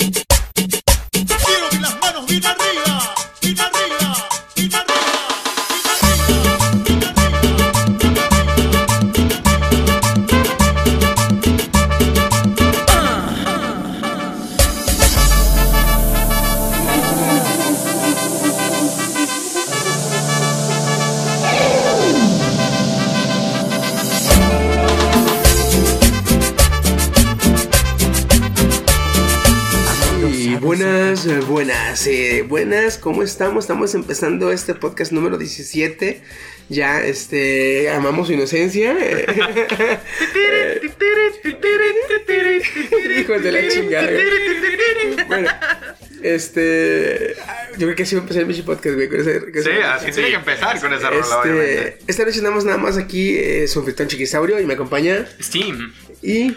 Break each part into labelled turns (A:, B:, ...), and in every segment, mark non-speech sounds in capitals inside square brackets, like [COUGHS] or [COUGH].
A: Quiero que las manos bien arriba, bien arriba, bien arriba, bien arriba, bien arriba.
B: Y buenas, eh, buenas, eh, buenas, ¿cómo estamos? Estamos empezando este podcast número 17. Ya, este, amamos su inocencia. eh, [LAUGHS] Hijos de la chingada. güey. Bueno, este, ah, yo creo que así va a empezar el bicho podcast, güey. Con esa, con esa
C: Sí,
B: rola.
C: así tiene que empezar con esa rola,
B: Este,
C: obviamente.
B: esta noche andamos nada más aquí, eh, su fritón chiquisaurio, y me acompaña.
C: Steam.
B: Y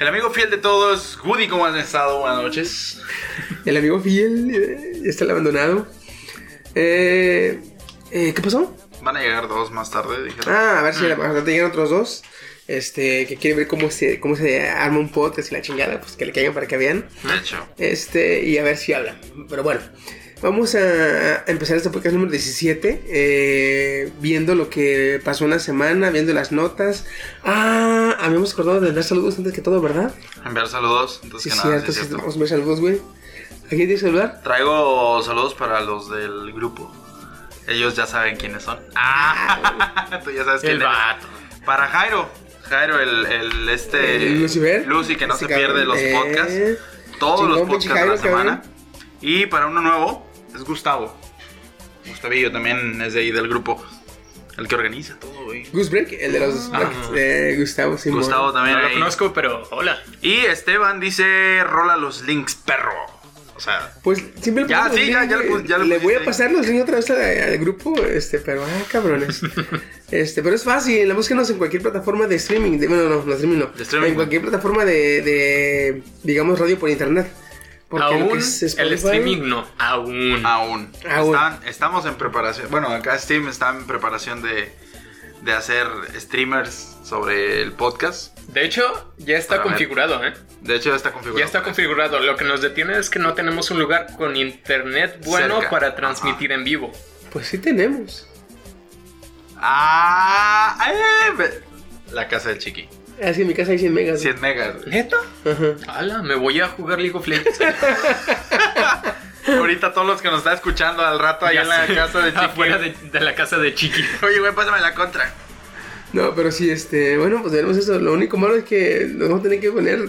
C: El amigo fiel de todos, Woody, ¿cómo has estado? Buenas noches.
B: el amigo fiel eh, está el abandonado. Eh, eh, ¿Qué pasó?
C: Van a llegar dos más tarde, dijeron.
B: Ah, a ver si a la- a- te llegan otros dos. Este, que quieren ver cómo se, cómo se arma un podcast y la chingada, pues que le caigan para que vean.
C: De hecho.
B: Este, y a ver si hablan. Pero bueno, vamos a a empezar este podcast número 17. eh, viendo lo que pasó una semana, viendo las notas. Ah, habíamos acordado de dar saludos antes que todo, ¿verdad?
C: Enviar saludos,
B: Sí,
C: entonces
B: es
C: Pues que nada,
B: cierto,
C: sí,
B: sí,
C: es cierto.
B: vamos a ver saludos, güey. ¿A quién tienes celular?
C: Traigo saludos para los del grupo. Ellos ya saben quiénes son. Ah, [LAUGHS] tú ya sabes quién
D: El
C: eres.
D: vato.
C: Para Jairo. Jairo, el, el este.
B: ¿El Lucifer?
C: Lucy, que no
B: Ese
C: se pierde
B: cabrón,
C: los
B: eh.
C: podcasts. Todos
B: Chingón,
C: los
B: pinche
C: podcasts de la
B: Jairo,
C: semana. Y para uno nuevo, es Gustavo. Gustavillo también es de ahí del grupo. El que organiza todo, güey.
B: Goose Break, el de los eh, Gustavo Simón.
C: Ah. Gustavo también.
D: No lo
C: ahí.
D: conozco, pero hola.
C: Y Esteban dice: rola los links, perro. O sea,
B: Pues siempre le
C: Ya,
B: pongo los
C: sí, ya,
B: links,
C: ya le
B: güey.
C: pus- ya le
B: le voy a
C: pusiste.
B: pasar los links otra vez a- al grupo, este, pero ah,
C: [LAUGHS]
B: cabrones. este, pero es fácil, la búsquenos en cualquier plataforma de streaming, de- bueno, no, no streaming no.
C: De streaming,
B: en
C: no.
B: cualquier plataforma de, de, digamos radio por internet. lo que
D: Aún
B: es
D: el
B: Spotify-
D: streaming no, aún.
C: aún.
B: Aún.
C: Están- estamos en preparación. Bueno, acá Steam está en preparación de, de hacer streamers sobre el podcast.
D: De hecho, ya está
C: Para ver.
D: configurado, ¿eh?
C: De hecho, ya está configurado.
D: Ya está configurado. Lo que nos detiene es que no tenemos un lugar con internet bueno
C: Cerca.
D: para transmitir en vivo.
B: Pues sí tenemos.
C: Ah, eh, ve- la casa del chiqui.
B: Así Ah, en mi casa hay 100 megas.
C: 100 megas. güey.
D: ¿Neta?
B: Ajá.
D: Ala, me voy a jugar League of
C: [LAUGHS]
D: Legends. Ya
C: Ahorita todos los que nos están escuchando al rato allá en la [LAUGHS]
D: sé.
C: casa de chiqui.
D: Afuera de, de la casa de Chiqui.
C: Oye, güey, pásame la contra.
B: No, pero sí, este, bueno, pues tenemos eso. Lo único malo es que nos vamos a tener que poner,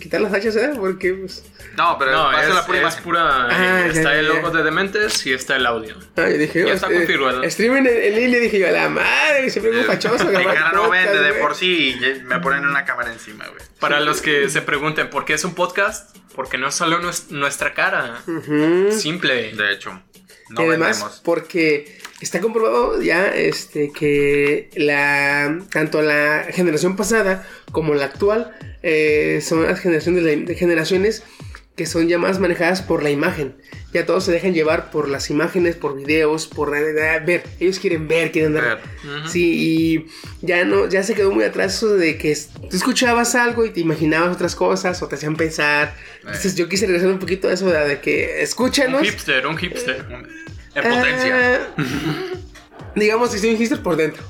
B: quitar las hachas, ¿eh? Porque, pues...
C: No, pero
D: No,
C: va a ser
D: es,
C: la pura
D: es
C: imagen.
D: pura. eh,
B: Ah,
D: está
B: ya,
D: el
B: ya,
D: logo
B: ya.
D: de Dementes y está el audio.
B: Ah, yo dije,
D: Ya
B: oh,
D: está
B: eh,
D: configurado.
B: Streaming en, en línea, dije yo, a la madre, siempre un fachoso.
C: [LAUGHS] Mi
B: grabar
C: cara Eh, no
B: podcast,
C: vende de
B: güey.
C: por sí y me ponen una cámara encima, güey.
D: Para los que se pregunten por qué es un podcast, porque no es solo nues- nuestra cara.
B: Ujú.
D: Simple.
C: De hecho, no
B: y además,
C: vendemos.
B: porque está comprobado ya este, que la, tanto la generación pasada como la actual eh, son las generaciones, de la- de generaciones que son ya más manejadas por la imagen. Ya todos se dejan llevar por las imágenes, por videos, por eh, ver. Ellos quieren ver, quieren ver.
C: Ver.
D: Ujú.
B: Sí, y ya no, ya se quedó muy atrás eso de que es- tú escuchabas algo y te imaginabas otras cosas o te hacían pensar. Entonces yo quise regresar un poquito a eso de, de que
D: Eh. Un
B: escúchanos.
D: hipster, un hipster.
B: eh,
C: En potencia.
B: Ah, digamos que soy un hipster por
D: [LAUGHS]
B: dentro.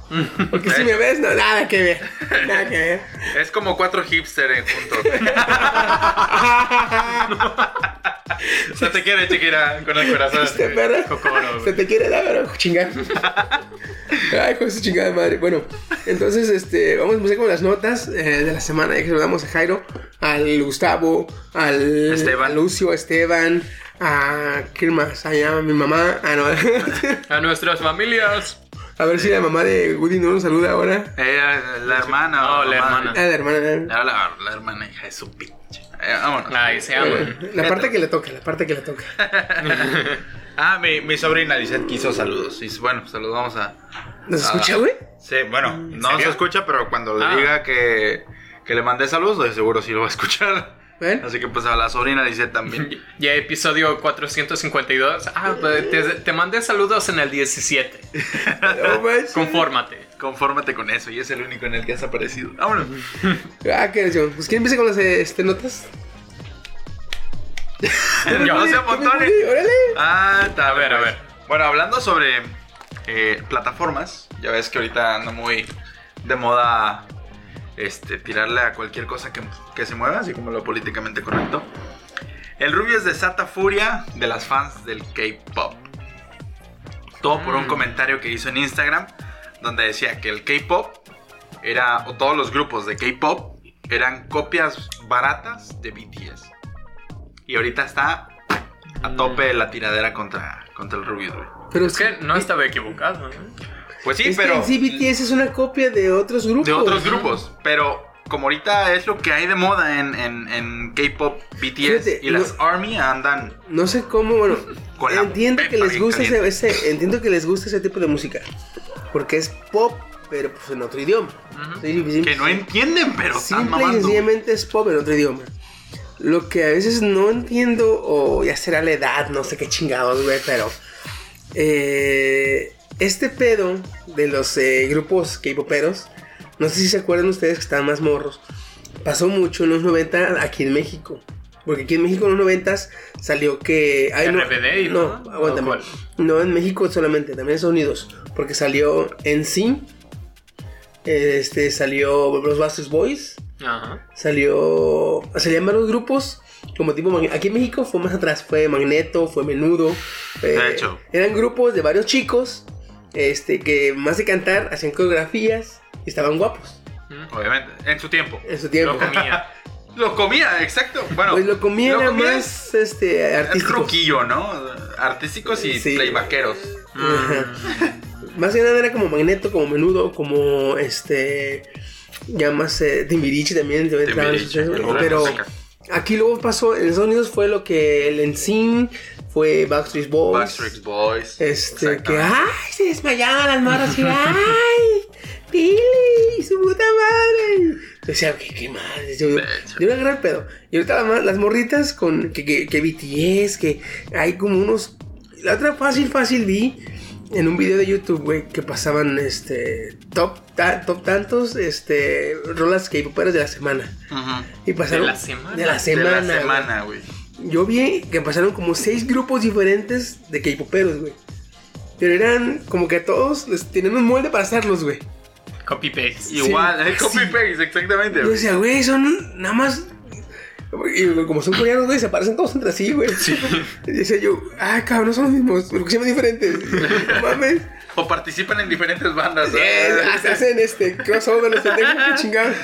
B: Porque si me ves, no, nada que ver. Nada que ver.
C: Es como cuatro hipsters [LAUGHS] juntos. Se te quiere, chiquira, con el [LAUGHS] corazón.
B: Este perro Este
D: Cocoro,
B: se
D: güey.
B: te quiere dar, pero
C: [LAUGHS]
B: chingar. Ay, con su chingada madre. Bueno, entonces, este, vamos a empezar con las notas eh, de la semana. Ya que saludamos a Jairo, al Gustavo, al
C: Esteban.
B: a Lucio, a Esteban, a ¿quién más? Allá, mi mamá. Ah, no. [LAUGHS]
D: A nuestras familias.
B: a ver si la mamá de Woody no nos saluda ahora.
C: Era la hermana.
D: No,
C: o
D: Oh, la
C: mamá.
D: hermana.
B: Ah, la hermana.
C: Era la, la hermana hija de su pinche. Eh, vámonos.
D: Ay, se aman.
B: La parte que le toca, la parte que le toca.
C: Ah, mi, mi sobrina Lizeth quiso saludos. Y bueno, se los vamos a.
B: ¿Nos
C: a
B: escucha,
C: dar.
B: güey?
C: Sí, bueno, no
D: Mm, serio?
C: se escucha, pero cuando le
D: Ah.
C: diga que, que le mandé saludos, de seguro sí lo va a escuchar. [LAUGHS]
B: ¿Ven?
C: Así que pues a la sobrina dice
D: [LAUGHS]
C: también.
D: Ya episodio 452. Ah, pues, te, te mandé saludos en el 17.
B: No Oh, manches.
D: Confórmate.
C: Confórmate con eso y es el único en el que has aparecido. Vámonos. [LAUGHS]
B: Ah, qué canción. Pues ¿quién empieza con las eh, este, notas?
C: Yo no sé montones.
B: Sí, órale.
C: Ah, a
D: ver, a ver.
C: Bueno, hablando sobre eh, plataformas, ya ves que ahorita anda muy de moda este, tirarle a cualquier cosa que, que se mueva, así como lo políticamente correcto. El Rubius desata furia de las fans del K-pop. Todo por un
D: Mm.
C: comentario que hizo en Instagram, donde decía que el K-pop era, o todos los grupos de K-pop, eran copias baratas de BTS. Y ahorita está a
B: Mm.
C: tope la tiradera contra, contra el Rubius, güey.
B: Pero
D: Es que no estaba equivocado. ¿no?
C: Pues sí,
B: es que
C: pero.
B: en sí BTS es una copia de otros grupos.
C: de otros grupos. Pero como ahorita es lo que hay de moda en, en- en K-pop, BTS
B: Fíjate,
C: y las ARMY andan.
B: No sé cómo, bueno,
C: [LAUGHS] Con la
B: entiendo que
C: pepa
B: les
C: bien
B: gusta ese,
C: caliente.
B: ese- entiendo que les gusta ese tipo de música, porque es pop, pero pues en otro idioma. Sí, sí,
C: Que no entienden, pero están
B: Simple y
C: mamando.
B: sencillamente es pop en otro idioma. Lo que a veces no entiendo, o ya será la edad, no sé qué chingados, güey, pero. eh, este pedo de los eh, grupos K-poperos, no sé si se acuerdan ustedes que estaban más morros, pasó mucho en los 90 aquí en México. Porque aquí en México en los 90 salió que. ay, no,
D: RBD y
B: no,
D: todo,
B: aguántame.
D: ¿o cuál?
B: No, en México solamente, también en Estados Unidos. Porque salió en sí. Este salió los Bastos Boys
D: Ajá.
B: salió salían varios grupos como tipo Mag- aquí en México fue más atrás fue Magneto fue Menudo eh,
C: hecho.
B: eran grupos de varios chicos este que más de cantar hacían coreografías y estaban guapos
D: Mm.
B: Eh,
C: Obviamente, en su tiempo.
B: en su tiempo
D: Lo comía.
C: Lo comía, exacto. Bueno,
B: pues lo comían
C: lo comía
B: más este
C: Es
B: artísticos
C: roquillo, ¿no? Artísticos y
B: Sí.
C: playbaqueros.
D: Mm.
B: Ah. más que nada era como Magneto como Menudo como este llamas eh, Timbiriche también también entraban en sus-
C: Timbiriche, el gorro
B: pero
C: seca.
B: aquí luego pasó en Estados Unidos fue lo que el Ensign fue Backstreet Boys
C: Backstreet Boys.
B: Este, que
C: Exactamente.
B: ay, se desmayaban las morras y ay, Billy, su puta madre. Yo decía, qué, qué madre. Yo,
C: De
B: yo
C: hecho.
B: era gran pedo. Y ahorita las, ma- las morritas con que, que, que BTS, que hay como unos. La otra fácil, fácil vi en un video de YouTube, güey, que pasaban este top, ta- top tantos este rolas K-poperas de la semana.
C: Ujú.
B: Y pasaron
D: la semana?
B: De la
C: De
B: semana.
C: la
B: güey.
C: semana, güey.
B: Yo vi que pasaron como seis grupos diferentes de K-poperos, güey. Pero eran como que todos les- tenían un molde para hacerlos, güey.
D: Copy paste.
C: Igual, [LAUGHS] eh, copy
B: sí.
C: paste, exactamente.
B: Yo
C: güey.
B: decía, güey, son nada más. Y como son coreanos, güey, se parecen todos entre sí, güey. Y decía yo, ah, cabrón, son los mismos, pero que se llaman diferentes. No mames.
C: O participan en diferentes bandas.
B: Eh,
C: [LAUGHS] ¿eh?
B: hasta hacen este crossover, los pendejos, qué chingados.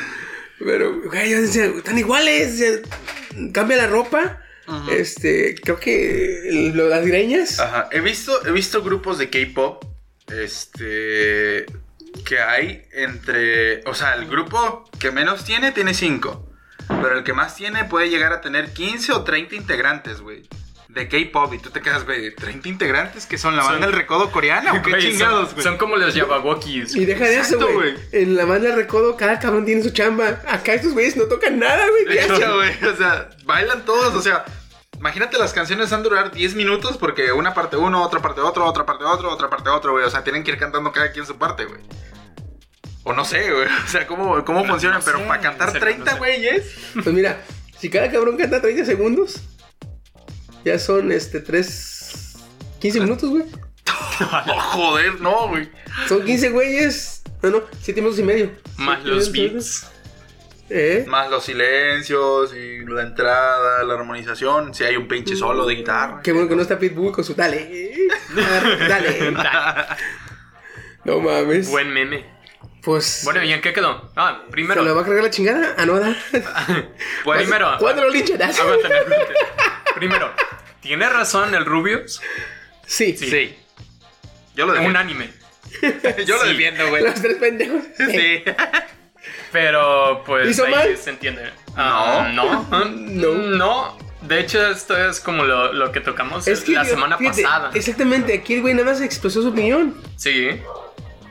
B: Pero, güey, yo decía, están iguales. eh, Cambia la ropa. Este, creo que el- lo- las greñas.
C: Ajá. He visto, he visto grupos de K-pop. Este. Que hay entre. O sea, el grupo que menos tiene, tiene 5. Pero el que más tiene puede llegar a tener 15 o 30 integrantes, güey. De K-pop. Y tú te quedas, güey, ¿30 integrantes? que son? ¿La
D: Son-
C: banda del recodo coreana? ¿O qué
D: Güey, son-
C: chingados, güey?
D: Son como los Yabawokis.
B: Y deja de eso,
C: Exacto,
B: güey.
C: güey.
B: En la banda recodo, cada cabrón tiene su chamba. Acá estos güeyes no tocan nada,
C: [LAUGHS]
B: güey.
C: De
B: ¿Qué hacen?
C: hecho, güey, o sea, bailan todos, o sea, imagínate las canciones van a durar 10 minutos porque una parte uno, otra parte otro, otra parte otro, otra parte otro, güey, o sea, tienen que ir cantando cada quien su parte, güey. O no sé, güey, [LAUGHS] o sea, cómo, cómo funcionan,
D: no
C: pero
D: sé,
C: para cantar
D: en serio,
C: 30
D: no sé.
C: güeyes,
B: Pues mira, si cada cabrón canta 30 segundos, ya son este 3. 15
D: Ah.
B: minutos, güey.
D: [LAUGHS]
C: no, joder, no, güey.
B: Son 15 güeyes. No, no, 7 minutos y medio.
D: Más
B: Siete
D: los
B: minutos,
D: beats.
B: ¿Eh?
C: Más los silencios y la entrada, la armonización, si hay un pinche solo de guitarra.
B: Qué bueno que no está Pitbull con su
D: [LAUGHS]
B: dale. Dale. No mames.
D: Buen meme.
B: Pues.
D: Bueno, ¿y en qué quedó? Ah,
B: ¿Se lo
D: primero.
B: va a cargar la chingada? Ah, no, da.
C: Pues,
D: primero.
B: [LAUGHS] Cuatro lincheras.
D: Aguántame, aguántame. Primero, ¿tiene razón el Rubius?
B: Sí.
D: Sí.
C: Sí. Yo lo
D: Un
C: defiendo.
D: anime.
C: [LAUGHS] Yo lo
D: sí.
C: defiendo, güey.
B: Los tres pendejos.
C: Sí.
D: Pero pues
B: ¿Hizo
D: ahí
B: mal?
D: se entiende. Ah, no.
B: No.
D: No. De hecho, esto es como lo, lo que tocamos
B: Es que
D: la
B: yo-
D: semana
B: fíjate,
D: pasada.
B: Exactamente, aquí el güey nada más expresó su opinión.
D: Sí.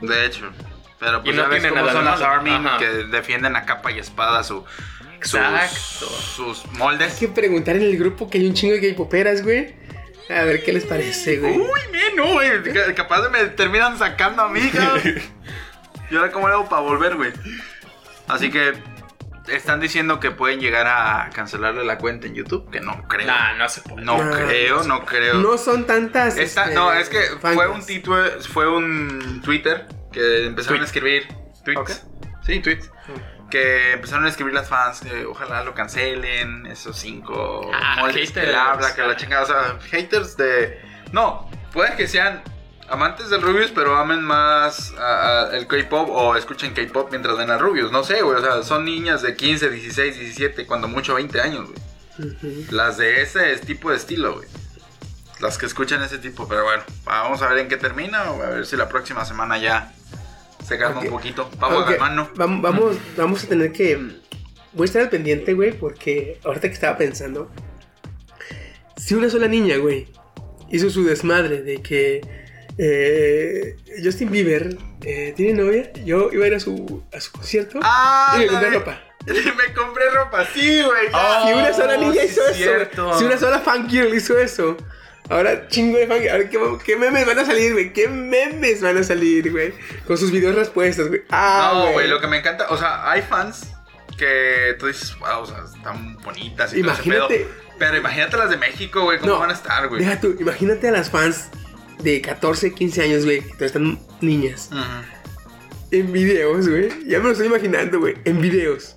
C: De hecho. Pero pues
D: Y no
C: ya ves
D: tiene
C: cómo
D: nada
C: son
D: de
C: las
D: malo.
C: Army
D: Ajá.
C: que defienden a capa y espada su, sus-
D: Exacto.
C: sus
B: Hay
C: moldes.
B: que preguntar en el grupo que hay un chingo de gaypoperas, güey. A ver qué les parece, güey.
C: Uy, bien, no, güey. ca- Capaz me terminan sacando a mí, cabrón. ¿Y ahora cómo le hago para volver, güey? Así que están diciendo que pueden llegar a cancelarle la cuenta en YouTube, que no creo.
D: Nah, no se puede.
C: No
B: Nah.
C: creo, no creo.
B: No son tantas.
C: Esta-
B: este,
C: no, es que fue
B: fangas.
C: un, titue- fue un Twitter que empezaron a escribir tweets.
B: Ok.
C: Sí, tweets.
D: Mm.
C: Que empezaron a escribir las fans de ojalá lo cancelen, esos cinco
D: Ah,
C: moldes que
D: haters.
C: le habla, que la chingada. O sea, haters de. No, puede que sean amantes del Rubius, pero amen más a- a el K-pop o escuchen K-pop mientras ven al Rubius. No sé, güey. O sea, son niñas de 15, 16, 17, cuando mucho 20 años, güey.
B: Ujú.
C: Las de ese tipo de estilo, güey. Las que escuchan ese tipo, pero bueno, vamos a ver en qué termina, o a ver si la próxima semana ya se calma
B: Ok.
C: un poquito. Vamos
B: Ok,
C: a mano.
B: vam- Vamos, vamos a tener que. mm, Voy a estar al pendiente, güey, porque ahorita que estaba pensando. Si una sola niña, güey, hizo su desmadre de que eh, Justin Bieber eh, tiene novia, yo iba a ir a su, a su concierto
C: Ah,
B: y me
C: la
B: compré
C: de- [LAUGHS]
B: ropa. Oh,
C: me compré ropa, sí, güey. ya.
D: Ah,
B: Si una sola niña
D: sí
B: hizo
D: es
B: eso,
D: cierto.
B: si una sola fan girl hizo eso, ahora chingo de fan girl, ahora qué, qué memes van a salir, güey, qué memes van a salir, güey, con sus videos respuestas, güey. Ah,
C: no, güey, lo que me encanta, o sea, hay fans que tú dices, wow, o sea, están bonitas y todo ese
B: Imagínate.
C: pedo". Pero imagínate las de México, güey, cómo
B: No,
C: van a estar, güey.
B: Deja tú, imagínate a las fans de 14, 15 años, güey, que todavía están niñas,
C: Ujú.
B: en videos, güey, ya me lo estoy imaginando, güey, en videos.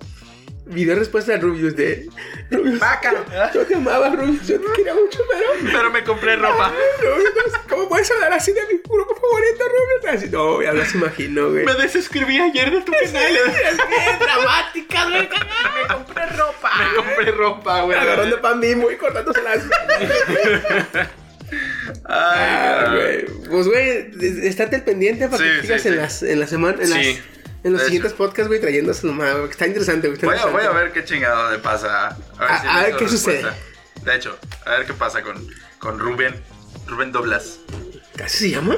B: Video respuesta de Rubius de... Rubius, [LAUGHS]
C: Bácalo.
B: yo te amaba, Rubius, yo te quería mucho, pero...
C: Pero me compré ropa.
B: Rubius, ¿Cómo puedes hablar así de mi grupo favorito, Rubius? Así, no, ya las imagino, güey.
C: Me desescribí ayer de tu canal.
B: dramática,
C: [LAUGHS]
B: güey. Me compré ropa.
C: me compré ropa, güey.
B: Agarrando pan bimbo y cortándose las. Ah,
C: [LAUGHS] Ay, güey.
B: güey. Pues, güey, estate al pendiente para
C: Sí,
B: que sigas
C: sí,
B: en,
C: sí.
B: Las, en la semana. En,
D: Sí.
B: las- en los
C: Eso.
B: siguientes podcasts, güey, trayéndose nomás. güey, que Está interesante, güey. está
C: Voy a, voy
B: interesante.
C: a ver qué chingado le pasa. A ver,
B: A- a ver
C: encuentro
B: qué
C: respuesta. De hecho, a ver qué pasa con, con Rubén. Rubén Doblas.
B: ¿Así se llama?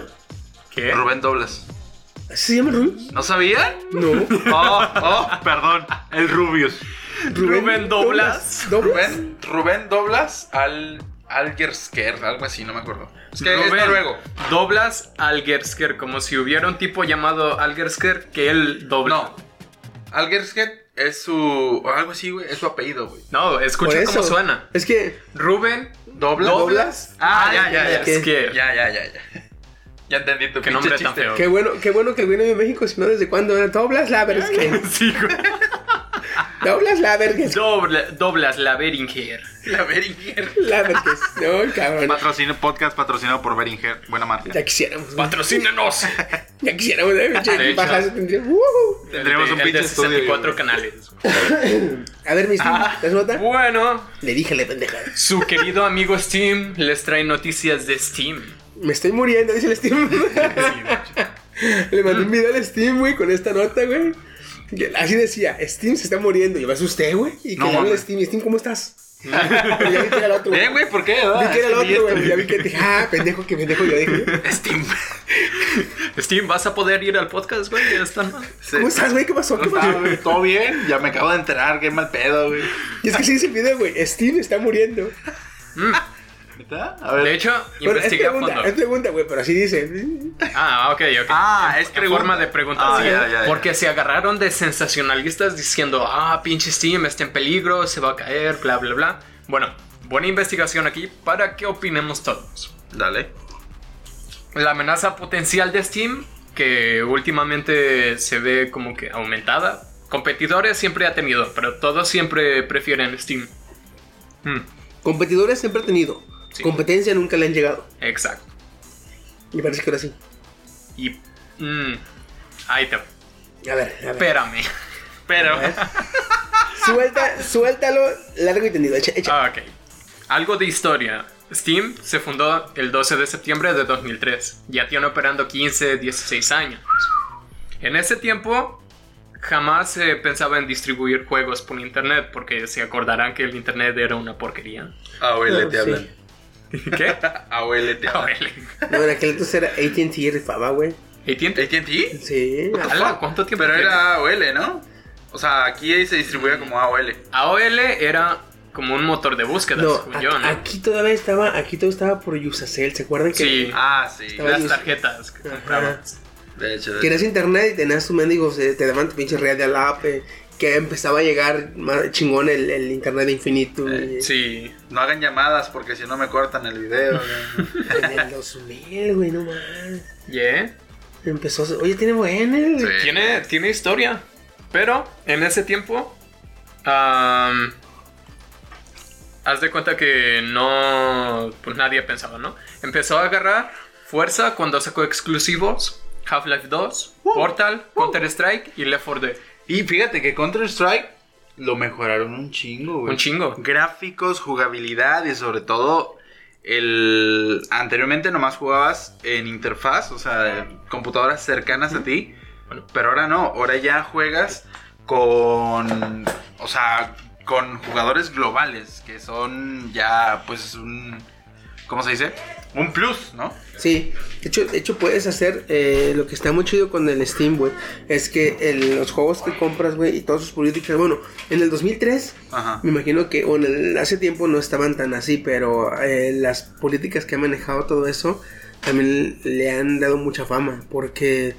D: ¿Qué?
C: Rubén Doblas.
B: ¿Así se llama Rubius?
C: ¿No sabían? [LAUGHS]
B: No.
C: Oh, oh, perdón. El Rubius.
D: Rubén Doblas.
B: Doblas.
C: Rubén, Rubén Doblas al Algersker, algo así, no me acuerdo. Es que es
D: Rubén,
C: noruego.
D: Doblas Algersker, como si hubiera un tipo llamado Algersker que él dobla.
C: No. Algersker es su. o Algo así, güey. Es su apellido, güey.
D: No,
B: Por
D: escucha cómo
B: eso.
D: suena.
B: Es que.
D: Rubén
C: ¿Doblas?
B: Doblas.
D: Ah, ya, ya, ya.
B: ¿qué?
D: Es que,
C: Ya, ya, ya, [LAUGHS] ya. Ya entendí tu pinche
D: Qué nombre tan
C: chiste.
D: feo.
B: Qué bueno, qué bueno que el güey no vive en México, sino desde cuándo. era Doblas la
C: [LAUGHS]
B: verga.
D: Sí, güey.
B: Doblas la verga.
D: Dobla- doblas la Beringer.
C: La Beringer.
B: La verga. No, cabrón.
C: Patrocinio, podcast patrocinado por Beringer. Buena marca.
B: Ya quisiéramos. güey.
D: ¡Patrocínenos!
B: Ya quisiéramos. eh, pinche
D: hecho.
B: bajazo tendría- ¡Woo!
C: [LAUGHS] Tendremos
D: El
C: un
D: de- el
C: pinche
D: de
C: estudio,
D: 64
C: güey.
D: canales.
B: A ver, mi Steve,
C: Ah.
B: ¿te das nota?
C: Uh.
D: Bueno,
B: Le dije la pendejada.
D: su querido amigo Steam les trae noticias de
C: [LAUGHS]
D: Steam.
B: Me estoy muriendo, dice el Steam. Le mandé un video al Steam, güey, con esta nota, güey. Que Así decía, Steam se está muriendo. Yo me asusté, güey. Y que
C: No,
B: le hablé al
C: mames.
B: Steam. Steam, ¿cómo estás? Y ya vi que era el otro,
C: Eh,
B: güey.
C: güey, ¿por qué?
B: Vi
C: Ah,
B: que era el
C: es
B: otro, güey.
C: esto-
B: Ya vi que dije, ah, pendejo, que pendejo. Yo dije,
C: Steam.
D: [LAUGHS] Steam, ¿vas a poder ir al podcast, güey? Ya está, ¿no?
C: Sí.
B: ¿cómo estás, güey? ¿Qué pasó?
C: No [LAUGHS]
B: ¿Qué pasó?
C: estaba, güey, ¿Todo bien? Ya me acabo de enterar, qué mal pedo, güey.
B: Y es que sí dice el video, güey. Steam está muriendo.
C: ¿Neta? A
D: De
C: ver.
D: hecho,
B: Bueno, es
D: investigué a
B: pregunta, es
D: fondo.
B: pregunta, güey, pero así dice.
D: Ah, ok, ok.
C: Ah, es
D: en
C: pregunta.
D: forma de pregunta.
C: Ah,
D: sí.
C: ya, ya, ya.
D: Porque se agarraron de sensacionalistas diciendo, ah, pinche Steam está en peligro, se va a caer, bla, bla, bla. Bueno, buena investigación aquí para que opinemos todos.
C: Dale.
D: La amenaza potencial de Steam, que últimamente se ve como que aumentada. Competidores siempre ha tenido, pero todos siempre prefieren Steam. Mm,
C: Hmm.
B: Competidores siempre ha tenido.
D: Sí.
B: Competencia nunca le han llegado.
D: exacto.
B: Me parece que ahora sí.
D: Y... mm, ahí te...
B: A ver, a ver.
D: Espérame. [LAUGHS] Pero...
B: Suelta, suéltalo largo y tendido. Echa, echa.
D: Ah, ok. Algo de historia. Steam se fundó el 12 de septiembre de 2003. Ya tiene operando 15, 16 años. En ese tiempo jamás se pensaba en distribuir juegos por internet porque se acordarán que el internet era
B: [LAUGHS]
D: una porquería.
C: Abuele,
B: No,
C: te
B: sí.
C: hablan. [LAUGHS]
D: ¿Qué?
C: Abuele, te hablan.
D: Ah.
B: No, en aquel entonces era ATT y rifaba, güey.
D: ¿Y tiempo?
C: ¿AT&T?
B: Sí.
C: Ala,
D: ¿Cuánto tiempo
C: Pero
D: tiene?
C: era AOL, ¿no? O sea, aquí se distribuía como AOL.
D: AOL era como un motor de búsqueda,
B: No,
D: según
B: a-
D: yo, ¿no?
B: aquí todavía estaba, aquí todavía estaba por Yusacel, ¿se acuerdan que
D: Sí,
C: Ah, sí.
B: Estaba-
D: las tarjetas que
B: Ajá.
D: comprabas.
C: De hecho, de hecho.
B: Querías internet y tenías tu mendigo, se- te daban tu pinche red de alap, eh, que empezaba a llegar más chingón el, el internet de infinito.
C: Eh,
B: y-
D: Sí,
C: No hagan llamadas porque si no me cortan el video. güey.
B: En el 2000, güey, no más.
D: yeah.
B: Empezó, a- oye, tiene buena, güey.
C: Sí.
D: Tiene, tiene historia. Pero en ese tiempo. am, haz de cuenta que no. Pues nadie pensaba, ¿no? Empezó a agarrar fuerza cuando sacó exclusivos. Half-Life 2, Portal, Counter-Strike y Left 4 Dead.
C: Y fíjate que Counter-Strike lo mejoraron un chingo, güey.
D: Un chingo.
C: Gráficos, jugabilidad y sobre todo el anteriormente nomás jugabas en interfaz, o sea, en computadoras cercanas a ti,
D: Bueno.
C: pero ahora no, ahora ya juegas con o sea, con jugadores globales que son ya pues un ¿cómo se dice? Un plus, ¿no?
B: Sí, de hecho, de hecho puedes hacer eh, lo que está muy chido con el Steam, güey. Es que el- los juegos que compras, güey, y todas sus políticas, bueno, en el 2003,
C: Ajá.
B: me imagino que, bueno, el- hace tiempo no estaban tan así, pero eh, las políticas que ha manejado todo eso también le han dado mucha fama, porque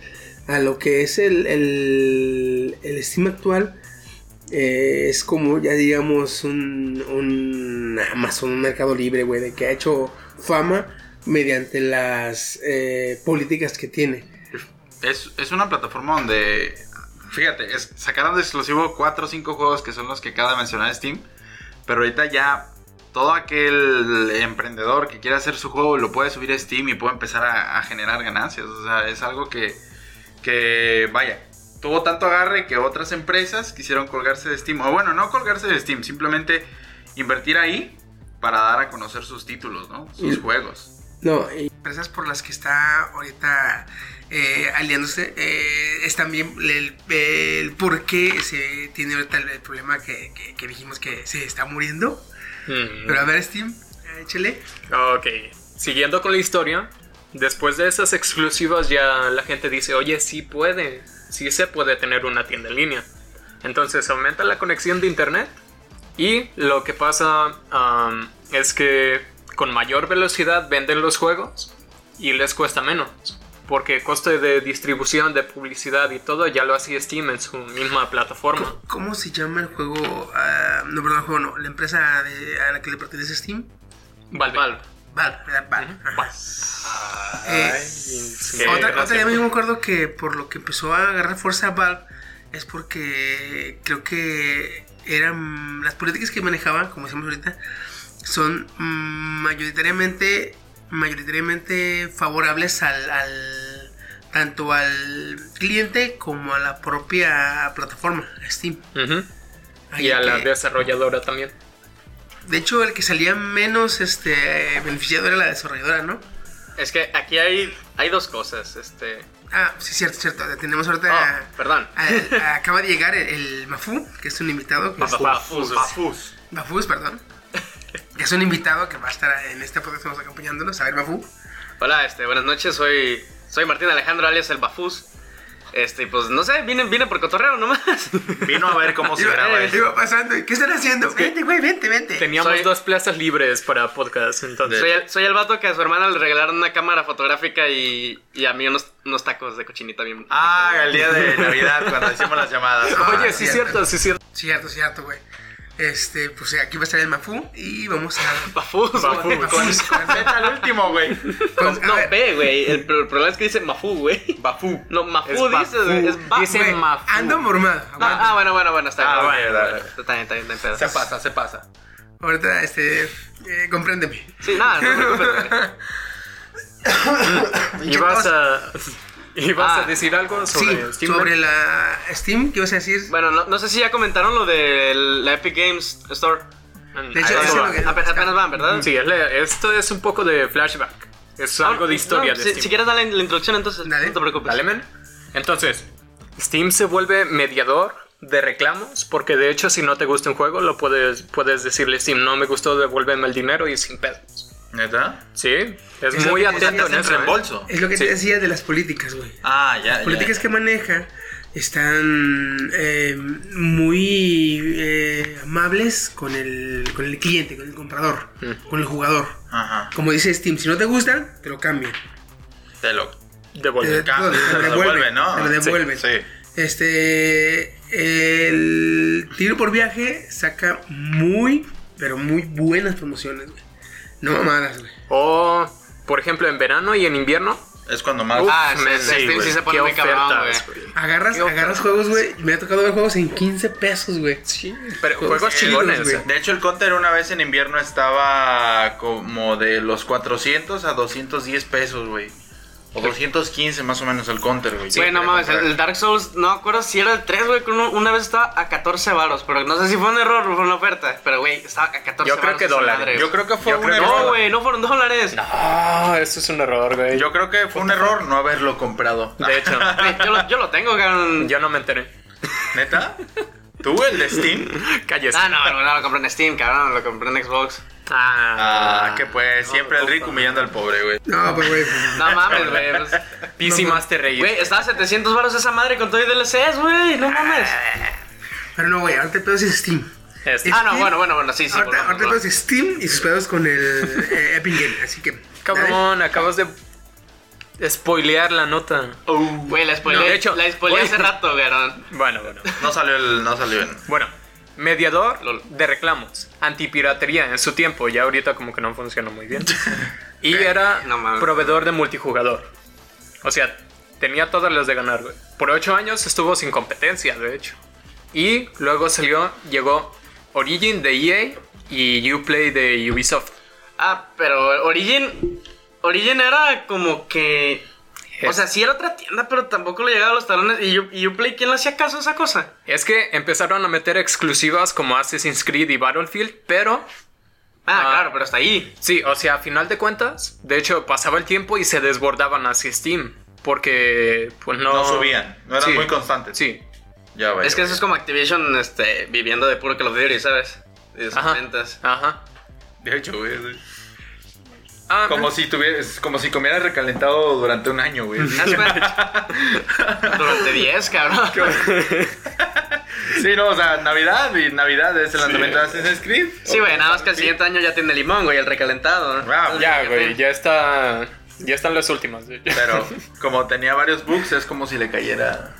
B: a lo que es el, el, el Steam actual, eh, es como ya digamos un, un Amazon, un mercado libre, güey, de que ha hecho fama mediante las eh, políticas que tiene.
C: Es, es una plataforma donde, fíjate, es, sacaron de exclusivo 4 o 5 juegos que son los que acaba de mencionar Steam, pero ahorita ya todo aquel emprendedor que quiera hacer su juego lo puede subir a Steam y puede empezar a, a generar ganancias. O sea, es algo que, que, vaya, tuvo tanto agarre que otras empresas quisieron colgarse de Steam, o bueno, no colgarse de Steam, simplemente invertir ahí para dar a conocer sus títulos, ¿no? Sus
B: Y-
C: juegos.
B: No, y- empresas por las que está ahorita eh, aliándose eh, es también el, el por qué se tiene ahorita el, el problema que, que- que dijimos que se está muriendo. Pero a ver, Steam, eh, échale.
D: Ok, siguiendo con la historia, después de esas exclusivas ya la gente dice, oye, sí puede, sí se puede tener una tienda en línea. Entonces aumenta la conexión de internet y lo que pasa am, es que con mayor velocidad venden los juegos y les cuesta menos. Porque el coste de distribución, de publicidad y todo ya lo hacía Steam en su misma plataforma.
B: ¿Cómo se llama el juego? Ah, no, perdón, el juego no. La empresa de- a la que le pertenece Steam.
D: Valve.
B: Valve, ¿verdad? Valve.
D: Valve.
B: Eh,
D: qué
B: otra cosa,
D: gracia.
B: yo me acuerdo que por lo que empezó a agarrar fuerza Valve es porque creo que eran las políticas que manejaban, como decimos ahorita, son mm, mayoritariamente mayoritariamente favorables al, al- tanto al cliente como a la propia plataforma Steam.
D: Ujú.
B: Ahí
D: Y a la
B: que-
D: desarrolladora también.
B: de hecho, el que salía menos este beneficiado era la desarrolladora, ¿no?
E: Es que aquí hay, hay dos cosas. Este.
B: Ah, sí, cierto, cierto. Tenemos ahorita
E: Ah, perdón.
B: Al- ah, acaba de llegar el, el Mafú, que es un invitado. Que
E: Mafú. Mafú.
C: Mafus.
B: Mafús, perdón. Que es un invitado que va a estar en este podcast que estamos acompañándonos. A ver, Mafú.
E: Hola, este, buenas noches. Soy, soy Martín Alejandro alias el Bafús. Este, y pues no sé, vine, vine por cotorreo nomás.
C: Vino a ver cómo se
B: Iba,
C: graba
B: eh,
C: eso.
B: iba pasando. ¿y ¿Qué están haciendo? Vente, güey, vente, vente.
D: [LAUGHS] Teníamos
E: Soy-
D: dos plazas libres para podcast, entonces.
E: Soy el, soy el vato que a su hermana le regalaron una cámara fotográfica y, y a mí unos, unos tacos de cochinita bien.
C: Ah, el día de Navidad cuando hicimos las [LAUGHS] llamadas.
D: Oye, sí es cierto, sí es cierto.
B: Ah, Cierto, cierto, güey. Este, pues aquí va a estar el Mafú y vamos a.
E: Bafús.
D: Bafús.
E: güey.
C: Con, con Z al último, güey.
B: Con-
E: No,
B: a ver,
E: ve, güey. El, pro- el problema es que dice Mafú, güey.
C: Bafú.
E: No,
D: Es
E: Mafú dices,
D: Bafú.
E: güey. Es Bafú.
D: Dice
B: ah, güey,
D: Mafú.
B: Ando mormado. aguanta.
E: Ah, ah, bueno, bueno, bueno, está bien.
C: Ah,
E: bueno,
C: bueno,
E: bueno,
C: bueno.
E: Está bien, está bien, no hay pedo.
C: Se pasa, se pasa.
B: Ahorita, este. eh, compréndeme.
E: Sí, nada, no te preocupes, güey.
B: [COUGHS]
D: ¿Ibas a, ibas
E: Ah.
D: a decir algo sobre
B: Sí,
D: Steam
B: sobre
D: Deck?
B: la Steam, ¿qué ibas a decir?
E: Bueno, no, no sé si ya comentaron lo de la Epic Games Store.
B: de hecho, eso
D: Ah, eso
B: es
D: va.
B: lo que-
E: Apenas, apenas van, ¿verdad? Ah,
D: Sí, es la- esto es un poco de flashback. Es algo de historia
E: No,
D: de
E: si,
D: Steam.
E: si quieres dale la introducción, entonces
B: Dale.
E: no te preocupes.
D: Dale, men. Entonces, Steam se vuelve mediador de reclamos, porque de hecho, si no te gusta un juego, lo puedes, puedes decirle Steam, no me gustó, devuélveme el dinero y sin pedos.
C: ¿Neta?
D: Sí, es
B: Eso
D: muy
B: que te
D: atento en
C: en
D: eso. ¿eh?
C: reembolso.
B: Es lo que
D: Sí.
B: te decía de las políticas, güey.
C: Ah, ya.
B: políticas que maneja están eh, muy eh, amables con el, con el cliente, con el comprador,
D: Mm.
B: con el jugador.
C: Ajá.
B: Como dice Steam, si no te gusta, te lo cambian.
C: Te lo
B: Te-
D: Devolver.
B: Eh, te lo-
C: cambian, te lo devuelven, ¿no?
B: Te lo devuelven.
C: Sí.
B: Este. El tiro por viaje saca muy, pero muy buenas promociones, güey. No mamadas, güey.
D: O, por ejemplo, en verano y en invierno.
C: Es cuando más.
E: Ah, sí,
D: men,
E: sí, sí,
D: güey,
E: sí se pone
D: qué
E: muy cabrón,
D: ofertas,
E: güey.
B: Agarras,
E: Qué oferta.
B: agarras juegos, güey. Me ha tocado ver juegos en 15 pesos, güey.
D: Sí, pero
B: Juegos
D: juegos
B: chidos,
D: chingones.
B: güey.
D: o sea.
C: De hecho, el counter una vez en invierno estaba como de los 400 a 210 pesos, güey. O 215 más o menos el counter, güey.
E: Güey, no mames, el, el Dark Souls, no me acuerdo si era el 3, güey, que uno- una vez estaba a 14 varos, pero no sé si fue un error o fue una oferta, pero güey, estaba a 14
D: Yo creo
E: varos
D: que
E: esa
D: dólares.
E: madre,
C: Yo
E: güey.
C: creo que fue
D: Yo
C: un
D: creo que-
C: error.
E: No, güey, no fueron dólares.
D: Ah, eso es un error, güey.
C: Yo creo que fue un error no haberlo comprado.
D: De
E: [LAUGHS]
D: hecho,
E: Güey, Yo, lo, yo lo tengo, cabrón.
D: yo no me enteré.
C: ¿Neta? ¿Tú, el de Steam?
D: Cállese.
E: Ah, no, no, no, lo compré en Steam, cabrón, lo compré en Xbox.
C: [LAUGHS] Ah,
D: Ah,
C: que pues siempre el rico humillando al pobre, güey.
B: No, pero güey.
E: No pues, mames, güey. pues,
D: PC
B: No, no.
D: Master Race.
E: Güey, estaba a 700 varos esa madre con todo y DLCs, güey, no mames.
B: Pero no, güey. Ahorita el pedo es Steam.
D: Ah, Este.
E: Ah, no, bueno, bueno, bueno, sí, sí.
B: ahorita
E: volvamos,
B: ahorita el pedo
E: volvamos.
B: es Steam y sus pedos con el
E: [LAUGHS]
B: eh, Epic Game. Así que.
D: Cabrón, acabas de spoilear la nota.
E: Güey, la spoileé,
D: No, de hecho,
E: la spoileé
D: güey.
E: hace rato, cabrón.
D: Bueno, bueno.
C: No salió el. No salió el.
D: Bueno, mediador
E: Lol.
D: de reclamos, antipiratería en su tiempo, ya ahorita como que no funciona muy
E: [LAUGHS]
D: bien. Y era
E: Eh, No mames.
D: proveedor de multijugador. O sea, tenía todas las de ganar, güey. Por ocho años estuvo sin competencia, de hecho. Y luego salió, llegó Origin de EA y Uplay de Ubisoft.
E: Ah, pero Origin. Origin era como que. O sea, sí era otra tienda, pero tampoco le llegaba a los talones. Y yo, y Uplay, ¿quién le hacía caso a esa cosa?
D: Es que empezaron a meter exclusivas como Assassin's Creed y Battlefield, pero
E: Ah,
D: Ah.
E: claro, pero hasta ahí.
D: Sí, o sea, a final de cuentas, de hecho, pasaba el tiempo y se desbordaban hacia Steam. Porque, pues no.
C: No subían, no eran muy constantes.
D: Sí,
C: Ya, vaya.
E: es que eso es como Activision este, viviendo de puro Call of Duty, ¿sabes? Y de sus
D: ajá.
E: ventas.
D: Ajá.
C: De hecho, güey. sí.
D: Ah,
C: Como si tuvieras. Como si comieras recalentado durante un año, [LAUGHS] güey.
E: Haz cuenta. Durante 10, cabrón.
D: [LAUGHS]
C: Sí, no, o sea, Navidad y Navidad es el lanzamiento de Assassin's Creed.
E: Sí, güey, nada más que el siguiente año ya tiene limón, güey, el recalentado. ¿no?
C: Ah,
D: ya, güey, ya está. Ya están las últimas. de hecho.
C: Pero como tenía varios bugs, es como si le cayera.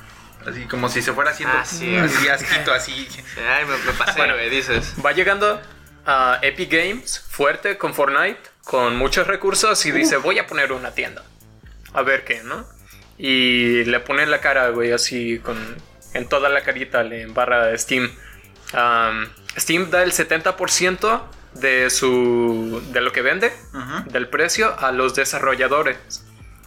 C: Así como si se fuera haciendo
E: Ah, sí,
C: así, asquito, así.
E: Ay, me, me pasé,
D: Bueno.
E: güey, dices.
D: Va llegando a Epic Games fuerte con Fortnite, con muchos recursos y dice: Voy a poner una tienda. A ver qué, ¿no? Y le pone la cara, güey, así con. En toda la carita le embarra Steam. Am, Steam da el 70% de su. de lo que vende,
C: Ujú.
D: del precio, a los desarrolladores.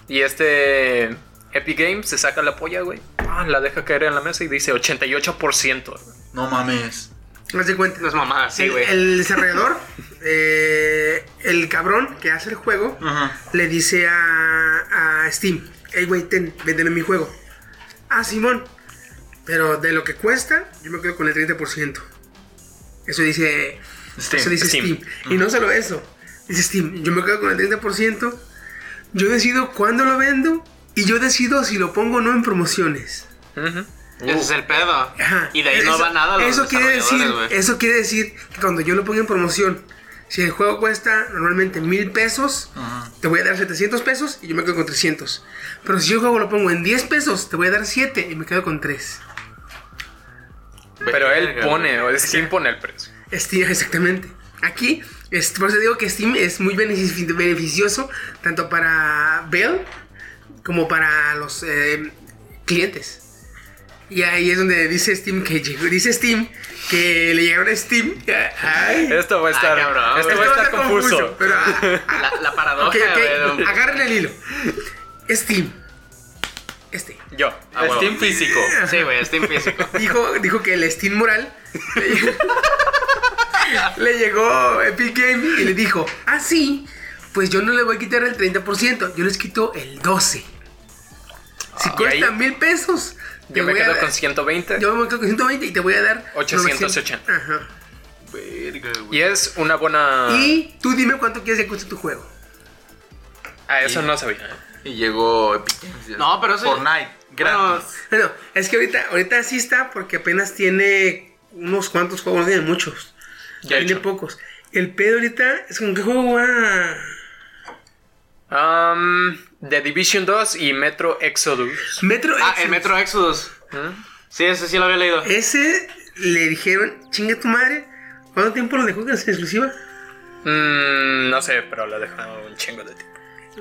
D: Y este. Epic Games se saca la polla, güey. ¡pam! La deja caer en la mesa y dice 88%.
C: No mames.
B: No se cuenta.
E: No es mamada, sí,
B: el,
E: güey.
B: el desarrollador, eh, el cabrón que hace el juego,
C: Ajá.
B: le dice a, a Steam, hey, güey, ten, véndeme mi juego. Ah, Simón, pero de lo que cuesta, yo me quedo con el 30%. Eso dice
C: Steam.
B: eso dice Steam.
D: Steam.
B: Y no solo eso, dice Steam, yo me quedo con el 30%, yo decido cuándo lo vendo y yo decido si lo pongo o no en promociones.
D: Ujú.
E: Ese es el pedo.
B: Ajá.
E: Y de ahí no
B: Eso-
E: va nada los
B: eso quiere decir
E: desarrolladores, güey.
B: Eso quiere decir que cuando yo lo ponga en promoción, si el juego cuesta normalmente mil pesos,
C: Ajá.
B: te voy a dar 700 pesos y yo me quedo con 300. Pero si yo el juego lo pongo en 10 pesos, te voy a dar 7 y me quedo con 3.
D: Pero él
E: Verga, Ah,
D: pone, o Steam pone el precio.
B: Steam, exactamente. Aquí, es- por eso digo que Steam es muy benefici- beneficioso tanto para Bell como para los eh, clientes. Y ahí es donde dice Steam que llegó- dice Steam que le llegaron a Steam. [LAUGHS] Ay,
D: Esto va a estar,
E: Ah, cabrón,
D: esto
E: güey.
D: va a estar confuso.
B: pero, ah, ah,
E: La, la
D: [LAUGHS]
E: paradoja,
B: ok, ok,
E: güey. de-
B: agarren el hilo. Steam. Este.
D: Yo,
E: Ah,
D: a huevo.
C: Steam físico.
B: Ah.
E: Sí, güey,
D: [LAUGHS]
E: Steam físico.
B: dijo, dijo que el Steam Moral le [LAUGHS] llegó- le llegó Epic Game y le dijo, ah, sí, pues yo no le voy a quitar el 30%, yo les quito el 12. Si
D: Ah,
B: cuesta
D: ahí-
B: mil pesos, te
D: yo me
B: voy a
D: quedo
B: dar-
D: con 120.
B: Yo me quedo con 120 y te voy a dar
D: 880.
B: 900. Ajá.
C: Verga, güey.
D: Y es una buena.
B: Y tú dime cuánto quieres que cueste tu juego.
D: Ah, eso no sabía.
C: Y llegó Epic Games.
E: No, pero eso-
C: Fortnite. Gratis.
B: Bueno, es que ahorita, ahorita sí está porque apenas tiene unos cuantos juegos, no tiene muchos.
D: Ya
B: tiene
D: hecho.
B: pocos. El pedo ahorita es con qué juego va.
D: Um, The Division 2 y Metro Exodus.
B: Metro
E: Ah,
B: Exodus.
E: el Metro Exodus.
D: ¿Mm?
E: Sí, ese sí lo había leído.
B: Ese le dijeron, chinga tu madre. ¿Cuánto tiempo lo dejó que sea exclusiva?
D: Mm, no sé, pero lo dejado un chingo de tiempo.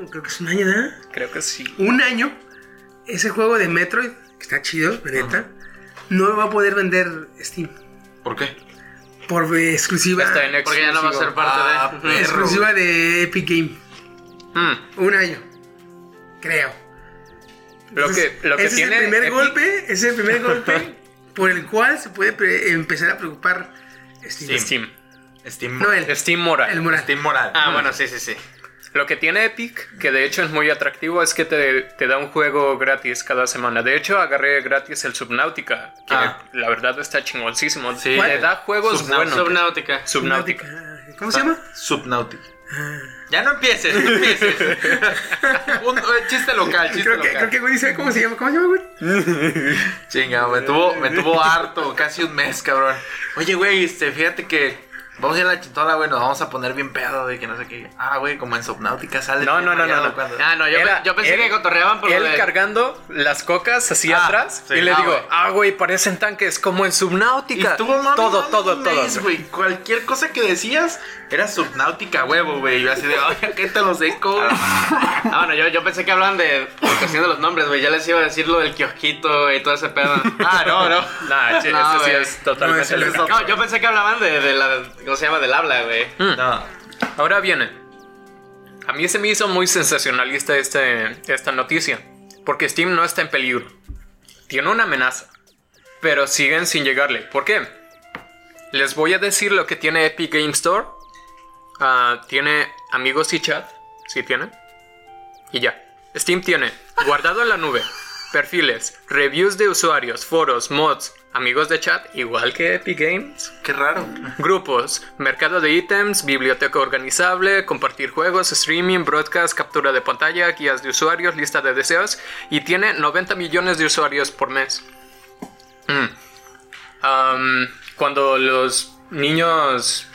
B: Creo que es un año, ¿verdad?
D: Creo que sí.
B: un año ese juego de Metroid, que está chido, la neta, no lo va a poder vender Steam
C: ¿Por qué?
B: por eh, exclusiva,
D: Está en
E: Porque ya no va a ser
D: exclusivo.
E: parte
C: Ah,
E: de.
C: perro.
B: exclusiva de Epic Game.
D: Mm,
B: Un año, creo.
D: Lo
B: Entonces,
D: que- lo que
B: ese
D: tiene
B: es el primer
D: Epic-
B: golpe, ese es el primer golpe por el cual se puede pre- empezar a preocupar Steam.
D: Steam.
C: Steam,
B: No, el,
D: Steam Moral.
B: el moral.
C: Steam Moral.
E: Ah, bueno, sí, sí, sí.
D: Lo que tiene Epic, que de hecho es muy atractivo, es que te, te da un juego gratis cada semana. De hecho, agarré gratis el Subnautica, que
C: Ah.
D: la verdad está chingoncísimo.
C: Sí.
D: Te da juegos
C: Subnau-
D: buenos.
E: Subnautica. Ah.
D: Subnautica.
B: ¿Cómo se llama?
C: Subnautica.
E: Ya no empieces, no [LAUGHS] empieces.
C: Un eh, chiste local, chiste
B: Creo que,
C: local.
B: creo que güey dice cómo se llama, cómo se llama, güey.
C: Chinga, me tuvo, me tuvo harto, casi un mes, cabrón. Oye, güey, este, fíjate que vamos a ir a la chintola, güey, nos vamos a poner bien pedo, güey, que no sé qué. Ah, güey, como en Subnautica sale.
D: No, no, no, no,
C: mareado
D: no.
C: cuando-
E: Ah, no, yo,
D: Era-
E: yo pensé
D: él-
E: que cotorreaban por lo
D: Él
E: de.
D: cargando las cocas así
C: Ah,
D: atrás
C: sí.
D: y le
C: Ah,
D: digo,
C: güey.
D: ah, güey, parecen tanques como en
C: Y
D: Subnautica.
C: estuvo mami,
D: todo,
C: mami,
D: todo,
C: un
D: todo.
C: mes, güey. Cualquier cosa que decías era Subnautica, huevo, güey. Yo así de, oye, ¿qué te lo sé, güey.
E: Ah, bueno, yo, yo pensé que hablaban de la cuestión de los nombres, güey. Ya les iba a decir lo del kiosquito y todo ese pedo. Ah, no, no.
D: Nah, che,
E: No,
D: eso sí
E: güey.
D: es totalmente
B: No, eso no es
D: legal.
E: No, yo pensé que hablaban de, de la. ¿Cómo se llama? Del habla, güey.
C: No.
D: Ahora viene. A mí se me hizo muy sensacionalista este, esta noticia. Porque Steam no está en peligro. Tiene una amenaza. Pero siguen sin llegarle. ¿Por qué? Les voy a decir lo que tiene Epic Game Store. Ah, tiene amigos y chat. Sí tiene. Y ya. Steam tiene guardado en la nube, perfiles, reviews de usuarios, foros, mods, amigos de chat, igual que Epic Games.
C: Qué raro.
D: Grupos, mercado de ítems, biblioteca organizable, compartir juegos, streaming, broadcast, captura de pantalla, guías de usuarios, lista de deseos y tiene 90 millones de usuarios por mes. Mm. Am, cuando los niños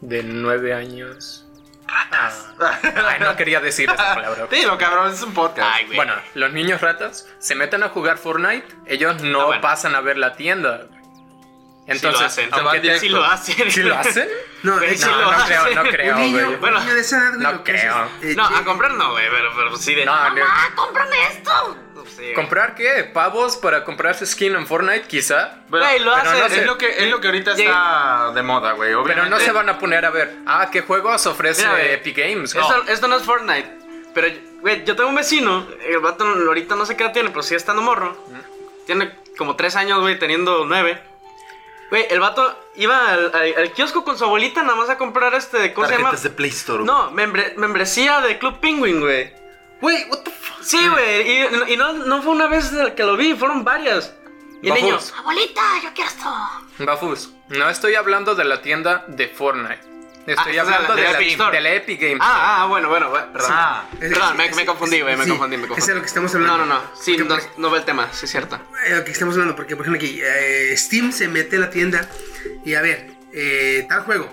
D: de 9 años... Ah. Ay, no quería decir esa
E: [LAUGHS]
D: palabra.
C: Dilo, cabrón, es un podcast.
E: Ay, güey.
D: Bueno, los niños ratas se meten a jugar Fortnite, ellos no,
E: Ah, bueno.
D: pasan a ver la tienda. Entonces,
E: sí lo hacen.
D: aunque te-
E: Sí lo hacen.
D: ¿Sí lo hacen?
E: [LAUGHS]
B: No,
E: Güey,
B: de hecho,
E: sí
D: No,
E: lo
D: no
E: hacen.
D: creo, no creo,
B: un niño,
D: güey.
B: un
E: Bueno,
B: niño de esa edad, güey,
D: no
B: lo que hace
D: creo.
B: es, eh,
E: No, ah, a
B: llega-
E: comprar no, güey, pero, pero sí de.
D: No,
E: ¡Mamá,
D: no.
E: cómprame esto! Sí, güey.
D: ¿Comprar qué? ¿Pavos para comprar su skin en Fortnite? Quizá.
E: Güey, lo
D: pero
E: hacen.
D: no sé.
C: Es lo que, es lo que ahorita está de moda, güey.
D: Pero no
C: obviamente.
D: se van a poner a ver, ah, ¿qué juegos ofrece
E: Mira, güey,
D: Epic Games? No.
E: Esto, esto no es Fortnite. Pero, güey, yo tengo un vecino. El vato ahorita no sé qué edad tiene, pero sigue estando morro. Tiene como tres años, güey, teniendo nueve. Güey, el vato iba al, al- al kiosco con su abuelita nada más a comprar este. ¿Cómo se llama?
C: Tarjetas de Play Store. güey.
E: No, membre- membresía de Club Penguin, güey. Güey, what the fuck? Sí, güey. Y, y no, no fue una vez que lo vi, fueron varias. Y el
D: Bajos.
E: niño.
D: Bafus, no estoy hablando de la tienda de Fortnite. Estoy
E: Ah, estás
D: hablando de la,
E: Epic Store.
D: de la Epic Games.
E: Ah, ah, bueno, bueno, bueno, perdón.
C: Ah.
B: Es-
E: Perdón, me,
B: es-
E: me confundí, güey, me
B: sí,
E: confundí, me confundí.
B: Es de lo que estamos
E: No,
B: hablando.
E: no, no. Sí,
B: Porque, pues,
E: no,
B: por-
E: no ve el tema, sí es cierto.
B: eh, lo que estamos hablando, porque por ejemplo aquí eh, Steam se mete a la tienda y a ver, eh, tal juego,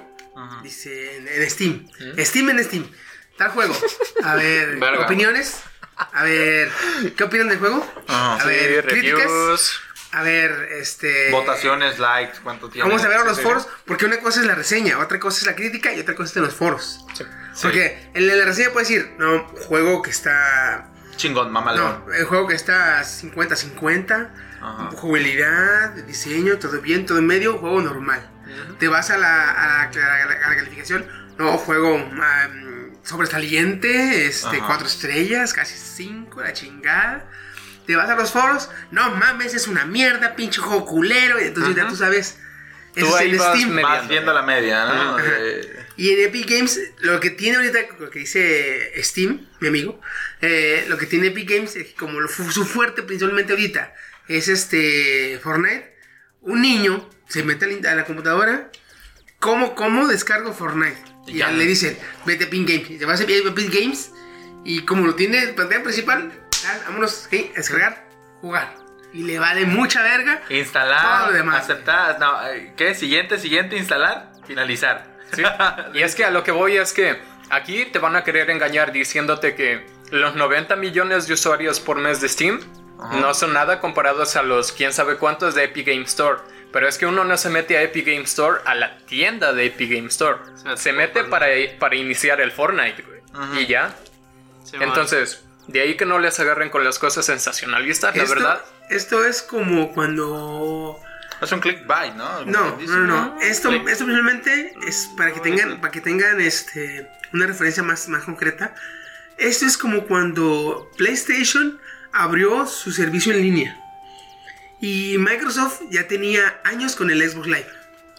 B: dice en, en Steam, Steam en Steam, tal juego, a
C: [LAUGHS]
B: ver,
E: Verga.
B: opiniones, a ver, ¿qué opinan del juego?
C: Ah,
B: a
D: Sí,
B: ver, críticas,
D: reviews.
B: a ver, este...
C: Votaciones, likes, cuánto tiempo.
B: Vamos a ver los foros, porque una cosa es la reseña, otra cosa es la crítica y otra cosa es en los foros. Porque en la reseña puedes decir, no, juego que está
C: Chingón, mamalón.
B: no, el juego que está 50-50,
C: Ajá.
B: jugabilidad, diseño, todo bien, todo en medio, juego normal. Te vas a la, a la- a la- a la calificación, no, juego um, sobresaliente, este,
C: Ajá.
B: cuatro estrellas, casi cinco, la chingada. Te vas a los foros, no mames, es una mierda, pinche juego culero, y entonces ya tú sabes.
D: Tú
B: Eso es
D: ahí
B: en
D: vas
B: Steam.
D: me-
C: Vas
D: mediando,
C: viendo
D: güey.
C: la media, ¿no? De-
B: Y en Epic Games, lo que tiene ahorita, lo que dice Steam, mi amigo, eh, lo que tiene Epic Games, es que como lo fu- su fuerte principalmente ahorita es este Fortnite, un niño se mete a la, in- a la computadora, ¿cómo, cómo descargo Fortnite? Y ya
C: Ya.
B: le dicen, vete a Epic Games, y te vas a Epic Games, y como lo tiene en pantalla principal, ah, vámonos, hey, a descargar, jugar. Y le vale mucha verga. Todo
F: Instalar,
B: lo demás.
F: aceptar, no, eh, ¿qué? Siguiente, siguiente, instalar, finalizar.
D: ¿sí? Y es que a lo que voy es que aquí te van a querer engañar diciéndote que los 90 millones de usuarios por mes de Steam no son nada comparados a los quién sabe cuántos de Epic Game Store. Pero es que uno no se mete a Epic Game Store a la tienda de Epic Game Store.
E: Se mete
D: Se mete
E: por
D: para, para iniciar el Fortnite, güey. Y ya.
E: Sí, man.
D: Entonces, de ahí que no les agarren con las cosas sensacionalistas, la
B: esto,
D: verdad.
B: Esto es como cuando.
C: Es un clickbait, ¿no?
B: No,
C: Dice,
B: no, no. Esto,
D: Sí.
B: esto simplemente es para que tengan, para que tengan este, una referencia más, más concreta. Esto es como cuando PlayStation abrió su servicio en línea. Y Microsoft ya tenía años con el Xbox Live.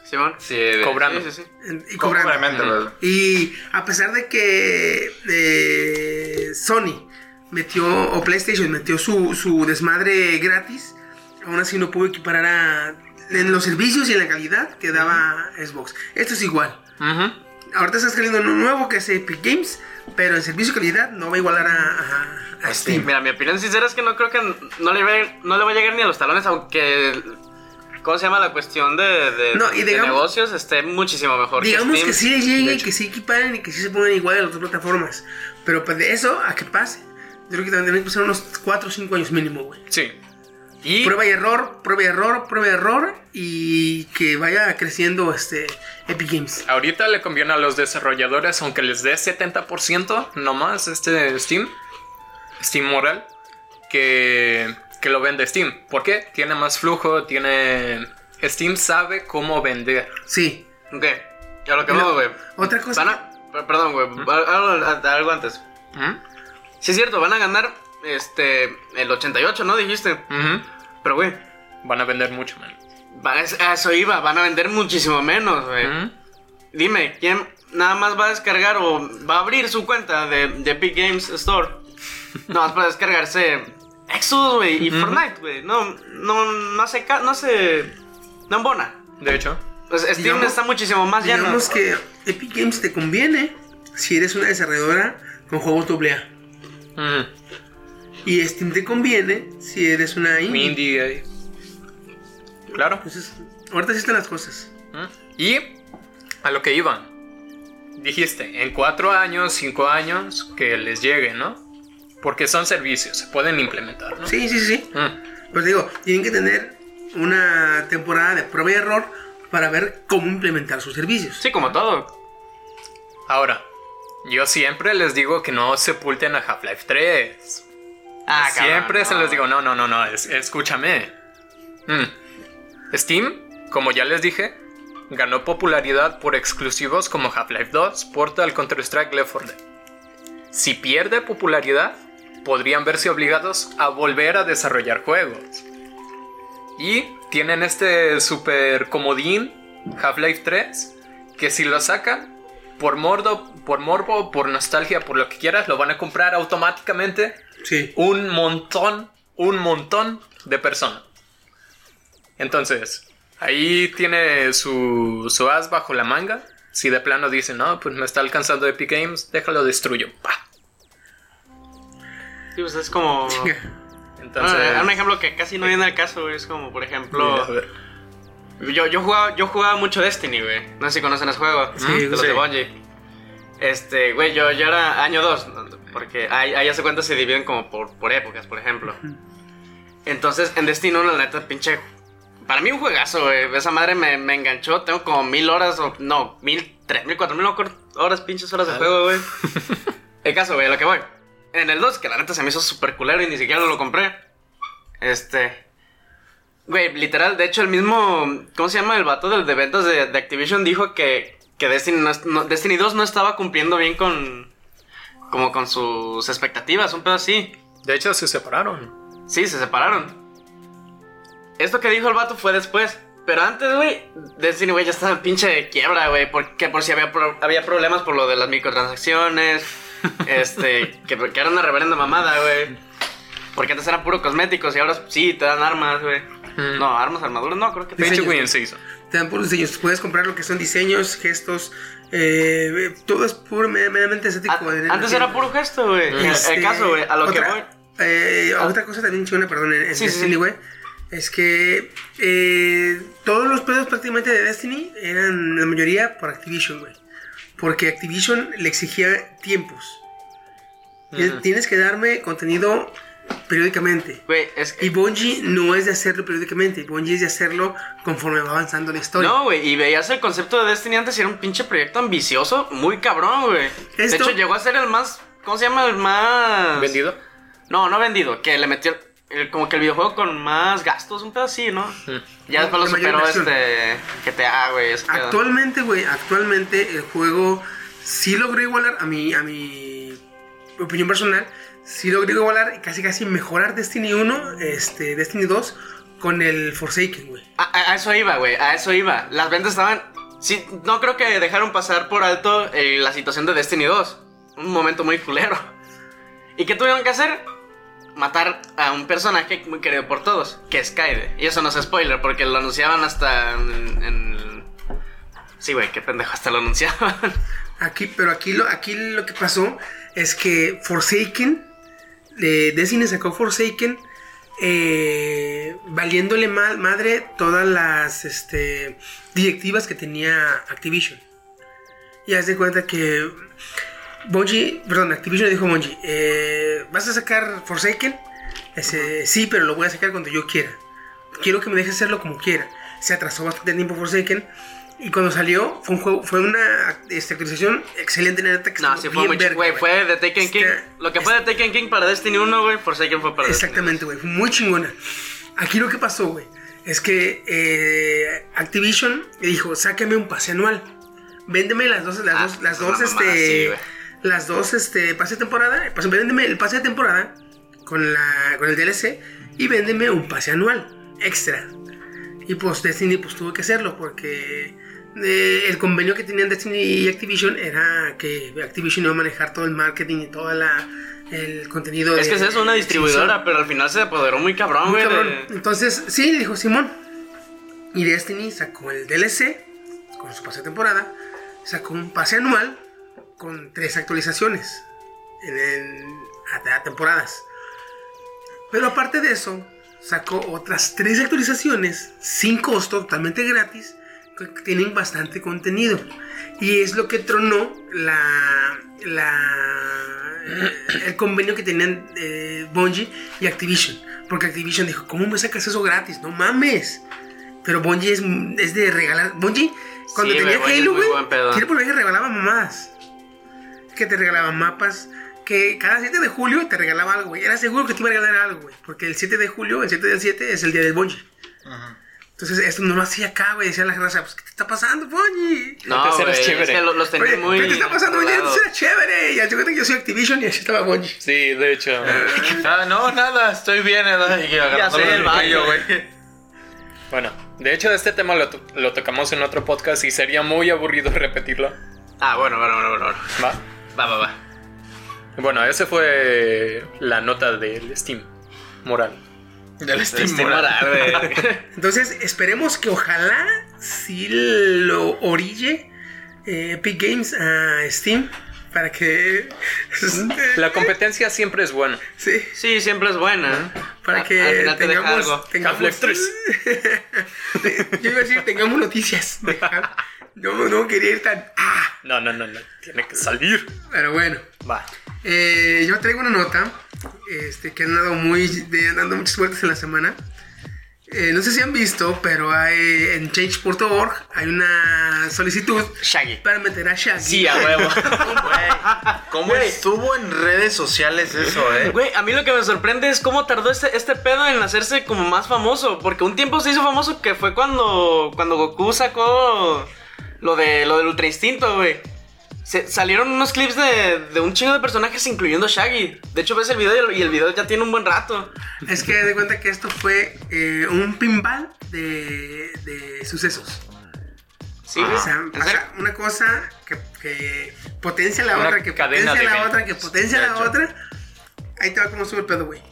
E: Simón.
F: Sí, de-
D: Cobrando.
E: Sí, sí, sí.
B: en- Y cobrando.
C: Completamente, ¿verdad?
B: Y a pesar de que eh, Sony metió, o PlayStation metió su, su desmadre gratis, aún así no pudo equiparar a, en los servicios y en la calidad que daba Xbox. Esto es igual.
D: Ujú.
B: Ahorita está saliendo uno nuevo que es Epic Games, pero en servicio y calidad no va a igualar a, a- a
E: Sí,
B: Steam.
E: Este, mira, mi opinión sincera es que no creo que no le, va- no le va a llegar ni a los talones, aunque. ¿Cómo se llama la cuestión de, de-
B: No, y
E: de
B: digamos-
E: negocios? Esté muchísimo mejor.
B: Digamos que,
E: Steam.
B: sí les llegue,
E: De
B: y
E: hecho.
B: que sí equiparen y que sí se pongan igual a las otras plataformas. Pero pues de eso a que pase, yo creo que también que pasar unos 4 o 5 años mínimo, güey.
D: Sí. Y
B: Prueba y error, prueba y error, prueba y error y que vaya creciendo este Epic Games.
D: Ahorita le conviene a los desarrolladores, aunque les dé 70% nomás este Steam, Steam Moral, que, que lo vende Steam. ¿Por qué? Tiene más flujo, tiene... Steam sabe cómo vender.
B: Sí.
E: Ok, ya lo que
B: Mira,
E: vamos, güey.
B: Otra cosa.
E: Van a. per- Perdón, güey. Algo, algo antes.
D: ¿Mm?
E: Sí, es cierto, van a ganar este el 88, ¿no? Dijiste.
D: Ujú.
E: Pero, güey,
D: ¿Mm? Van a vender mucho, man.
E: van a a eso iba. Van a vender muchísimo menos, güey.
D: Ujú.
E: Dime, ¿quién nada más va a descargar o va a abrir su cuenta de, de Epic Games Store? Nada más para descargarse Exodus, güey, y Fortnite, güey. No, no, no hace, ca- no hace, no embona.
D: De hecho.
E: Pues Steam
B: Digamos-
E: está muchísimo más lleno.
B: digamos que Epic Games te conviene si eres una desarrolladora con juegos AA.
D: Ujú.
B: Y Steam te conviene si eres una indie.
D: Indie ahí. Claro.
B: Entonces, ahorita sí están las cosas.
D: ¿Mm? Y a lo que iban. Dijiste, en cuatro años, cinco años, que les llegue, ¿no? Porque son servicios, se pueden implementar, ¿no?
B: Sí, sí, sí, sí.
D: Mm,
B: Pues digo, tienen que tener una temporada de prueba y error para ver cómo implementar sus servicios.
E: Sí, como todo.
D: Ahora, yo siempre les digo que no sepulten a Half-Life 3.
E: Ah, cabrón,
D: siempre se
E: no.
D: los digo, no, no, no, no, es- escúchame. Mm. Steam, como ya les dije, ganó popularidad por exclusivos como Half-Life 2, Portal, Counter-Strike, Left 4 Dead. Si pierde popularidad, podrían verse obligados a volver a desarrollar juegos. Y tienen este super comodín, Half-Life 3, que si lo sacan, por mordo, por morbo, por nostalgia, por lo que quieras, lo van a comprar automáticamente
B: Sí.
D: un montón, un montón de personas. Entonces, ahí tiene su, su as bajo la manga. Si de plano dice, no, pues me está alcanzando Epic Games, déjalo destruyo. Pa.
E: Sí, pues
B: [LAUGHS]
E: es como.
D: Entonces,
E: Bueno, un ejemplo que casi no viene al caso, güey. Es como, por
D: mira,
E: ejemplo.
D: a ver.
E: Yo, yo, jugaba, yo jugaba mucho Destiny, güey. No sé si conocen ese juego.
B: Sí,
E: de los
B: sí.
E: de Bungie. Este, güey, yo, yo era año 2. Porque ahí, ahí hace cuenta se dividen como por, por épocas, por ejemplo. Entonces, en Destiny 1, la neta, pinche. Para mí, un juegazo, güey. Esa madre me, me enganchó. Tengo como mil horas, o no, mil, tres mil, cuatro mil no me acuerdo, horas, pinches horas de
B: Ah. [LAUGHS]
E: juego, güey. El caso, güey, a lo que voy. En el 2, que la neta se me hizo súper culero y ni siquiera lo compré. Este. Güey, literal, de hecho, el mismo. ¿Cómo se llama? El vato del de ventas de, de Activision dijo que, que Destiny, no es- no- Destiny 2 no estaba cumpliendo bien con. Como con sus expectativas, un pedo así.
D: De hecho, se separaron.
E: Sí, se separaron. Esto que dijo el vato fue después. Pero antes, güey, Destiny, güey, ya estaba en pinche quiebra, güey. Porque por si había, pro- había problemas por lo de las microtransacciones. este, que, que era una reverenda mamada, güey. Porque antes eran puro cosméticos y ahora sí te dan armas, güey.
D: Mm.
E: No, armas, armaduras, no, creo que
D: Pinche
B: Diseños.
D: Win Season.
B: Te dan puros diseños. Puedes comprar lo que son diseños, gestos. eh, todo es puro meramente estético.
E: A-
B: en- en
E: Ah, antes
B: la
E: era
B: tienda.
E: puro gesto, güey. El-
B: Este,
E: El caso, güey, a lo que
B: otra-
E: voy. Ah.
B: eh, otra cosa también chingona, perdón, en, en
E: Sí, sí, sí.
B: Destiny, güey, es que eh, todos los pedos prácticamente de Destiny eran la mayoría por Activision, güey. Porque Activision le exigía tiempos. Tien- Tienes que darme contenido periódicamente.
E: Güey, es que.
B: Y Bungie no es de hacerlo periódicamente, Bungie es de hacerlo conforme va avanzando la historia.
E: No, güey, y veías el concepto de Destiny antes y era un pinche proyecto ambicioso, muy cabrón, güey. De
B: Esto-
E: hecho, llegó a ser el más. ¿Cómo se llama? El más.
D: ¿Vendido?
E: No, no vendido, que le metió el- como que el videojuego con más gastos, un pedo así, ¿no? Ya después lo
B: La mayor
E: superó
B: inversión.
E: este. GTA, güey, ese pedo.
B: Actualmente, güey, actualmente el juego sí logró igualar a mi, a mi opinión personal, sí logró igualar y casi casi mejorar Destiny 1, este, Destiny 2 con el Forsaken, güey.
E: A, a- a eso iba, güey, a eso iba. Las ventas estaban... Sí, no creo que dejaron pasar por alto eh, la situación de Destiny 2. Un momento muy culero. ¿Y qué tuvieron que hacer? Matar a un personaje muy querido por todos, que es Kaide. Y eso no es spoiler, porque lo anunciaban hasta en... en- Sí, güey, qué pendejo, hasta lo anunciaban.
B: [LAUGHS] Aquí, pero aquí lo, aquí lo que pasó es que Forsaken, eh, Destiny sacó Forsaken eh, valiéndole ma- madre todas las este, directivas que tenía Activision. Y haz de cuenta que Bungie, perdón, Activision le dijo a Bungie, eh, ¿vas a sacar Forsaken? Ese, sí, pero lo voy a sacar cuando yo quiera. Quiero que me dejes hacerlo como quiera. Se atrasó bastante tiempo Forsaken. Y cuando salió, fue, un juego, fue una este, actualización excelente en el ataque.
E: No, sí, fue muy... ch- Güey, fue de Taken King. Lo que fue de Taken King para Destiny 1, güey, por si fue para Destiny
B: Exactamente, güey. Fue muy chingona. Aquí lo que pasó, güey, es que eh, Activision le dijo, sácame un pase anual. Véndeme las dos, las
E: Ah,
B: dos, las
E: una
B: dos,
E: mamada así,
B: este,
E: güey.
B: las dos, este, pase de temporada. Pues, véndeme el pase de temporada con, la, con el DLC y véndeme un pase anual extra. Y pues Destiny pues tuvo que hacerlo porque eh, el convenio que tenían Destiny y Activision era que Activision iba a manejar todo el marketing y todo la, el contenido.
E: Es que es
B: de-
E: eso, una
B: sí,
E: distribuidora,
B: sí.
E: pero al final se apoderó muy cabrón,
B: Muy
E: güey.
B: cabrón.
E: de-
B: Entonces, sí, le dijo Simón. Y Destiny sacó el DLC con su pase de temporada, sacó un pase anual con tres actualizaciones en, en- a- a temporadas. Pero aparte de eso, sacó otras tres actualizaciones sin costo, totalmente gratis, que que tienen bastante contenido. Y es lo que tronó la, la- el convenio que tenían eh, Bungie y Activision. Porque Activision dijo, ¿cómo me sacas eso gratis? No mames. Pero Bungie es, es de regalar... Bungie, cuando
E: Sí,
B: tenía
E: güey, Bungie es
B: Halo,
E: muy
B: güey,
E: buen pedo.
B: quiero por que regalaba mamadas. Que te regalaban mapas. Que cada 7 de julio te regalaba algo, güey. Era seguro que te iba a regalar algo, güey. Porque el 7 de julio, el 7 del 7, es el día del Bungie. Entonces, esto no lo hacía acá, güey. Decía la raza, pues, ¿qué te está pasando, Bungie?
E: No,
D: Entonces
E: güey,
D: era
E: es
D: chévere.
E: que lo- los tenía
B: Oye,
E: muy...
B: ¿Qué te está pasando? Oye,
E: controlados.
B: eso era chévere. Y al chico que yo soy Activision y así estaba Bungie.
D: Sí, de hecho.
F: [LAUGHS] Ah, no, nada, estoy bien, edad. Y agarrándome
E: sé, el
F: del
E: vato.
F: cuello, güey.
D: Bueno, de hecho este tema lo, to- lo tocamos en otro podcast y sería muy aburrido [LAUGHS] repetirlo.
E: Ah, bueno, bueno, bueno, bueno. bueno.
D: ¿Va?
E: Va, va, va.
D: Bueno, esa fue la nota del Steam. Moral.
F: Del Steam
E: Este
F: Moral.
E: moral, güey.
B: Entonces, esperemos que ojalá sí lo orille eh, Epic Games a Steam para que.
D: [LAUGHS]
B: [LAUGHS]
D: La competencia siempre es buena.
B: sí.
E: Sí, siempre es buena.
B: Para
E: Al-
B: que
E: al final te deja
B: tengamos,
E: algo.
B: tengamos-
D: Half-Life 3.
B: [LAUGHS] Yo iba a decir, tengamos
E: [LAUGHS]
B: noticias. de Half- Yo no quería ir tan. ¡Ah!
D: No, no, no, no. Tiene que salir.
B: Pero bueno.
D: Va.
B: Eh, yo traigo una nota este, que han dado muy, de- han dado muchas vueltas en la semana. Eh, no sé si han visto, pero hay, en change.org hay una solicitud
E: Shaggy.
B: para meter a Shaggy.
E: Sí, a huevo. [LAUGHS]
F: ¿Cómo estuvo en redes sociales eso, eh?
E: Güey, a mí lo que me sorprende es cómo tardó este, este pedo en hacerse como más famoso. Porque un tiempo se hizo famoso que fue cuando, cuando Goku sacó lo, de, lo del Ultra Instinto, güey. Se- salieron unos clips de, de un chingo de personajes, incluyendo Shaggy. De hecho, ves el video y el- y el video ya tiene un buen rato.
B: [LAUGHS] Es que de cuenta que esto fue eh, un pinball de, de sucesos.
E: Sí,
B: O
E: güey.
B: sea,
E: ¿En
B: pasa
E: serio?
B: una cosa que, que potencia la
D: Una
B: otra, que
D: cadena
B: potencia
D: de
B: la
D: eventos,
B: otra, que potencia
D: de
B: la
D: hecho.
B: otra. Ahí te va como sube el pedo, güey.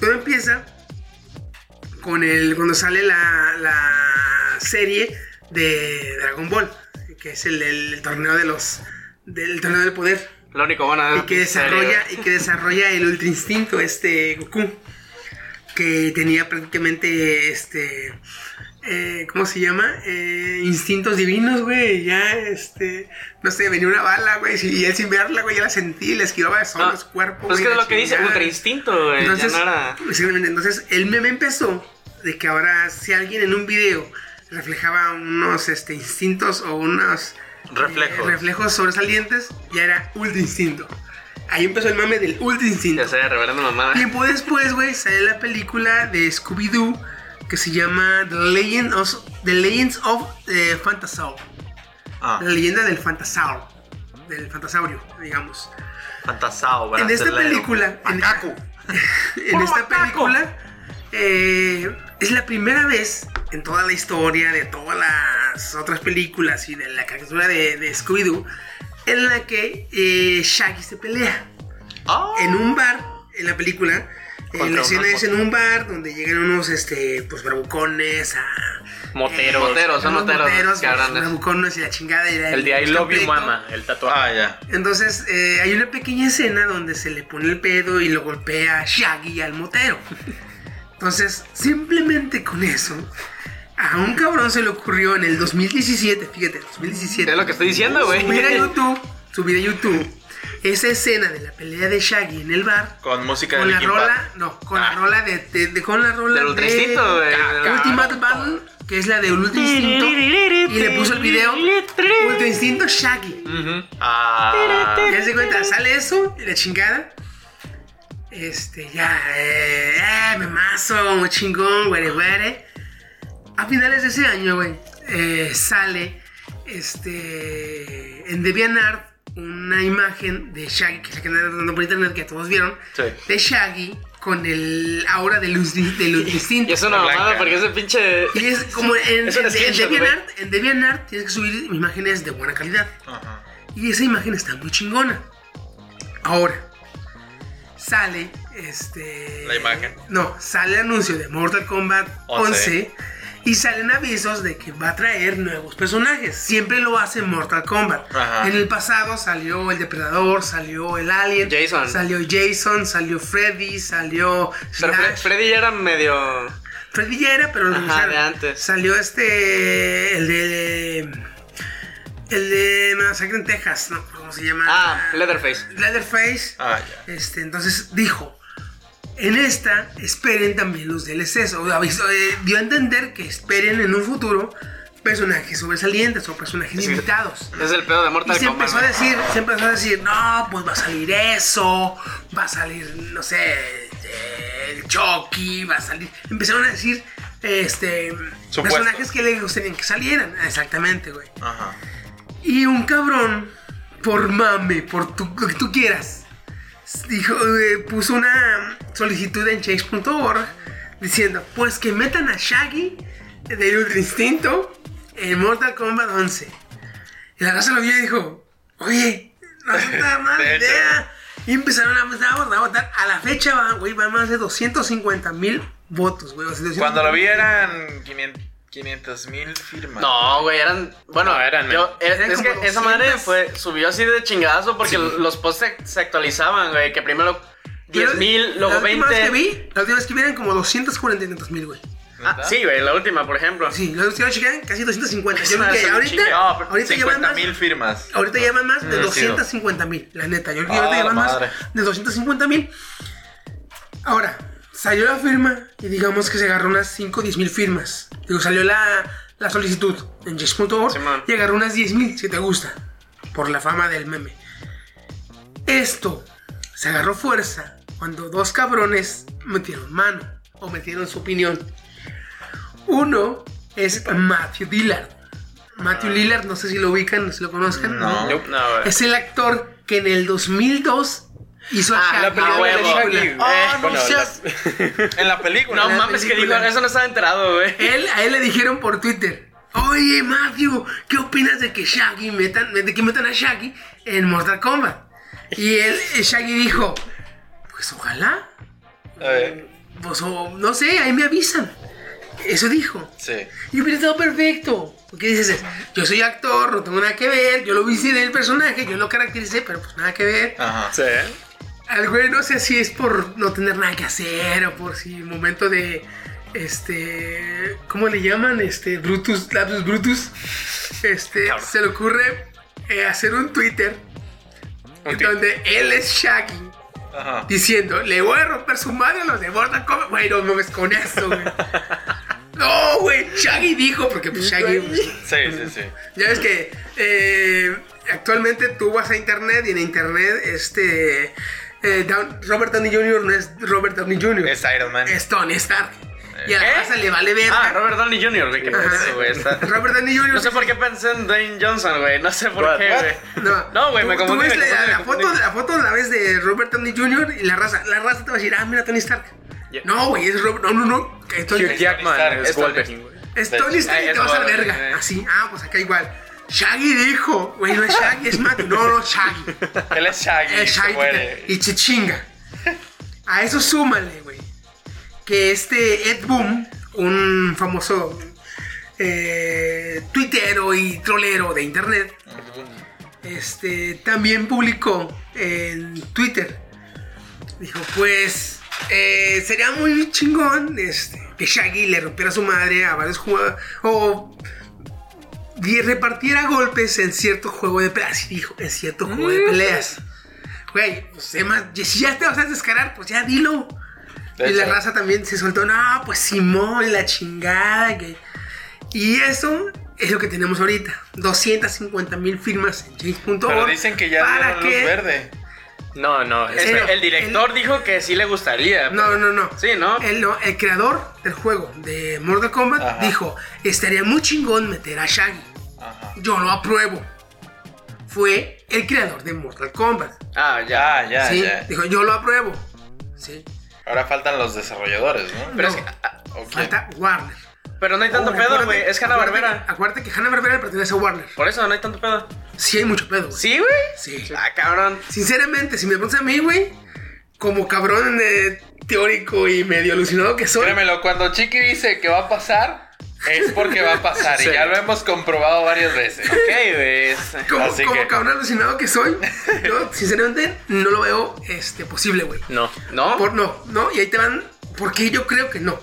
B: Todo empieza con el. cuando sale la, la serie de Dragon Ball, que es el, el- el torneo de los. del torneo del poder.
E: Lo único bueno
B: y
E: de esa
B: que
E: serie,
B: desarrolla
E: güey.
B: y que desarrolla el ultra instinto este Goku que tenía prácticamente este eh, ¿cómo se llama? Eh, instintos divinos, güey, ya este no sé, venía una bala, güey, y él sin verla, güey, ya la sentí, la esquivaba de solo
E: No,
B: los cuerpos.
E: pues es que
B: güey,
E: es
B: la
E: lo que dice,
B: chingada.
E: ultra instinto, güey. ya
B: Entonces,
E: no era-
B: exactamente, entonces el meme empezó de que ahora si alguien en un video reflejaba unos este, instintos o unos
F: Reflejos.
B: eh, reflejos sobresalientes, ya era ultra instinto. Ahí empezó el mame del ultra instinto.
E: Ya sé, revelando mamada.
B: Tiempo después, güey, sale la película de Scooby-Doo que se llama The, Legend of, The Legends of eh, Phantasaur.
F: Ah,
B: La leyenda del Phantasaur. Del Fantasaurio, digamos.
F: fantasado, para
B: En esta
F: hacerla de-
B: película. en-
F: Macaco.
B: [LAUGHS] en esta película eh, es la primera vez en toda la historia de todas las otras películas y de la caricatura de, de Scooby-Doo en la que eh, Shaggy se pelea
F: Ah.
B: en un bar en la película. eh,
F: Contra
B: la escena
F: unos
B: es en un bar donde llegan unos este pues bravucones a
D: Moteros.
E: Moteros, son
B: unos
E: moteros,
B: moteros, pues,
E: cabrones.
B: bravucones y la chingada y la-
D: El de I love you
B: completo.
D: mama, el tatuaje.
F: Ah, ya.
B: Entonces, eh, hay una pequeña escena donde se le pone el pedo y lo golpea Shaggy al motero. Entonces, simplemente con eso, a un cabrón se le ocurrió en el 2017, fíjate, 2017.
E: Es lo que estoy diciendo, güey.
B: Subir a YouTube, subir a YouTube, esa escena de la pelea de Shaggy en el bar.
F: Con música de
B: Con la
F: Linkin Park.
B: rola, no, con
F: Ah.
B: la rola de, de- de- con la rola
E: Del Ultra Instinto, güey.
B: Ca- Ultimate Battle, que es la de Ultra Instinto, y le puso el video Ultra Instinto Shaggy.
F: Ah.
B: Ya se cuenta, sale eso y la chingada. Este, ya, eh, eh, me mazo, muy chingón, güere, güere. A finales de ese año, güey, eh, sale este, en DeviantArt una imagen de Shaggy, que la que andan dando por internet, que todos vieron,
F: Sí.
B: de Shaggy con el aura de luz, de luz distinta.
E: Y es una
F: La
E: mamada
F: blanca.
E: porque ese pinche.
B: Y es como en,
E: Es un
B: en- en
E: screenshot, güey.
B: DeviantArt, en DeviantArt tienes que subir imágenes de buena calidad.
F: Ajá.
B: Y esa imagen está muy chingona. Ahora, sale este.
F: La imagen.
B: No, sale el anuncio de Mortal Kombat 11.
F: Once.
B: y salen avisos de que va a traer nuevos personajes. Siempre lo hace Mortal Kombat.
F: Ajá.
B: En el pasado salió el Depredador, salió el Alien,
E: Jason.
B: salió Jason, salió Freddy, salió
E: Pero Fre-
B: Slash.
E: Freddy ya era medio.
B: Freddy ya era, pero lo
E: Ajá,
B: revisaron.
E: de antes.
B: Salió este. El de. El de Masacre en Texas, ¿no? ¿Cómo se llama?
E: Ah, Leatherface.
B: Leatherface.
F: Ah, ya.
B: Este, entonces dijo. En esta, esperen también los DLCs. O aviso, eh, dio a entender que esperen en un futuro personajes sobresalientes o personajes
E: que-
B: invitados.
E: Es el pedo de
B: Y
E: Mortal
B: se
E: Kombat.
B: empezó a
E: güey.
B: decir, se empezó a decir, no, pues va a salir eso, va a salir, no sé, eh, el Chucky, va a salir. Empezaron a decir, este,
F: Supuesto.
B: personajes que le gustarían que salieran. Exactamente, güey.
F: Ajá.
B: Y un cabrón, por mame, por tu- lo que tú quieras, dijo, eh, puso una solicitud en change.org diciendo, pues que metan a Shaggy del Ultra Instinto en Mortal Kombat 11. Y la raza lo vio y dijo, oye, no es
F: [LAUGHS]
B: una mala
F: Neta.
B: idea. Y empezaron a votar, a votar, a votar. A la fecha, va, güey, van más de 250 mil votos, güey. o sea,
F: Cuando lo
B: 250,000.
F: vi eran 500 mil firmas.
E: No, güey, eran. Bueno,
D: No, eran-
E: Yo, eh,
B: Eran
E: es que
B: como
E: esa madre
B: 200.
E: fue, subió así de chingadazo porque los posts se, se actualizaban, güey. Que primero 10 mil,
B: La
E: luego
B: última
E: 20.
B: vez que vi, la última vez que vi eran como 240 mil, güey.
E: Ah, sí, güey, la última, por ejemplo.
B: Sí, los que llegan casi 250.
E: Es
B: Yo creo
E: una-
B: que
E: es un
B: ahorita,
E: chingo.
F: No, pero
B: ahorita llevan
F: 50
B: más.
F: mil firmas.
B: Ahorita llevan más de
F: Mm,
B: 250 mil, la neta. Yo creo que
F: Ah,
B: ahorita
F: la
B: llevan más
F: madre.
B: de 250 mil. Ahora, salió la firma y digamos que se agarró unas 5 o 10 mil firmas. Digo, salió la, la solicitud en yes.org
E: Simón.
B: y agarró unas 10 mil, si te gusta, por la fama del meme. Esto se agarró fuerza cuando dos cabrones metieron mano o metieron su opinión. Uno es Matthew Dillard. Matthew Dillard, no sé si lo ubican, no sé si lo conozcan.
F: Ah. No.
E: Nope, No, güey.
B: Es el actor que en el 2002 hizo a
E: Ah,
B: Shaggy.
E: la película
B: Ah,
E: de
B: huevo.
E: Shaggy. Eh,
F: Ah, no
D: Bueno, la-
F: seas-
E: [LAUGHS]
F: En la película.
E: No
B: la
E: mames, que digo,
B: película.
E: eso no estaba enterado, güey.
B: Él, a él le dijeron por Twitter. Oye, Matthew, ¿qué opinas de que Shaggy metan, de que metan a Shaggy en Mortal Kombat? Y él, eh, Shaggy dijo, pues ojalá,
F: A ver.
B: pues o- no sé, ahí me avisan. Eso dijo.
F: Sí.
B: Y hubiera estado perfecto. Porque dices, yo soy actor, no tengo nada que ver, yo lo viste en el personaje, yo lo caractericé, pero pues nada que ver.
F: Ajá.
D: Sí. ¿eh?
B: Al güey no sé si es por no tener nada que hacer o por si momento de este ¿cómo le llaman? Este Brutus, Lapsus Brutus. Este se le ocurre eh, hacer un Twitter
D: Un tío.
B: donde él es Shaggy
F: Ajá.
B: diciendo, le voy a romper su madre a los de Mortal Kombat. Güey, no mames con eso, güey. No, güey, Shaggy dijo, porque pues Shaggy. pues,
F: Sí, sí, sí.
B: ya ves que eh, actualmente tú vas a internet y en internet este eh, Down- Robert Downey Jr. no es Robert Downey Jr.
F: Es Iron Man.
B: es Tony Stark. Y a
E: ¿Eh?
B: la raza le vale
E: Ah,
B: verga.
E: Robert Downey Jr., güey. ¿Qué
B: Ajá.
E: pasa, güey? Está-
B: Robert Downey Jr.
E: No sé por qué pensé en Dwayne Johnson, güey. No sé por
F: What?
E: qué,
F: What? [LAUGHS]
E: güey.
B: No,
E: No, güey,
B: Tú-
E: me
B: tú
E: confundí,
B: ves
E: me
B: la,
E: confundí,
B: la
E: me
B: foto,
E: confundí.
B: la foto la ves de Robert Downey Jr. y la raza, la raza te va a decir, ah, mira Tony Stark.
D: Yeah.
B: No, güey, es Robert, no, no, no, que es Tony,
D: Hugh Jackman
F: Stark,
D: es
F: es Tony.
D: Wolverine, güey.
B: es Tony Stark
E: Ah,
B: y
E: es
B: te vas a la
E: Robert,
B: verga.
E: eh.
B: Así, ah, pues acá igual. Shaggy dijo, güey, no es Shaggy, es Matthew, no, no, Shaggy.
F: Él es Shaggy.
B: Eh,
F: se
B: Shaggy
F: muere.
B: y chichinga. A eso súmale, güey. Que este Ed Boom, un famoso eh, tuitero y trolero de internet, este, también publicó en Twitter. Dijo, pues, eh, sería muy chingón este, que Shaggy le rompiera su madre a varios jugadores. O y repartiera golpes en cierto juego de peleas. Y dijo, en cierto juego de peleas. Güey, pues además, si ya te vas a descarar, pues ya dilo.
F: De
B: y la
F: hecho.
B: raza también se soltó, no, pues Simón, la chingada. que- Y eso es lo que tenemos ahorita. 250 mil firmas en James.org.
F: Pero dicen que ya
B: para
F: dieron luz
B: que-
F: verde.
D: No, no, es-
B: serio?
E: Este, el director dijo que sí le gustaría.
B: No, no, no.
E: Sí, ¿no?
B: El, no, el creador del juego de Mortal Kombat
F: Ajá.
B: dijo, estaría muy chingón meter a Shaggy.
F: Ajá.
B: Yo lo apruebo. Fue el creador de Mortal Kombat.
E: Ah, ya.
F: Ya, ya,
B: ¿sí?
F: ya.
B: Dijo, yo lo apruebo. Sí.
F: Ahora faltan los desarrolladores, ¿no?
E: Pero es
B: No.
E: que- ah,
F: ¿O quién?
B: Falta Warner.
E: Pero no hay tanto
B: Oh,
E: pedo,
B: acuérdate-
E: güey. Es Hanna
B: acuérdate-
E: Barbera.
B: Acuérdate que Hanna Barbera le pertenece a Warner.
E: Por eso no hay tanto pedo.
B: Sí hay mucho pedo. güey.
E: ¿Sí, güey?
B: Sí.
E: Ah, cabrón.
B: Sinceramente, si me preguntas a mí, güey, como cabrón eh, teórico y medio alucinado que soy,
F: Créemelo, cuando Chiqui dice que va a pasar, es porque va a pasar.
D: Sí.
F: Y ya lo hemos comprobado varias veces.
E: Ok, güey. este,
B: como,
F: así
B: como
F: que-
B: cabrón alucinado que soy, yo sinceramente no lo veo este, posible, güey.
D: no.
E: ¿No?
B: Por no, no, y ahí te van, porque yo creo que no.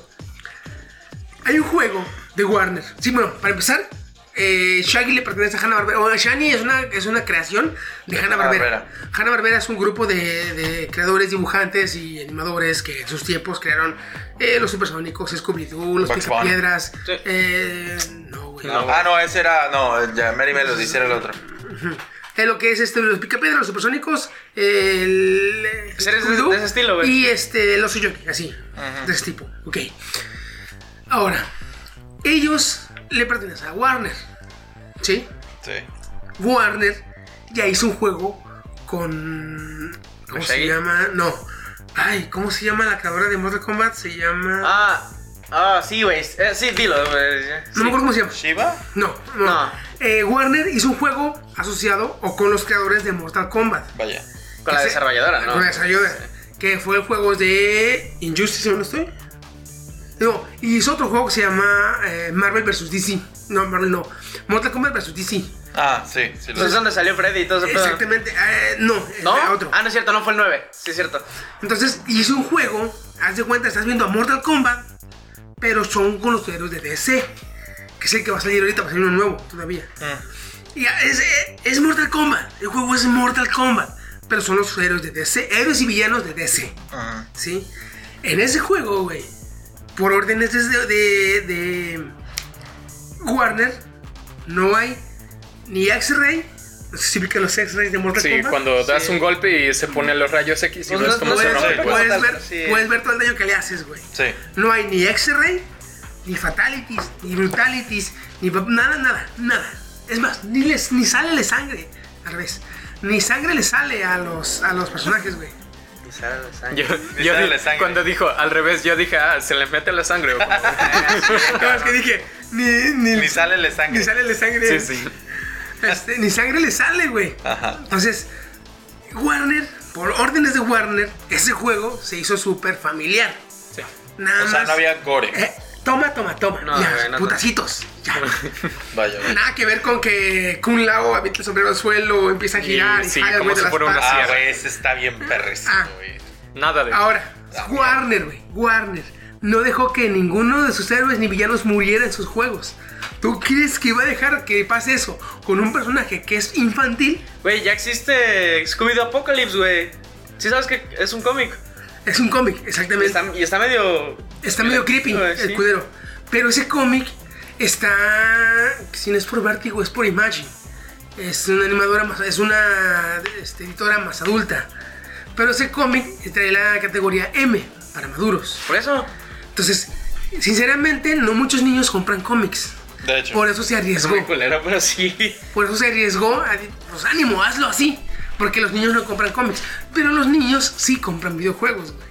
B: Hay un juego de Warner. Sí, bueno, para empezar, eh, Shaggy le pertenece a Hanna Barbera. O Shaggy es una, es una creación de Hanna Barbera. Hanna Barbera es un grupo de, de creadores, dibujantes y animadores que en sus tiempos crearon eh, los supersónicos, Scooby-Doo, los
F: Bugs
B: Picapiedras.
E: Sí.
B: eh, no, güey.
E: No.
F: Ah, no, ese era. No, ya Mary Melody, ese era el otro.
B: Eh, lo que es este, los Picapiedras, los supersónicos, el. eh,
E: Series de-
B: Scooby-Doo
E: de ese estilo, güey.
B: Y este, el oso Yogi, así. De ese tipo, ok. Ahora, ellos le pertenecen a Warner. ¿Sí?
F: Sí.
B: Warner ya hizo un juego con. ¿Cómo se
E: Shaggy?
B: llama? No. Ay, ¿cómo se llama la cabra de Mortal Kombat? Se llama.
E: Ah, ah, sí, güey. Eh, sí, dilo, güey.
B: no
E: Sí.
B: me acuerdo cómo se llama.
F: ¿Shiva?
B: No, no.
E: No.
B: Eh, Warner hizo un juego asociado o con los creadores de Mortal Kombat.
F: Vaya.
E: Con la
B: que se-
E: desarrolladora, Ah, ¿no?
B: Con esa ayuda. Que fue el juego de Injustice, si no estoy. No, y hizo otro juego que se llama eh, Marvel vs. DC. No, Marvel no. Mortal Kombat vs. DC.
F: Ah, sí, sí lo
E: Entonces, ¿dónde salió Freddy y todo ese pedo?
B: Exactamente. eh, no, eh,
E: ¿No?
B: otro.
E: Ah, no es cierto, no fue el 9. Sí, es cierto.
B: Entonces hizo un juego. Haz de cuenta, estás viendo a Mortal Kombat. Pero son con los héroes de DC. Que es el que va a salir ahorita, va a salir uno nuevo todavía.
D: Ah.
B: Y ya, es, es Mortal Kombat. El juego es Mortal Kombat. Pero son los héroes de DC. Héroes y villanos de DC.
F: Ajá.
B: ¿sí? En ese juego, güey, por órdenes de, de- de Warner, no hay ni X-Ray. No sé si ubican los X-Rays de Mortal
D: Sí,
B: Kombat.
D: cuando das
E: Sí.
D: un golpe y se ponen los rayos X y
E: Pues
D: ves
E: no-
D: cómo
E: no
D: se
E: es-
B: puedes,
D: rompe.
E: no
D: pues.
E: es-
B: puedes ver,
E: Sí.
B: puedes ver todo el daño que le haces, güey.
F: Sí.
B: No hay ni X-Ray, ni Fatalities, ni Brutalities, ni va- nada, nada, nada. Es más, ni, les, ni sale le sangre, al revés. Ni sangre le sale a los, a los personajes, güey. [LAUGHS]
D: Yo,
F: Ni
D: yo
F: sale
D: di-
F: la sangre.
D: cuando dijo al revés, yo dije, ah, se le mete la sangre. o como-
E: Ah,
B: Cada vez que dije, ni, ni,
F: Ni sale la
B: ni
F: sangre.
B: sale le sangre.
D: sí, sí.
B: Este, ni sangre le sale, güey.
F: Ajá.
B: Entonces, Warner, por órdenes de Warner, ese juego se hizo súper familiar.
D: sí.
B: Nada
F: O sea,
B: más.
F: no había gore.
B: Eh, Toma, toma, toma.
E: No,
B: ya,
E: güey, no,
B: putacitos. Ya.
F: Vaya, vaya.
B: Nada que ver con que Kun Lao avienta el sombrero al suelo, empieza a girar y,
D: sí,
B: jala,
D: como
B: güey, de
D: si
B: las
D: fuera una
B: patas.
F: Ah,
D: Sierra.
F: güey, ese está bien perres,
B: Ah.
F: güey.
D: Nada de.
B: Ahora,
F: Ah, mira.
B: Warner, güey, Warner. No dejó que ninguno de sus héroes ni villanos muriera en sus juegos. ¿Tú crees que iba a dejar que pase eso con un personaje que es infantil?
E: Güey, ya existe Scooby-Doo Apocalypse, güey. Sí sabes que es un cómic.
B: Es un cómic,
E: Y
B: exactamente. Está,
E: está, y está medio...
B: medio creepy
E: Ah, sí.
B: el cudero. Pero ese cómic está. Si no es por Vértigo, es por Imagine. Es una animadora más. Es una este, editora más adulta. Pero ese cómic está de la categoría M para maduros.
E: Por eso.
B: Entonces, sinceramente, no muchos niños compran cómics.
F: De hecho.
B: Por eso se
E: Es
B: arriesgó.
E: muy culero, pero sí.
B: Por eso se arriesgó. a- pues ánimo, hazlo así. Porque los niños no compran cómics. Pero los niños sí compran videojuegos, güey.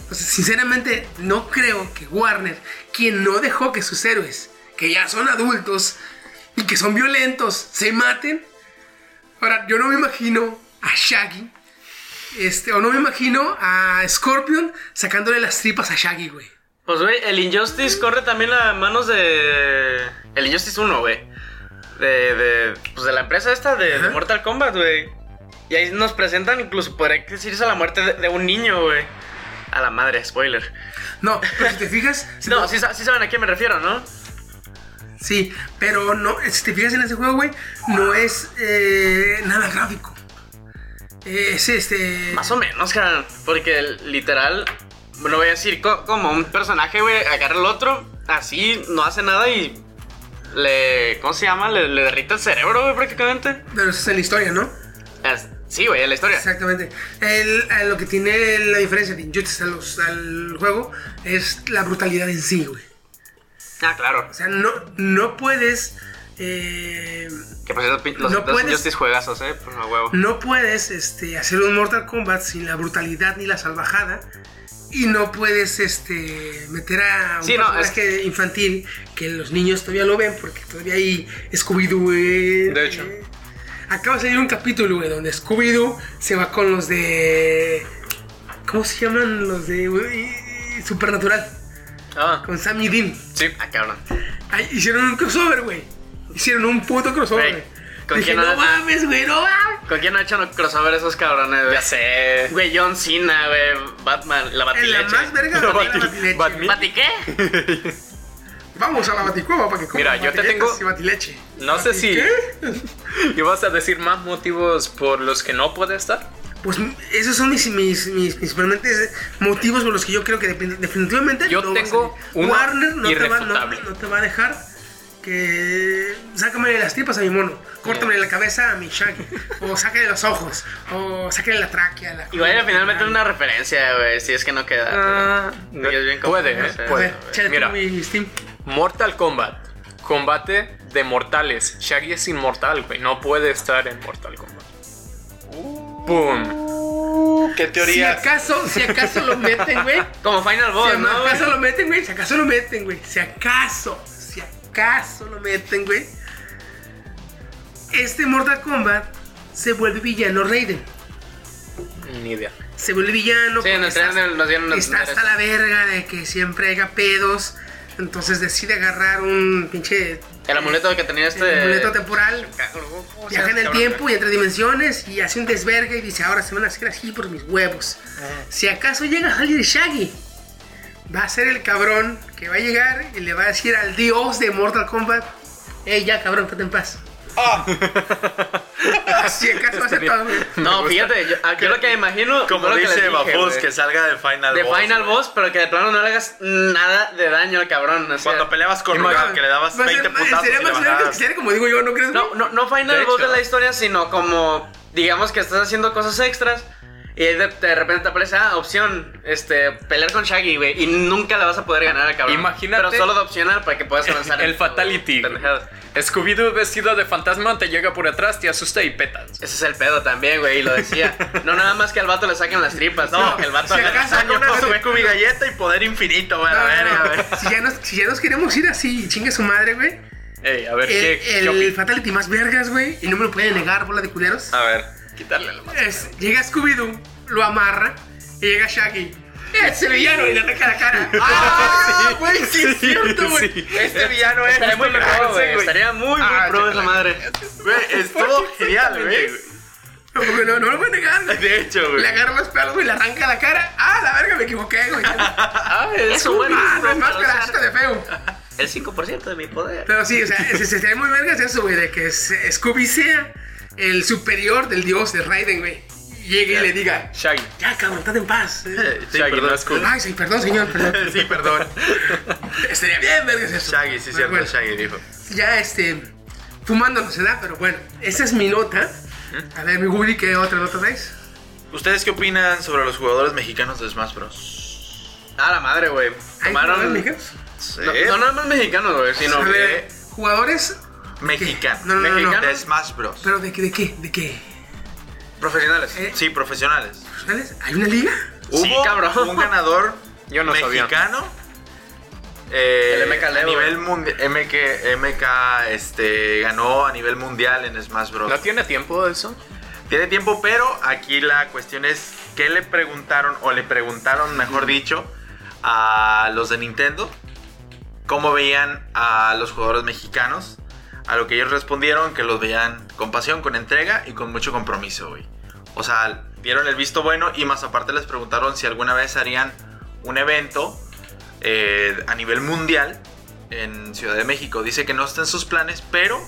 B: Entonces, sinceramente, no creo que Warner, quien no dejó que sus héroes, que ya son adultos y que son violentos, se maten. Ahora, yo no me imagino a Shaggy. Este, o no me imagino a Scorpion sacándole las tripas a Shaggy, güey.
E: Pues, güey, el Injustice corre también a manos de... El Injustice 1, güey. De, de... Pues de la empresa esta de, de
B: Ajá.
E: Mortal Kombat, güey. Y ahí nos presentan incluso, podría decirse, la muerte de, de un niño, güey. A la madre, spoiler.
B: No, pero si te fijas,
E: No, sí, sa- sí saben a qué me refiero, ¿no?
B: Sí, pero no, si te fijas en ese juego, güey, no es eh, nada gráfico. Es este.
E: Más o menos, carnal. Porque literal, bueno, voy a decir, co- como un personaje, güey, agarra al otro, así, no hace nada y le. ¿Cómo se llama? Le, le derrite el cerebro, güey, prácticamente.
B: Pero eso es en la historia, ¿no?
E: Es- sí, güey, en la historia.
B: Exactamente. El- a lo que tiene la diferencia de Injustice a los- al juego es la brutalidad en sí, güey.
E: Ah, claro.
B: O sea, no, no puedes. eh,
E: Que por cierto, pin- los
B: No
E: no
B: puedes-
E: Justice juegazos, eh, por la huevo.
B: no puedes este, hacer un Mortal Kombat sin la brutalidad ni la salvajada. Y no puedes este, meter a un
E: Sí, no,
B: personaje infantil que los niños todavía lo ven porque todavía hay Scooby-Doo. eh,
D: De hecho.
B: eh. Acaba de salir un capítulo güey, donde Scooby-Doo se va con los de. ¿Cómo se llaman? Los de. eh, Supernatural.
D: Ah,
B: Con Sammy Dean.
D: sí.
E: Ah, cabrón.
B: Ay, hicieron un crossover, güey. Hicieron un puto crossover.
E: Güey, ¿con
B: güey. Dije,
E: quién
B: no
E: hablas?
B: mames, güey, no mames.
E: ¿Con quién no han hecho no- crossover esos cabrones, güey?
D: Ya sé.
E: Güey, John Cena, güey, Batman, la
B: En la
E: batileche.
B: más
E: [LAUGHS]
B: verga de
D: No,
B: la
D: Bati-
B: batileche.
D: Batman.
E: ¿Bati qué?
B: Vamos a la baticueva para que comas
D: Mira, yo te tengo-
B: batiletas y batileche.
D: No sé
B: ¿Y
D: si.
B: qué?
D: ¿Y vas a decir más motivos por los que no puede estar?
B: Pues esos son mis, mis, mis principalmente motivos por los que yo creo que dependi- definitivamente
D: Yo
B: no va a
D: tengo
B: salir.
D: uno
B: Warner no te, va, no,
D: irrefutable.
B: no te va a dejar que sácame las tripas a mi mono, córtame la cabeza a mi Shaggy, o sácale los ojos, o sácale la tráquea. La
E: Igual al final meten una referencia, güey, si es que no queda.
B: Ah.
E: pero- y es bien
D: puede,
E: complicado,
D: eh,
E: o sea.
D: puede. Mira.
B: Mira, Steam.
D: Mortal Kombat. Combate de mortales. Shaggy es inmortal, güey. No puede estar en Mortal Kombat. ¡Pum!
F: ¿Qué
B: Si
F: teoría?
B: acaso, si acaso lo meten, güey.
E: Como Final
B: Si
E: Boss, Oh, ¿no?
B: acaso
E: güey?
B: lo meten, güey. Si acaso lo meten, güey. Si acaso, si acaso lo meten, güey. Este Mortal Kombat se vuelve villano Raiden.
D: Ni idea.
B: Se vuelve villano.
E: Sí, en
B: porque
E: el trailer nos dieron una-
B: está hasta la verga de que siempre haga pedos. Entonces decide agarrar un pinche
E: El amuleto que tenía este.
B: El amuleto temporal.
E: Cabrón,
B: Viaja en el
E: cabrón.
B: tiempo y entre dimensiones y hace un desvergue y dice, ahora se van a hacer así por mis huevos. Si acaso llega a salir Shaggy, va a ser el cabrón que va a llegar y le va a decir al dios de Mortal Kombat, hey ya cabrón, quédate en paz.
F: Ah.
B: [LAUGHS] si acaso va a ser todo, güey.
E: [LAUGHS] No, fíjate, yo, aquí lo que me imagino.
F: Como
E: fue lo que les
F: dice
E: dije,
F: Bafus,
E: güey.
F: que salga de Final
E: De
F: Boss.
E: Final
F: güey.
E: Boss, pero que de plano no le hagas nada de daño al cabrón. o sea,
F: Cuando peleabas con
D: Imagínate.
F: Rugal, que le dabas
B: Va a ser-
F: 20 putazos y
B: Sería
F: le
B: más verga que
F: bajabas.
B: sería como digo yo, ¿no crees?
E: no,
B: güey?
E: no, no Final
D: De
E: Boss
D: hecho.
E: de la historia, sino como. Digamos que estás haciendo cosas extras. Y de, de repente te aparece, ah, opción, este, pelear con Shaggy, güey, y nunca la vas a poder ganar al cabrón.
D: Imagínate-
E: Pero solo de opcional para
D: [LAUGHS]
E: que puedas avanzar.
D: El
E: en-
D: Fatality.
E: pendejadas.
D: Scooby-Doo vestido de fantasma te llega por atrás, te asusta y petas.
E: Ese es el pedo también, güey, y lo decía. No nada más que al vato le saquen las tripas, no, que el vato
B: si
E: le
B: acaso
E: saquen
B: alguna
E: todo,
B: vez-
E: güey.
F: Scooby Galleta y poder infinito, güey.
B: No,
F: A
B: no,
F: ver,
B: no.
F: a ver.
B: Si ya nos, si ya nos queremos ir así, chingue su madre, güey.
D: Ey, a ver,
B: El,
D: ¿qué, qué
B: el
D: opinas?
B: Fatality más vergas, güey. Y no me lo pueden negar, bola de culeros.
F: A ver, quitarle la
B: Es- llega Scooby-Doo, lo amarra y llega Shaggy.
F: ¡Es el villano! Y le arranca la cara. ¡Ah, güey! Sí, es cierto, güey.
D: sí.
F: Este villano es.
E: Estaría muy pro,
F: Este lo
E: güey.
F: conoce, güey.
E: Estaría muy, muy
F: Ah,
E: pro
F: sí,
E: esa
F: claro.
E: madre.
F: Güey,
E: [LAUGHS]
F: estuvo genial, güey.
B: Porque no, no lo voy a negar.
F: De hecho, güey.
B: Le agarra los pelos, güey, le arranca la cara. Ah, la verga, me equivoqué, güey. Ah,
E: Ah, eso, bueno.
B: no es
E: vamos a
B: más que la
E: lanzar
B: chica de feo.
E: El 5% de mi poder.
B: Pero sí, o sea, se, se, se ve muy vergas eso, güey, de que se- Scooby sea el superior del dios de Raiden, güey. Llegue y le diga,
D: Shaggy.
B: ya, cabrón, estate en paz.
F: Sí,
D: Shaggy, no
F: perdón.
D: es cool.
B: Ay, sí, perdón, señor, perdón.
F: [LAUGHS] Sí, perdón.
B: Estaría bien vergas eso.
F: Shaggy, sí,
B: Pero
F: cierto,
B: bueno,
F: Shaggy dijo.
B: Ya, este, fumando no se da, pero bueno, esa es mi nota. A ver, mi Willy, ¿qué otra nota traes?
F: ¿Ustedes qué opinan sobre los jugadores mexicanos de Smash Bros?
E: Ah, la madre, güey.
B: ¿Hay jugadores
E: Tomaron.
B: mexicanos?
E: No, no nada más mexicanos, güey, sino
B: A
E: que.
B: ver, jugadores,
F: Mexicano.
B: No, no, no,
F: Mexicano
B: no.
F: de Smash Bros.
B: pero ¿de qué? ¿De qué? ¿De qué?
E: Profesionales.
B: Eh,
F: Sí, profesionales.
B: ¿Profesionales? ¿Hay una liga?
F: Hubo
E: Sí, cabrón.
F: un ganador
D: Yo no sabía.
F: mexicano. eh,
E: El MK
F: a
E: Leo,
F: nivel mundial MK, MK, este ganó a nivel mundial en Smash Bros.
D: ¿No tiene tiempo eso?
F: Tiene tiempo, pero aquí la cuestión es qué le preguntaron o le preguntaron, mejor dicho, a los de Nintendo cómo veían a los jugadores mexicanos. A lo que ellos respondieron que los veían con pasión, con entrega y con mucho compromiso, güey. O sea, dieron el visto bueno y más aparte les preguntaron si alguna vez harían un evento eh, a nivel mundial en Ciudad de México. Dice que no está en sus planes, pero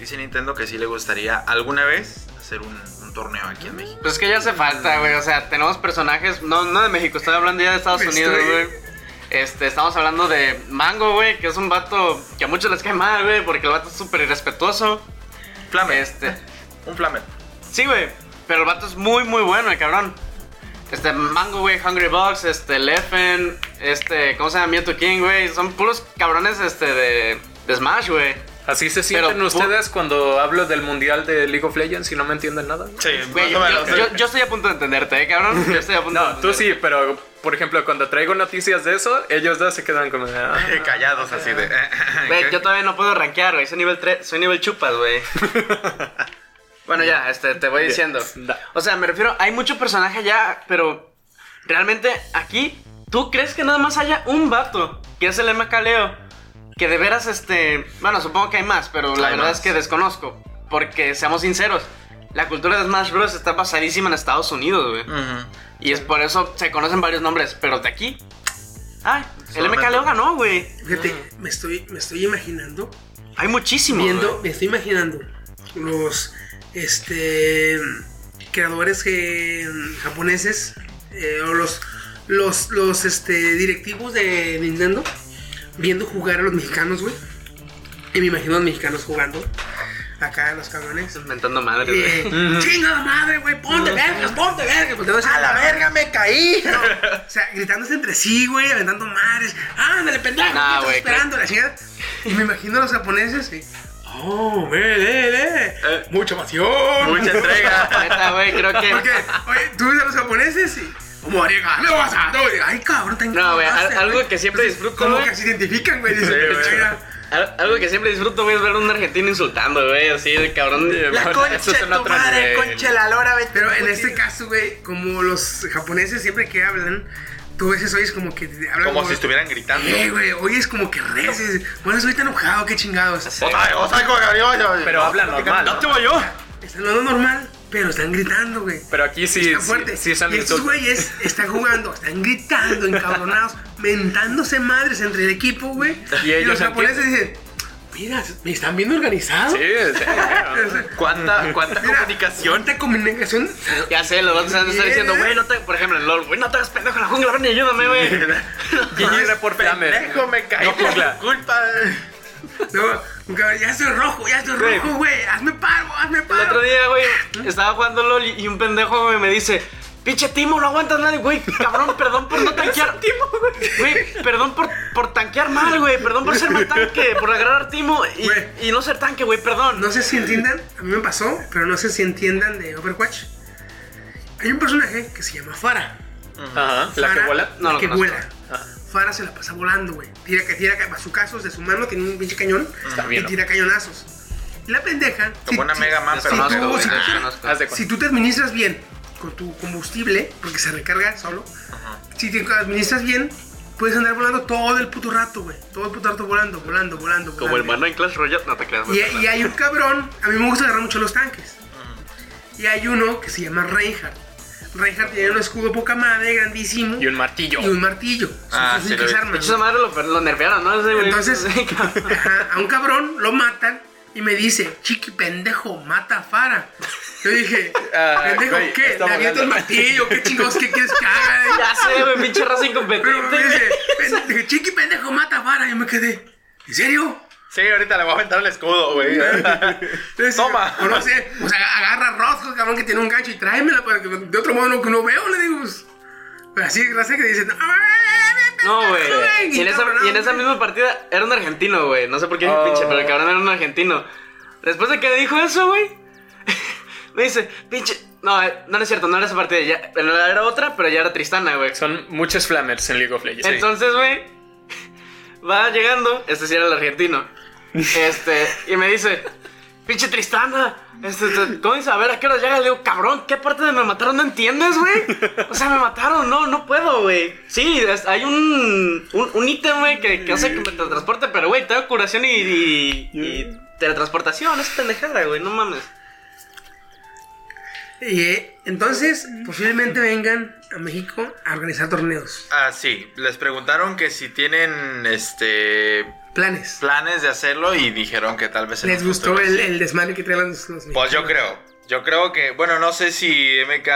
F: dice Nintendo que sí le gustaría alguna vez hacer un, un torneo aquí en
B: Mm.
F: México.
E: Pues es que ya hace falta, güey. O sea, tenemos personajes. No, no de México, estoy hablando ya de Estados
D: Pues
B: Me
E: Unidos,
B: estoy-
E: güey. Este, estamos hablando de Mango, güey, que es un vato que a muchos les cae mal, güey, porque el vato es súper irrespetuoso.
F: Flamer,
E: Este.
F: un Flamer.
E: Sí, güey. Pero el vato es muy, muy bueno, el cabrón. Este, Mango, güey, Hungry Box, este, Leffen, este, ¿cómo se llama? Mewtwo King, güey. Son puros cabrones, este, de, de Smash, güey.
D: Así se sienten
E: Pero,
D: ustedes cuando hablo del mundial de League of Legends y no me entienden nada.
F: Sí,
E: Güey, yo, yo- yo- yo estoy a punto de entenderte, ¿eh, cabrón? Yo estoy a punto de
D: No, tú
E: entenderte.
D: sí, pero por ejemplo, cuando traigo noticias de eso, ellos dos se quedan como. de, "Ah".
F: callados así de...
E: Güey, yo todavía no puedo rankear, güey. Soy nivel 3, soy nivel chupas,
F: [LAUGHS]
E: güey. bueno, ya, este, te voy diciendo.
D: Da.
E: O sea, me refiero, hay mucho personaje ya, pero realmente aquí, ¿tú crees que nada más haya un vato que es el MK Leo? Que de veras, este. Bueno, supongo que hay más, pero la
F: Hay
E: verdad
F: más.
E: es que desconozco. Porque seamos sinceros, la cultura de Smash Bros. está basadísima en Estados Unidos, güey.
F: Ujú.
E: Y es por eso se conocen varios nombres, pero de aquí. Ay, el
F: Solamente-
E: MK Leo ganó, güey.
B: Fíjate,
F: Mm.
B: me estoy, me estoy imaginando
E: Hay muchísimos. güey.
B: viendo, me estoy imaginando los este creadores eh, japoneses eh, o los los los este directivos de Nintendo viendo jugar a los mexicanos, güey. Y me imagino a los mexicanos jugando acá los cabrones.
E: Estás mentando madre, güey.
B: Eh, chingada madre, güey, ponte vergas, ponte vergas, volteando hacia
F: ¡A la
B: atrás.
F: verga me caí!
B: O sea, gritándose entre sí, güey, aventando madres. Ándale, pendejo,
E: Nah,
B: ¿qué
E: güey,
B: estás esperando la chingada. Y me imagino a los japoneses, y, Oh, ve, ve, ve.
E: Eh.
B: Mucha pasión.
F: Mucha entrega.
E: Neta, güey, creo que.
B: Porque, oye, tú ves a los japoneses y. Como Ariga, no vas a. no, güey, ay, cabrón, te
E: No, güey,
B: encabronaste,
E: al- algo
B: güey.
E: que siempre
B: Entonces,
E: disfruto,
B: Como
E: güey.
B: que se identifican, güey. Dicen,
F: güey.
B: "Mira,
E: al- algo que siempre disfruto, güey, es ver a un argentino insultando, güey, así de cabrón. de-
D: La
E: Bueno,
D: concha
E: eso es
D: de
E: un
D: tu
E: otro
D: madre,
E: nivel.
D: concha
F: la lora, vete.
B: Pero
D: Pues
B: en este caso, güey, como los japoneses siempre que hablan, tú a veces oyes como que hablan
F: Como si estuvieran gritando.
B: Eh, güey, oyes como que reces. Bueno, soy tan enojado, qué chingados.
D: Pero habla normal. ¿no?
B: Están hablando normal, pero están gritando, güey.
D: Pero aquí sí,
B: Está
D: sí,
B: fuerte.
D: sí son
B: y estos
D: insultos.
B: güeyes están jugando, están gritando, encabronados, mentándose madres entre el equipo, güey.
D: Y ellos
B: los japoneses dicen, mira, me están viendo organizado. [LAUGHS]
D: Sí, sí, claro.
F: ¿Cuánta, cuánta
B: Mira,
F: comunicación?
B: tanta comunicación.
E: Ya sé, los vatos están diciendo, güey, no te. Por ejemplo, en LOL, güey, no te hagas pendejo en la jungla, ven y ayúdame, güey.
D: Gigi era por Flamer.
F: Pendejo, me caí
D: No,
F: por
D: jungla.
F: tu culpa.
B: No, un cabrón, ya estoy rojo, ya estoy
E: Güey.
B: rojo, güey. Hazme paro, hazme
E: El
B: paro.
E: otro día, güey, estaba jugando LOL y y un pendejo, güey, me dice. Pinche Timo, no aguantas nadie, güey. Cabrón, perdón por no tanquear. Timo, güey. Güey, perdón por, por tanquear mal, güey. Perdón por ser mal tanque, por agarrar Timo
B: Güey.
E: y, y no ser tanque, güey, perdón.
B: No sé si entiendan, a mí me pasó, pero no sé si entiendan de Overwatch. Hay un personaje que se llama Farah.
D: Ajá, la que
B: Farah,
D: vuela.
E: No
B: la
E: lo
B: que
E: conozco.
B: vuela.
D: Ah.
B: Farah se la pasa volando, güey. Tira que tira a su caso, de su mano tiene un pinche cañón
D: Está
B: y
D: bien.
B: tira cañonazos. La pendeja.
F: Como una Mega Man, pero
B: si,
F: más
B: tú,
F: grande,
B: si,
F: ¿no?
E: desconozco.
D: Haz de
B: si
D: cuenta.
B: tú te administras bien con tu combustible, porque se recarga solo, si te administras bien, puedes andar volando todo el puto rato, güey. Todo el puto rato volando, volando, volando.
E: Como el
B: volando.
E: mano en Clash Royale, no te creas, güey.
B: Y, y hay un cabrón, a mí me gusta agarrar mucho los tanques. Y hay uno que se llama Reinhardt. Reinhardt tiene un escudo poca madre, grandísimo,
D: Y un martillo.
B: y un martillo. Son
F: Ah,
B: sus
F: sí,
B: únicas
F: lo vi.
E: De
B: armas,
E: hecho, esa
B: güey.
E: madre lo, lo nerfearon, ¿no? Ese güey.
B: Entonces-
E: [LAUGHS] Sí, cabrón.
B: Ajá, a un cabrón lo matan y me dice, chiqui pendejo, mata a Fara. Yo dije,
F: [LAUGHS] Ah,
B: pendejo,
F: güey,
B: ¿qué? Le
F: estamos
B: aviento el
F: hablando.
B: martillo, ¿qué chingados que quieres que haga? eh?".
E: ya sé, güey, pinche raza
B: Pero me dice,
E: incompetente.
B: "Pendejo, chiqui pendejo, mata a Fara. Yo me quedé, ¿en serio?
F: Sí, ahorita le voy a aventar el escudo, güey.
B: Entonces,
F: Toma.
B: O no sé, o sea, agarra a Rosco, cabrón, que tiene un gancho y tráemela para que de otro modo no, que no veo, le digo. pues. Pero así, raza que dice,
E: No, güey. Y en, esa,
B: cabrón,
E: y en esa
B: güey.
E: misma partida era un argentino, güey. No sé por qué dije
F: Oh.
E: pinche, pero el cabrón era un argentino. Después de que dijo eso, güey, [LAUGHS] me dice, pinche. No, eh, no, no es cierto, no era esa partida. Ya, era otra, pero ya era Tristana,
D: [LAUGHS]
E: güey.
D: Son muchos flammers en League of Legends.
E: Entonces, güey, va llegando, este sí era el argentino, este, y me dice, pinche Tristana, este, te- ¿cómo dice? A ver, ¿a qué hora llega? Le digo, cabrón, ¿qué parte de me mataron no entiendes, güey? O sea, me mataron, no, no puedo, güey. Sí, es- hay un, un, un ítem, güey, que, que hace que me teletransporte, pero, güey, tengo curación y, y, y teletransportación, es pendejada, güey, no mames.
B: Y, eh, entonces, posiblemente vengan a México a organizar torneos.
F: Ah, sí. Les preguntaron que si tienen este
B: Planes.
F: planes de hacerlo y dijeron que tal vez en
B: Les
F: un
B: gustó
F: futuro
B: el,
F: sí.
B: el desmadre que traen los, los
F: Pues yo creo. Yo creo que, bueno, no sé si MK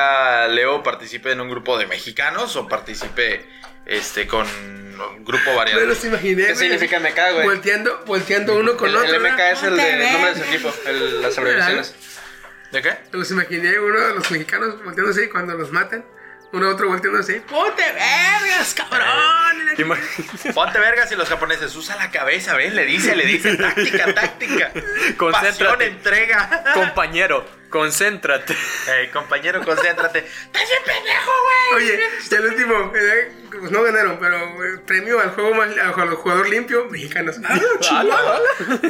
F: Leo participe en un grupo de mexicanos o participe este con un grupo variado.
B: No los imaginé.
F: ¿Qué
B: güey,
F: significa MK, güey?
B: Volteando, volteando uno con
F: El,
B: otro.
F: el MK
B: ¿no?
F: es el de- nombre de su equipo, el- las abreviaciones. ¿De qué?
B: Los imaginé uno de los mexicanos volteándose y cuando los matan, uno a otro volteándose. ¡Ponte vergas, cabrón!
D: Ima-
F: Ponte vergas y los japoneses, usa la cabeza, ¿ves? Le dice, le dice, táctica, táctica. Pasión,
D: Concéntrate.
F: entrega.
B: ah.
D: Compañero, concéntrate.
F: Ey, compañero, concéntrate. ¡Estás bien pendejo, güey!
B: Oye, y el último, eh, pues no ganaron, pero eh, premio al juego más, al al jugador limpio,
F: [LAUGHS]
B: mexicanos. ¡Ah, no, chingada!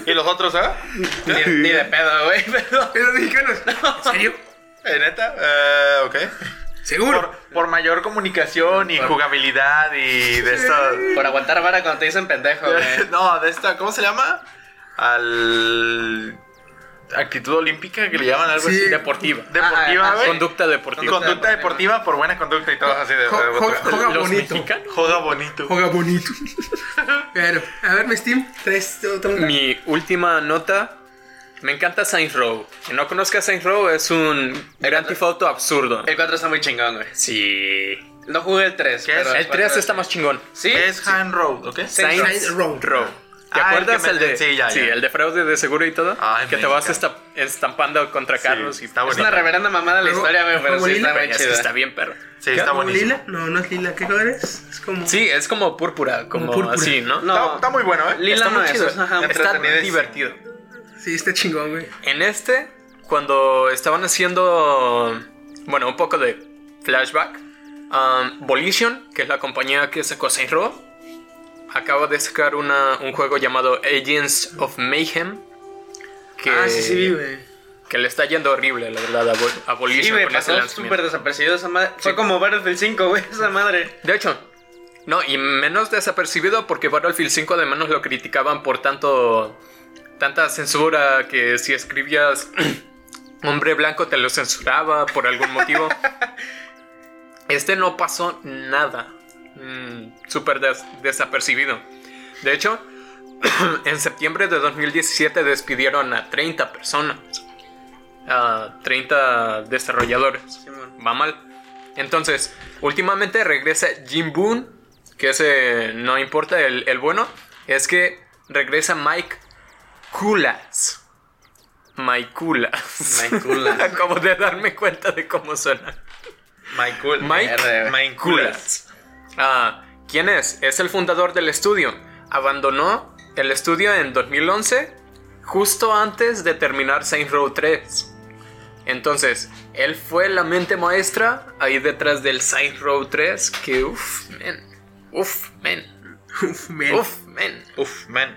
F: ¿Y los otros, eh? Ni, ni de pedo, güey, pero.
B: Eh, Los mexicanos. ¿En serio?
F: ¿eh, neta? Eh, ok. Por,
B: Seguro.
F: por mayor comunicación y jugabilidad y de esta.
E: Por aguantar vara cuando te dicen pendejo, güey.
F: [LAUGHS] No, de esta, ¿cómo se llama? Al. Actitud olímpica que le llaman algo
B: Sí.
F: así.
D: Deportiva.
F: Deportiva,
E: Ah,
F: güey.
D: Conducta deportiva.
F: Conducta deportiva por buena conducta y todo así de.
B: Jo- jo- Juega,
D: Los
B: bonito.
D: mexicanos.
F: Joda bonito.
B: Juega bonito. Claro. A ver, mi Steam, tres, otro.
D: Mi última nota. Me encanta Saints Row. Quien no conozca Saints Row es un gran tifauto absurdo.
E: El 4 está muy chingón, güey.
D: Sí.
E: No jugué el 3,
F: ¿Qué es?
E: pero
D: El 3 está más chingón.
E: Sí,
F: Es hand road, ¿ok?
B: Saints Row.
D: ¿Te
F: Ah, el
D: acuerdas
F: que
D: el,
F: me-
D: de
F: sí, ya, ya.
D: el de fraude de seguro y todo?
F: Ay,
D: que
F: me
D: te vas
F: encanta.
D: esta- estampando contra Carlos y
F: está
E: Es
F: bonito.
E: una reverenda mamada la
B: Luego,
E: historia, güey, pero
B: ¿cómo
E: sí
B: Lila?
E: está
D: Está
E: muy
D: bien, es que
E: chida.
D: está bien, perro.
F: Sí, está
B: ¿Cómo,
F: buenísimo.
B: ¿Lila? No, no es lila. ¿Qué color es? Es como.
D: Sí, es como púrpura, como,
B: Como púrpura.
D: así, ¿no?
E: No.
F: Está, está muy bueno, ¿eh?
E: Lila
D: está
E: no
D: muy
E: es,
D: chido.
E: ajá.
D: está
F: Entretenido.
D: divertido.
B: Sí, está chingón, güey.
D: En este, cuando estaban haciendo, bueno, un poco de flashback, um, Volition, que es la compañía que sacó Saints Row, acaba de sacar una- un juego llamado Agents of Mayhem. Que,
E: Ah, sí, sí, vi, güey.
D: que le está yendo horrible, la verdad, a, Vol- a Volition
E: Sí, güey,
D: con ese
E: pasó
D: lanzamiento.
E: súper desapercibido esa madre. Fue como Battlefield 5, güey, esa madre.
D: De hecho, no, y menos desapercibido porque Battlefield 5 de menos lo criticaban por tanto tanta censura que si escribías [CLEARS THROAT] hombre blanco te lo censuraba por algún
E: [LAUGHS]
D: motivo. este no pasó nada. Mm, Súper des- desapercibido. De hecho, [CLEARS THROAT] en septiembre de 2017 despidieron a 30 personas. A 30 desarrolladores
E: Simón.
D: va mal. Entonces, últimamente regresa Jim Boone, que ese no importa, el, el bueno, es que regresa Mike Kulas. Mike Kulas.
E: Mike
D: [LAUGHS]
E: Kulas.
D: Acabo de darme cuenta de cómo suena.
F: Michael.
D: Mike
E: Verde, güey.
F: Mike Kulas.
D: Ah, ¿Quién es? Es el fundador del estudio. Abandonó el estudio en 2011, justo antes de terminar Saints Row 3. Entonces, él fue la mente maestra ahí detrás del Saints Row 3, que uff, men, uff, men,
B: Uf, men.
D: uff, men.
F: Uf, man.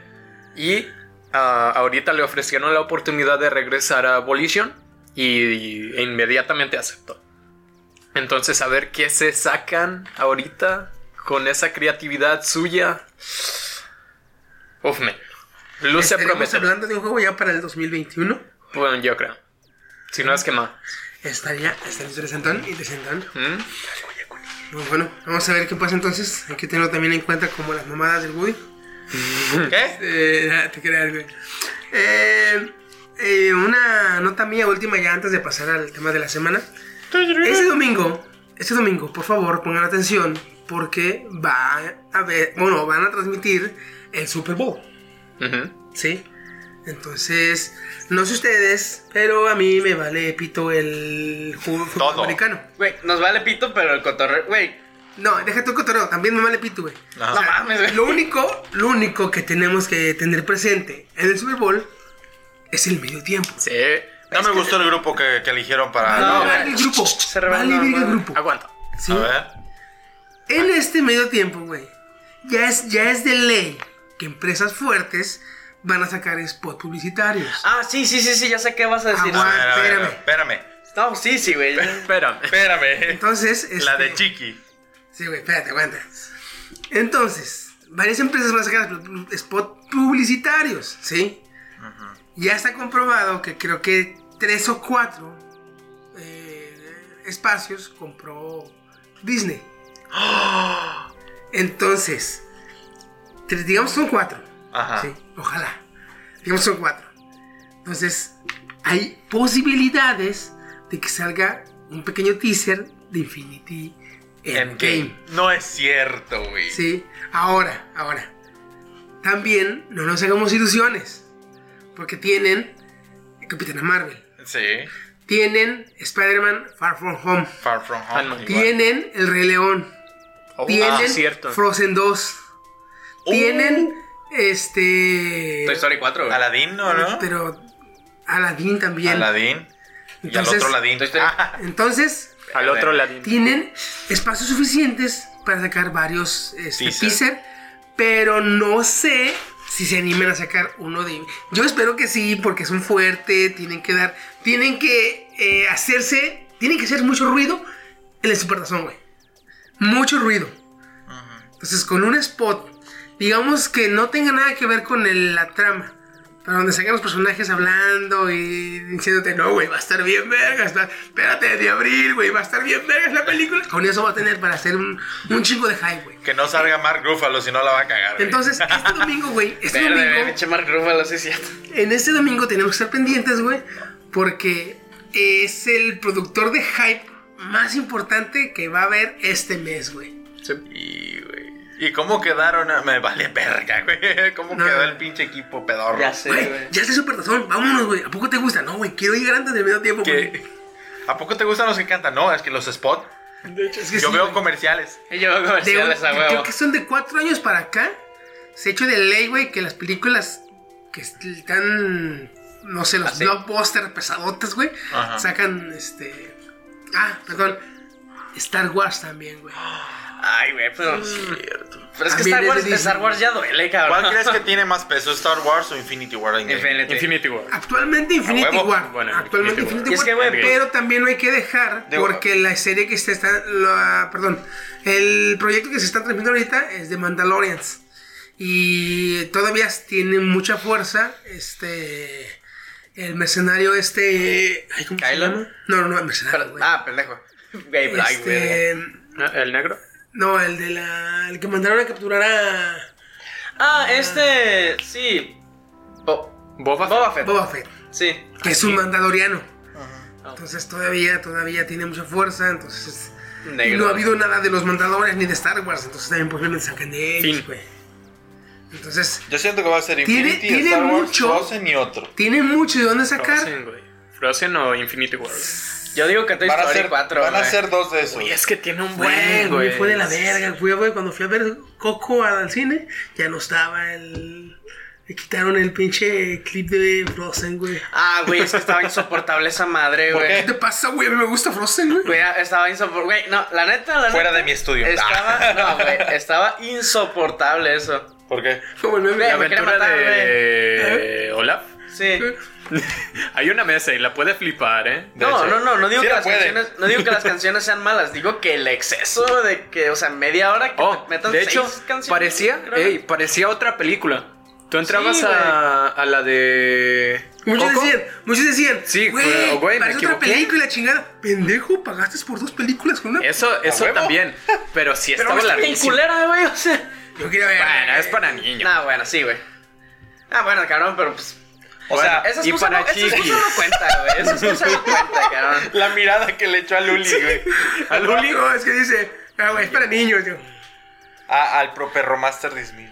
D: Y ah, ahorita le ofrecieron la oportunidad de regresar a Volition y, e inmediatamente aceptó. Entonces, a ver qué se sacan ahorita con esa creatividad suya. Uf, man. Luce
B: Estaremos
D: prometedora.
B: Este, hablando de un juego ya para el 2021.
D: Bueno, yo creo. Si no es que más.
B: Estaría, estaría interesantón, interesantón.
D: ¿Mm?
B: Muy bueno, vamos a ver qué pasa entonces. Hay que tenerlo también en cuenta como las mamadas del Woody.
F: ¿Qué?
B: Eh, [LAUGHS] nada, te creas, güey. Eh, eh, una nota mía última ya antes de pasar al tema de la semana. Ese Este domingo, ese domingo, por favor, pongan atención porque va a ver, bueno, van a transmitir el Super Bowl,
D: Ujú.
B: ¿sí? Entonces, no sé ustedes, pero a mí me vale pito el ju- fútbol
F: Todo.
B: americano.
E: Güey, nos vale pito, pero el cotorreo. Güey,
B: No, deja tu cotorreo, también me vale pito, güey.
F: No.
B: O sea,
E: No mames, güey.
B: Lo único, lo único que tenemos que tener presente en el Super Bowl es el medio tiempo.
D: Sí.
F: No me gustó el grupo que, que eligieron para.
E: No,
B: Vale verga
E: güey.
B: el grupo.
E: Se reveló,
B: Vale verga el
E: güey.
B: grupo.
D: Aguanta.
B: ¿sí?
F: A ver.
B: En este medio tiempo, güey, ya es, ya es de ley que empresas fuertes van a sacar spots publicitarios.
E: Ah, sí, sí, sí, sí, ya sé qué vas a decir.
F: A
B: Ah,
F: ver, a ver, a ver,
B: espérame.
F: espérame.
E: No, sí, sí, güey.
D: Espérame.
F: Espérame.
B: Entonces,
F: La
B: este-
F: de Chiqui.
B: Sí, güey, espérate, aguanta. Entonces, varias empresas van a sacar spots publicitarios, ¿sí? Ya está comprobado que creo que tres o cuatro eh, espacios compró Disney. Entonces, tres- digamos son cuatro.
F: Ajá.
B: Sí, ojalá. Digamos son cuatro. Entonces, hay posibilidades de que salga un pequeño teaser de Infinity Endgame.
F: No es cierto, güey.
B: Sí, ahora, ahora. También no nos hagamos ilusiones. Porque tienen Capitana Marvel.
F: Sí.
B: Tienen Spider-Man Far From Home.
F: Far From
D: Ant-Man.
F: Home. igual.
B: Tienen El Rey León.
D: Oh, ah,
B: tienen
D: cierto.
B: Frozen 2.
F: Uh.
B: Tienen este.
D: Toy Story 4, güey.
F: Aladdin, ¿no? no?
B: Pero Aladdin también.
F: Aladdin. Y al
B: Entonces-
F: otro Aladdin.
D: Toy Story.
F: Ah,
B: Entonces,
D: Al otro lado.
B: tienen espacios suficientes para sacar varios este,
F: Teaser.
B: teaser, pero no sé si se animen a sacar uno de... Yo espero que sí, porque son fuertes, tienen que dar... Tienen que eh, hacerse... Tienen que hacer mucho ruido en el Supertazón, güey. Mucho ruido. Entonces, con un spot, digamos que no tenga nada que ver con el- la trama, pero donde salgan los personajes hablando y diciéndote, no, güey, va a estar bien vergas, va- espérate de abril, güey, va a estar bien vergas la película. Con eso va a tener para hacer un, un chingo de hype, güey.
F: que no salga Mark Ruffalo, si no la va a cagar. güey.
B: Entonces,
E: [LAUGHS]
B: este domingo, güey, este
E: Verde, güey,
B: domingo,
E: pinche Mark Ruffalo, sí, es cierto.
B: en este domingo tenemos que estar pendientes, güey, porque es el productor de hype más importante que va a haber este mes, güey.
F: Y, güey. ¿Y cómo quedaron? Ah, Me vale verga, güey. ¿Cómo
B: No.
F: quedó el pinche equipo pedorro?
E: Ya sé,
B: Güey,
E: güey.
B: ya está el supertazón, vámonos, güey. ¿A poco te gusta? No, güey, quiero llegar antes del medio tiempo, güey.
F: Que- ¿A poco te gustan los que cantan? No, es que los spot.
B: Es que
F: yo
B: sí,
F: veo
B: güey.
F: comerciales.
E: Y yo hago
B: De un-
E: comerciales a
B: creo
E: huevo.
B: que son de cuatro años para acá. Se ha hecho de ley, güey, que las películas que están, no sé, los
E: Así.
B: blockbusters pesadotes, güey,
F: ¿Ah, Ajá.
B: sacan este. Ah, perdón. Star Wars también, güey.
E: Ay, güey, pero. Pero es que
B: También
E: Star
B: es
E: Wars,
B: de Disney.
E: Star Wars ya duele, cabrón.
F: [LAUGHS] ¿Cuál
E: [LAUGHS]
F: crees que tiene más peso, Star Wars o Infinity War? Endgame?
E: Infinity.
D: Infinity War.
B: Actualmente Infinity
F: huevo.
B: War.
D: Bueno,
B: actualmente
D: Infinity
B: Infinity
E: War.
B: War.
E: Y es que, güey,
B: pero también no hay que dejar
F: Digo-
B: porque la serie que se está, la- perdón, el proyecto que se está transmitiendo ahorita es de Mandalorians y todavía tiene mucha fuerza este el mercenario este ay, ¿cómo se
E: ¿Kylo?
B: llama? No, no, no, el mercenario.
E: Pero-
B: güey.
E: ah, pendejo. Güey, pero ay, güey.
B: Este,
D: Ah, ¿El negro?
B: no, el de la el que mandaron a capturar a
E: Ah, este. Sí.
D: Bo- Boba Fett.
E: Boba Fett.
B: Boba Fett.
E: Sí.
B: que es un mandaloriano. Entonces todavía, todavía tiene mucha fuerza, entonces
E: Negro.
B: no ha habido nada de los mandadores ni de Star Wars, entonces también por ejemplo sacan de ellos,
D: Fin.
B: güey. Entonces,
F: Yo siento que va a ser
B: Tiene-
F: Infinity,
B: tiene
F: Star Wars,
B: mucho.
F: Frozen y otro.
B: tiene mucho de dónde sacar.
D: Frozen, güey. Frozen o Infinity War. güey.
E: Yo digo que Toy
F: Van a
E: Story
F: ser,
E: 4.
F: van a
E: güey.
F: ser dos de esos.
D: Uy, es que tiene un
B: Güey,
D: buen,
B: güey,
D: güey.
B: fue de la verga, güey, güey, cuando fui a ver Coco al cine, ya no estaba el... Le quitaron el pinche clip de Frozen, güey.
E: Ah, güey, es que estaba insoportable esa madre,
F: ¿Por
E: güey.
B: ¿Qué te pasa, güey? A mí me gusta Frozen, güey.
E: Güey, ah, estaba insoportable. Güey, no, la neta, la
F: Fuera
E: neta,
F: de mi estudio.
E: Estaba, no, güey, estaba insoportable eso.
F: ¿Por qué?
B: Como el meme.
D: La
E: Me quiere
D: aventura
E: matar,
D: de Olaf.
E: Sí.
D: Hay una mesa y la puede flipar, ¿eh?
F: De
E: No,
F: hecho,
E: no, no, no digo,
F: sí
E: que
F: la
E: las
F: puede.
E: canciones, no digo que las canciones sean malas, digo que el exceso de que, o sea, media hora que
D: Oh,
E: te metan
D: de
E: seis
D: hecho,
E: canciones,
D: parecía,
E: creo que-
D: ey, parecía otra película. Tú entrabas
E: Sí,
D: a, a la de.
B: Muchos
D: Coco.
B: decían, muchos decían,
D: Sí,
B: güey,
D: pero, güey, me
B: parece otra
D: equivoqué".
B: película chingada. Pendejo, pagaste por dos películas con una.
D: Eso, eso
F: huevo.
D: también. Pero sí
E: Pero
D: estaba
E: no está bien
D: larguísimo.
E: culera, güey, o sea.
B: Yo quería ver.
D: Bueno, es para niños.
E: Nah, bueno, sí, güey. Ah, bueno, cabrón, pero pues.
F: O sea,
E: Esas
D: y
E: cosas,
D: para
E: no, esas
D: chiquis.
E: cosas no cuentan, güey. Esas cosas no cuentan, cabrón.
F: [LAUGHS] la mirada que le echó a Luli, güey.
D: ¿A Luli?
B: No, es que dice, ah, güey, es para niños, yo.
F: A- Ah, al Pro Perro Master 10000.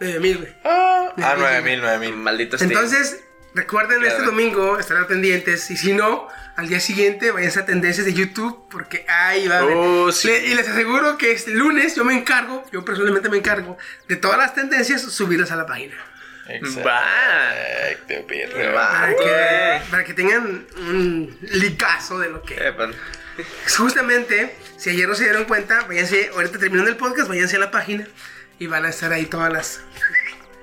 B: De mil, güey.
F: Ah, 9000, 9000.
E: Maldito
D: este
E: Steve.
B: Entonces, recuerden este domingo estarán pendientes. Y si no, al día siguiente vayan a tendencias de YouTube porque ahí va a haber.
D: Oh, sí.
B: Le- y les aseguro que este lunes yo me encargo, yo personalmente me encargo de todas las tendencias subirlas a la página.
D: Va.
F: Exacto, perro.
B: Para
E: Ah,
B: que,
E: güey.
B: para que tengan un licazo de lo que.
E: Eh, pues,
B: Justamente, si ayer no se dieron cuenta, váyanse, ahorita terminando el podcast, váyanse a la página y van a estar ahí todas las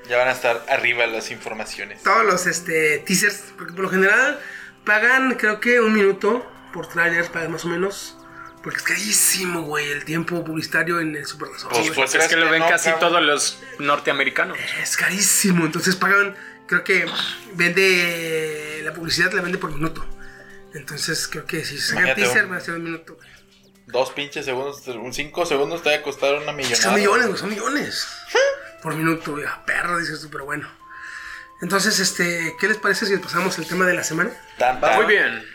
F: Ya van a estar arriba las informaciones.
B: todos los este, teasers, porque por lo general pagan creo que un minuto por trailer, pagan más o menos, porque es carísimo, güey, el tiempo publicitario en el Super Bowl,
F: Pues,
B: güey.
F: pues,
D: Pues es que lo
F: que
D: ven
F: no,
D: casi
F: cabrón.
D: todos los norteamericanos.
B: Es carísimo, entonces pagan, creo que vende, la publicidad la vende por minuto. Entonces creo que si sacan
F: Imagínate
B: teaser
F: un-
B: va a ser un minuto. güey.
F: Dos pinches segundos, un cinco segundos te va a costar una millonada.
B: Son millones, güey, son millones. Por minuto, güey, a perro, dices tú, pero bueno. Entonces, este, ¿qué les parece si pasamos el tema de la semana?
F: Tan, tan.
D: Muy bien.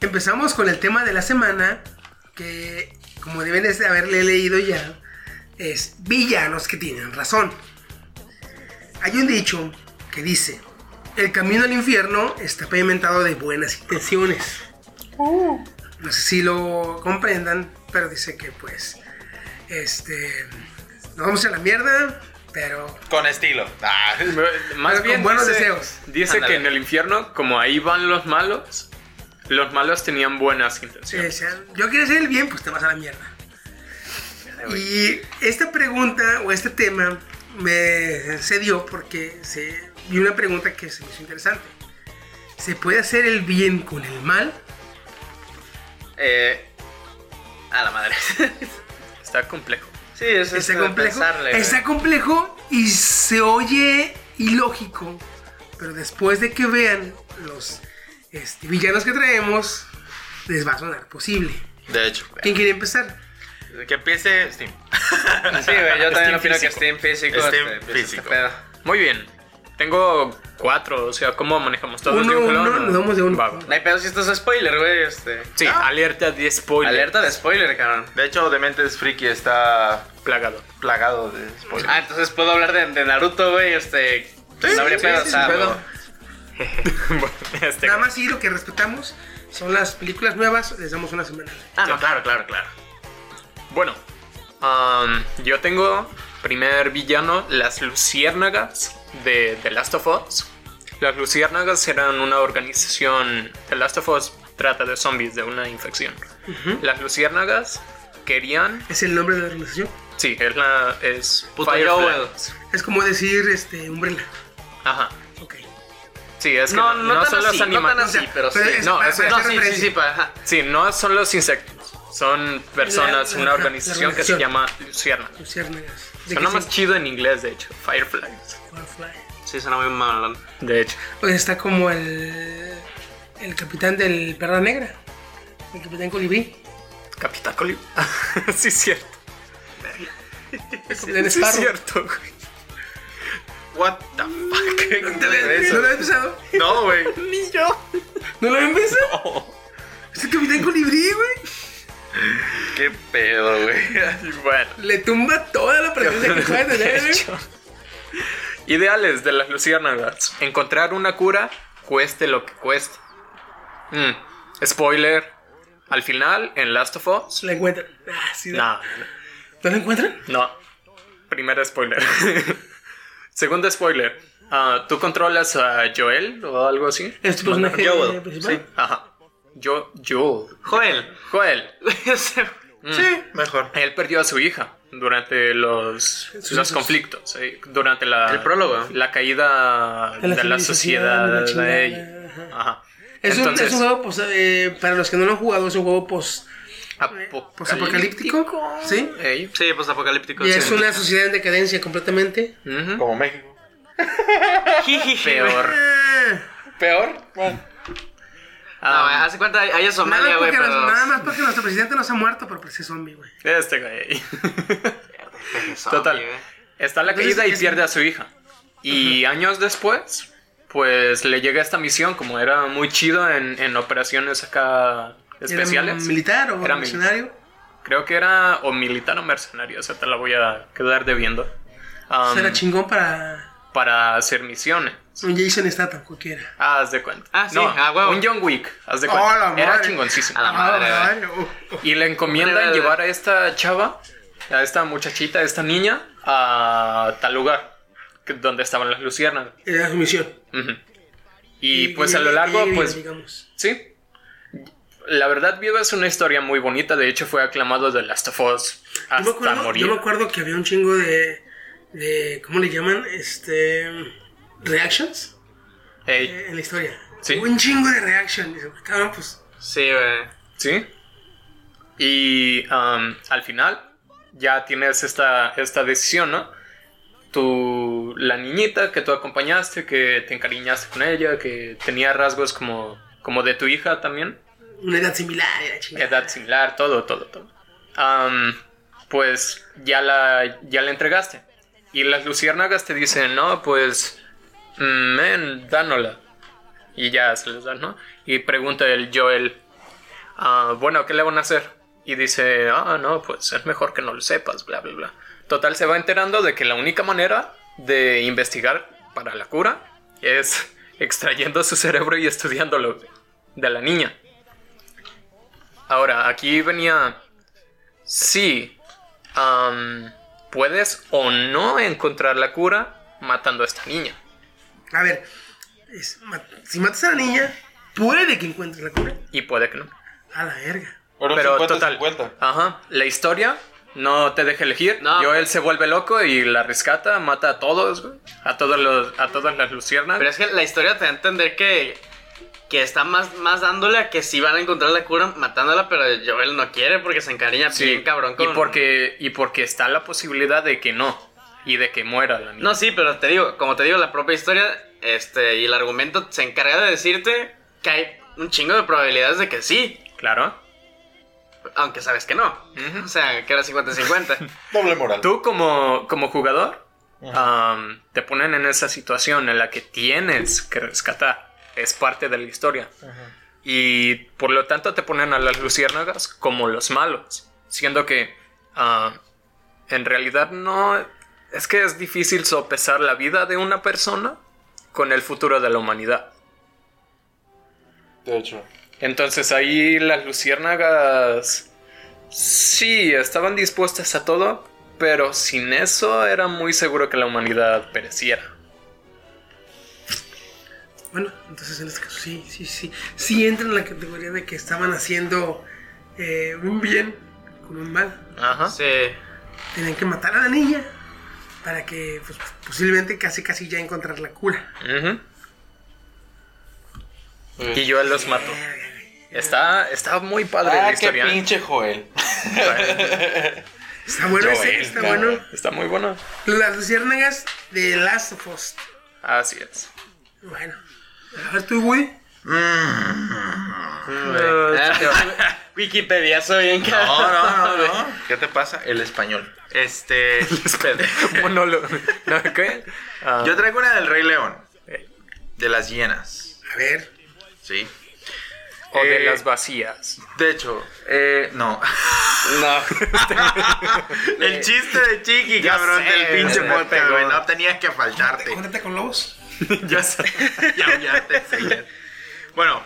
B: Empezamos con el tema de la semana, que como deben de haberle leído ya, es villanos que tienen razón. Hay un dicho que dice, el camino al infierno está pavimentado de buenas intenciones. No sé si lo comprendan, pero dice que pues, este, nos vamos a la mierda, pero
F: Con estilo. Ah,
D: Más
B: Pero con
D: bien.
B: buenos
D: dice,
B: deseos.
D: Dice
E: Ándale.
D: que en el infierno, como ahí van los malos, los malos tenían buenas
B: Sí,
D: intenciones.
B: o sea, yo quiero hacer el bien, pues te vas a la mierda. Y esta pregunta o este tema me se dio porque se, vi una pregunta que se me hizo interesante. ¿Se puede hacer el bien con el mal?
E: eh, a la madre.
D: Está complejo.
E: sí, es
B: Está
E: este,
B: complejo.
E: pensarle, güey.
B: Está complejo y se oye ilógico. Pero después de que vean los este, villanos que traemos, les va a sonar posible.
F: de hecho.
B: ¿Quién quiere empezar?
F: Que empiece Steam.
E: Sí, güey, yo también
D: Steam
E: opino que
D: físico.
E: Steam físico.
F: Steam
E: este, pues, este
F: físico.
E: pedo.
D: Muy bien. Tengo cuatro, o sea, ¿cómo manejamos todos?
B: Uno,
D: de un jalón
B: uno,
D: o-
B: nos damos de uno. Ah.
D: Va, va.
E: No hay pedo si esto es spoiler, güey. Este.
D: Sí, alerta de spoiler.
E: Alerta de spoiler, cabrón.
F: De hecho, Dementes Friki está
D: plagado. [LAUGHS]
F: plagado de spoilers.
E: Ah, entonces puedo hablar de, de Naruto, güey. Este. no habría
B: sí,
E: pedo,
B: sí,
E: o
B: sin
E: sea,
B: pedo.
E: güey.
D: Bueno, este-
B: Nada más y lo que respetamos son las películas nuevas, les damos una semana.
E: Ah, no, claro, claro, claro.
D: Bueno, am, yo tengo primer villano, las luciérnagas de The Last of Us. Las luciérnagas eran una organización. The Last of Us trata de zombies, de una infección. Las luciérnagas querían.
B: Es el nombre de la organización.
D: Sí, es la. Es.
E: Puto
D: Firefly.
E: Joel.
B: Es como decir, este, umbrella.
D: Ajá.
B: Ok.
D: Sí, es que
E: No, no, tan
D: son
E: así,
D: los
E: no tan
D: animales.
E: así, pero sí.
B: Pero es
D: no,
B: para-
D: eso
B: para
D: es-
E: No,
B: hacer
E: sí, sí,
B: referencia.
E: sí, pa- ajá.
D: Sí, no son los insectos. Son personas,
B: La- la-
D: una
B: la-
D: organización
B: la
D: que se
B: organización.
D: llama Luciérnagas.
B: Luciérnagas. ¿De
D: Suena
B: qué
D: más
B: se-
D: chido en inglés, de hecho. Fireflies.
B: Firefly.
E: Sí, suena muy mal.
D: De hecho.
B: Pues está como el. El capitán del Perra Negra. El capitán Colibrí.
D: Capitán Colib. [LAUGHS] sí, cierto.
B: El capitán
D: Sí,
B: Sparrow.
D: cierto, güey.
F: What the fuck?
B: [LAUGHS] ¿No lo había pensado?
F: No, güey.
D: Ni yo.
B: ¿No lo había pensado? Es el capitán Colibrí, güey.
F: Qué pedo, güey.
D: Y bueno.
B: Le tumba toda la presencia que puede
D: [LAUGHS]
B: tener,
D: de
B: güey.
D: hecho. Ideales de las luciérnagas. Encontrar una cura, cueste lo que cueste. Mm, Spoiler. Al final, en Last of Us.
B: La encuentran. Ah, sí, da.
D: No,
B: ¿No la encuentran?
D: no. Primer spoiler. [LAUGHS] Segundo spoiler. Ah, ¿Tú controlas a Joel o algo así?
B: ¿Es tu Este personaje
E: Joel,
B: principal?
D: Ajá. Yo, Joel.
E: Joel. [LAUGHS]
D: Joel.
E: Ese-
D: Mm.
F: Sí, mejor.
D: Él perdió a su hija durante los, los conflictos, eh, durante la,
E: El prólogo.
D: la caída
B: De la
D: de la
B: civilización,
D: sociedad
B: la chingada,
D: de ella. Ajá.
B: Es, un-
D: Entonces,
B: es un, juego, pues, eh, para los que no lo han jugado, es un juego post.
D: apo-
B: posapocalíptico, ¿sí?
D: Ey.
E: Sí, pues apocalíptico.
B: Y
E: sí.
B: es una sociedad en decadencia completamente.
D: Ujú.
F: Como México.
E: Jijiji, güey.
D: Peor.
B: Ah,
F: Peor. Bueno.
E: [LAUGHS] No, güey,
D: Ah,
E: hace cuenta, ahí es Somalia,
B: nada,
E: güey,
B: porque
E: pero...
B: nos- nada más porque nuestro presidente nos ha muerto, pero pues es zombie, güey.
D: este güey. [LAUGHS] Total.
E: Total.
D: Está la
B: Entonces,
D: caída y
B: es-
D: pierde a su hija. Y años después, pues le llega esta misión, como era muy chido en, en operaciones acá
B: Era
D: especiales.
B: militar o
D: Era
B: funcionario.
D: Creo que era o militar o mercenario, o sea, te la voy a quedar debiendo. Am,
B: Será chingón para
D: para hacer misiones.
B: un Jason Statham cualquiera.
D: Ah, haz de cuenta.
E: Ah, sí,
D: No,
E: ah, huevo.
D: un John Wick, haz de
B: Oh,
D: cuenta.
B: la
D: era
B: madre.
D: chingoncísimo.
E: A la madre,
B: Ah,
E: güey.
B: vale, oh.
D: Y le encomiendan
E: Madre.
D: llevar a esta chava, a esta muchachita, a esta niña, a tal lugar que- donde estaban las luciernas.
B: Era su misión.
D: Ujú. Y pues a lo largo,
B: y- y-
D: pues
B: digamos.
D: sí. La verdad, Viva es una historia muy bonita. De hecho, fue aclamado de Last of Us
B: Yo me,
D: hasta
B: acuerdo,
D: morir.
B: yo me acuerdo que había un chingo de, de. ¿Cómo le llaman? Este. Reactions
D: Ey,
B: eh, en la historia.
D: Sí.
B: Hubo Un chingo de reactions. Y se- Cabrón, pues.
E: Sí, güey.
D: ¿Sí? Y am, al final ya tienes esta, esta decisión, ¿no? Tú, la niñita que tú acompañaste, que te encariñaste con ella, que tenía rasgos como, como de tu hija también,
B: Una edad similar, y la
D: [LAUGHS]
B: chingada.
D: edad similar, todo, todo, todo. Am, pues ya la, ya la entregaste. Y las luciérnagas te dicen, no, pues, mm, men, dánosla. Y ya se les dan, ¿no? Y pregunta el Joel, "Ah, bueno, ¿qué le van a hacer? Y dice, ah, no, pues es mejor que no lo sepas, bla, bla, bla. Total, se va enterando de que la única manera de investigar para la cura es [LAUGHS] extrayendo su cerebro y estudiándolo de la niña. Ahora, aquí venía. Sí. am, puedes o no encontrar la cura matando a esta niña.
B: A ver, es- ma- si matas a la niña, puede que encuentres la cura.
D: Y puede que no.
B: A la verga.
F: Pero,
D: Pero
F: 50,
D: total.
F: 50.
D: Ajá. La historia no te deja elegir.
E: No. pues.
D: Joel se vuelve loco y la rescata, mata a todos, güey, A todos los, a todas las luciernas.
E: Pero es que la historia te da a entender que, que está más, más dándole a que si van a encontrar la cura matándola, pero Joel no quiere porque se encariña
D: Sí,
E: bien cabrón con...
D: Y porque, y porque está la posibilidad de que no. Y de que muera la niña.
E: No, sí, pero te digo, como te digo, la propia historia este, y el argumento se encarga de decirte que hay un chingo de probabilidades de que sí,
D: Claro.
E: aunque sabes que no.
D: Ujú.
E: O sea, que era 50-50.
F: Doble moral.
D: Tú como, como jugador am, te ponen en esa situación en la que tienes que rescatar. Es parte de la historia. Y por lo tanto te ponen a las luciérnagas como los malos. Siendo que am, en realidad no... Es que es difícil sopesar la vida de una persona con el futuro de la humanidad.
F: De hecho.
D: Entonces ahí las luciérnagas sí estaban dispuestas a todo, pero sin eso era muy seguro que la humanidad pereciera.
B: Bueno, entonces en este caso sí, sí, sí. Sí entra en la categoría de que estaban haciendo eh, un bien con un mal.
D: Ajá.
E: sí.
B: Tenían que matar a la niña para que pues, posiblemente casi casi ya encontrar la cura.
D: Ujú. Y yo los mato. Está, está muy padre la
F: Ah, qué
D: historia. ¿eh?
F: pinche Joel.
B: Está bueno
F: Joel,
D: eh,
B: ese, está
F: cabrón.
B: bueno.
D: Está muy bueno.
B: Las luciérnagas de Last of Us.
D: Así es.
B: Bueno. A ver tú, güey.
D: Ah. [LAUGHS]
E: Wikipedia soy bien cabrón.
F: No, no, no, no. ¿Qué te pasa? El español. Este.
D: Monólogo. ¿No? ¿Qué? [LAUGHS] Ah,
F: Yo traigo una del Rey León.
D: eh,
F: De las hienas.
B: A ver.
F: Sí.
D: o de
F: Eh,
D: las vacías.
F: De hecho, eh, no. [LAUGHS] No. El chiste de Chiqui,
D: Ya
F: cabrón,
D: sé,
F: del pinche
D: ya
F: podcast,
D: pegó.
F: güey. No tenías que faltarte.
B: Cuéntate con lobos.
D: ya sé.
F: ya, ya te enseñé. Bueno,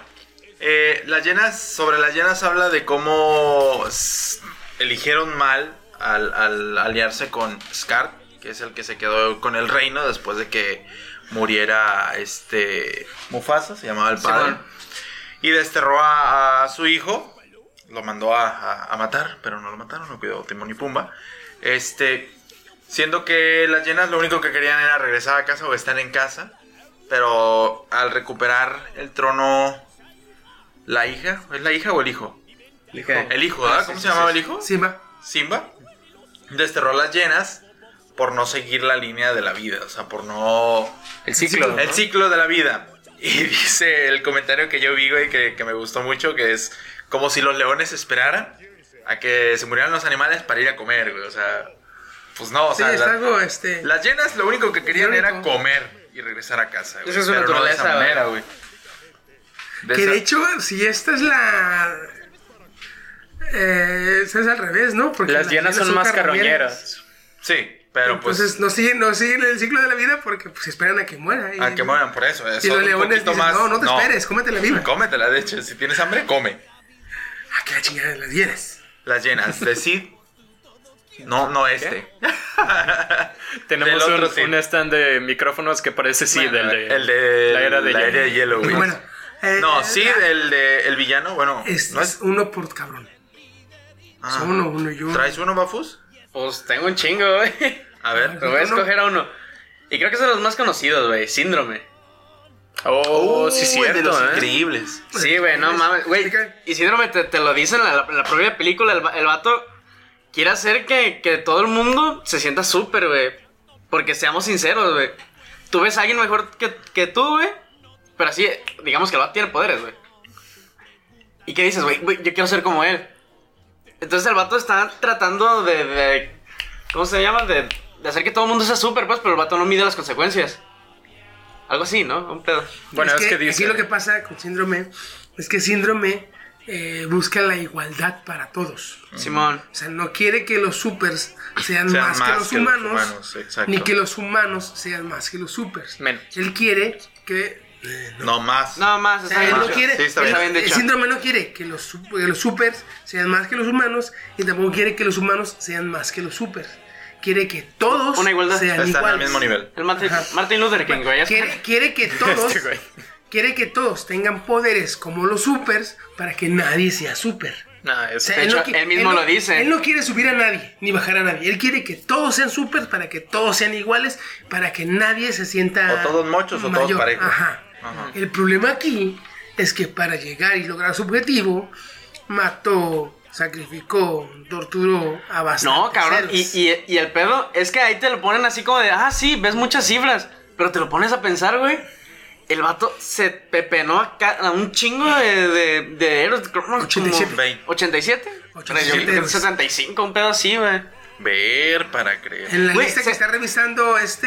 F: eh, las llenas, sobre las llenas habla de cómo s- eligieron mal al, al aliarse con Scar, que es el que se quedó con el reino después de que muriera este Mufasa, se llamaba el
E: Simón.
F: padre. Y desterró a, a su hijo, lo mandó a, a- a matar, pero no lo mataron, lo cuidó Timón y Pumba. Este, siendo que las llenas lo único que querían era regresar a casa o estar en casa, pero al recuperar el trono, la hija, ¿es la hija o el hijo? El hijo, ¿verdad? ¿Cómo se llamaba el hijo?
C: Simba.
F: Simba desterró a las llenas por no seguir la línea de la vida, o sea, por no...
D: El ciclo.
F: El ciclo de la vida. Y [LAUGHS] dice el comentario que yo vi, güey, que, que me gustó mucho, que es como si los leones esperaran a que se murieran los animales para ir a comer, güey, o sea... Pues no, o
B: Sí,
F: sea,
B: es
F: la-
B: algo, este...
F: las llenas lo único que querían
B: Lo único.
F: era comer y regresar a casa, güey.
E: Esa es su
F: pero no de esa
E: naturaleza, güey.
F: manera, güey. De
B: que
F: esa-
B: de hecho, si esta es la... Eh, esta es al revés, ¿no? Porque
D: Las llenas son más carroñeras.
F: Sí, pero pues,
B: Entonces no siguen, no siguen el ciclo de la vida porque pues esperan a que muera. y-
F: pues... A que mueran por eso.
B: Y
F: son
B: los
F: un
B: leones
F: poquito
B: dicen,
F: más-
B: no, no te esperes, cómetela viva.
F: Cómetela, de hecho, si tienes hambre, come.
B: Ah, que la chingada, las llenas.
F: Las llenas, de Sid. No, no este.
D: Tenemos
F: del otro
D: un,
F: Sid.
D: un stand de micrófonos que parece sí, del de,
F: el de
D: la era de hielo.
F: hielo, güey.
B: Bueno, eh,
F: no,
B: eh,
F: Sid, el de el villano, bueno,
B: Es,
F: no
B: es
F: es.
B: uno por cabrón.
F: Ah.
B: Son uno, uno y uno.
F: ¿Traes uno, Bafus?
E: Pues tengo un chingo, güey. [LAUGHS]
F: A ver.
E: Pero voy a
B: Uno.
E: escoger a uno. Y creo que son los más conocidos, güey. Síndrome.
D: Oh, sí,
F: Uy, de los
D: cierto, ¿eh?
F: increíbles.
E: Sí, güey, no mames. Güey,
B: Explica.
E: y síndrome te, te lo dicen en la, en la propia película. El, va- el vato quiere hacer que, que todo el mundo se sienta súper, güey. Porque seamos sinceros, güey. Tú ves a alguien mejor que, que tú, güey. Pero así, digamos que el vato tiene poderes, güey. ¿Y qué dices, güey? Güey, Yo quiero ser como él. Entonces el vato está tratando de. de- ¿Cómo se llama? De, de hacer que todo el mundo sea súper, pues, pero el vato no mide las consecuencias. Algo así, ¿no? Un pedo.
D: Bueno, es, que,
B: aquí
D: dice.
B: lo que pasa con síndrome es que síndrome eh, busca la igualdad para todos.
E: Simón.
B: O sea, no quiere que los supers sean,
F: Sean
B: más, que los humanos,
F: exacto.
B: ni que los humanos sean más que los supers.
D: Menos.
B: Él quiere que
F: No más.
E: Nada más,
B: O
E: está
B: sea, él
E: bien
B: no
E: dicho.
B: quiere,
F: Sí, está
B: el-
F: bien.
E: Está bien
B: el
E: dicho.
B: síndrome no quiere que los, sup- que los supers sean más que los humanos y tampoco quiere que los humanos sean más que los supers. Quiere que todos
E: Una igualdad.
B: sean
F: Están al
B: iguales.
F: mismo nivel.
E: El Martin, Martin Luther King, güey. ya está.
B: Quiere, quiere que todos
D: Este güey.
B: quiere que todos tengan poderes como los supers para que nadie sea super.
D: Nah, es-
B: O sea,
E: De hecho,
B: qui-
E: él mismo
B: no-
E: lo dice.
B: Él no quiere subir a nadie ni bajar a nadie. Él quiere que todos sean supers para que todos sean iguales, para que nadie se sienta.
F: O todos mochos o todos parejos.
B: Ajá.
F: Ajá.
B: El problema aquí es que para llegar y lograr su objetivo, mató, sacrificó, torturó a bastantes
E: No, cabrón. Y,
B: seres.
E: y- y el pedo es que ahí te lo ponen así como de, ah, sí, ves muchas cifras. Pero te lo pones a pensar, güey. El vato se pepenó a, ca- a un chingo de, de, de héroes. creo que como
B: 87.
E: 20. 87.
B: 87
E: Creo que
B: héroes.
E: 75, un pedo así, güey.
F: Ver para creer.
B: En la
E: Güey,
B: lista
E: se-
B: que está revisando este.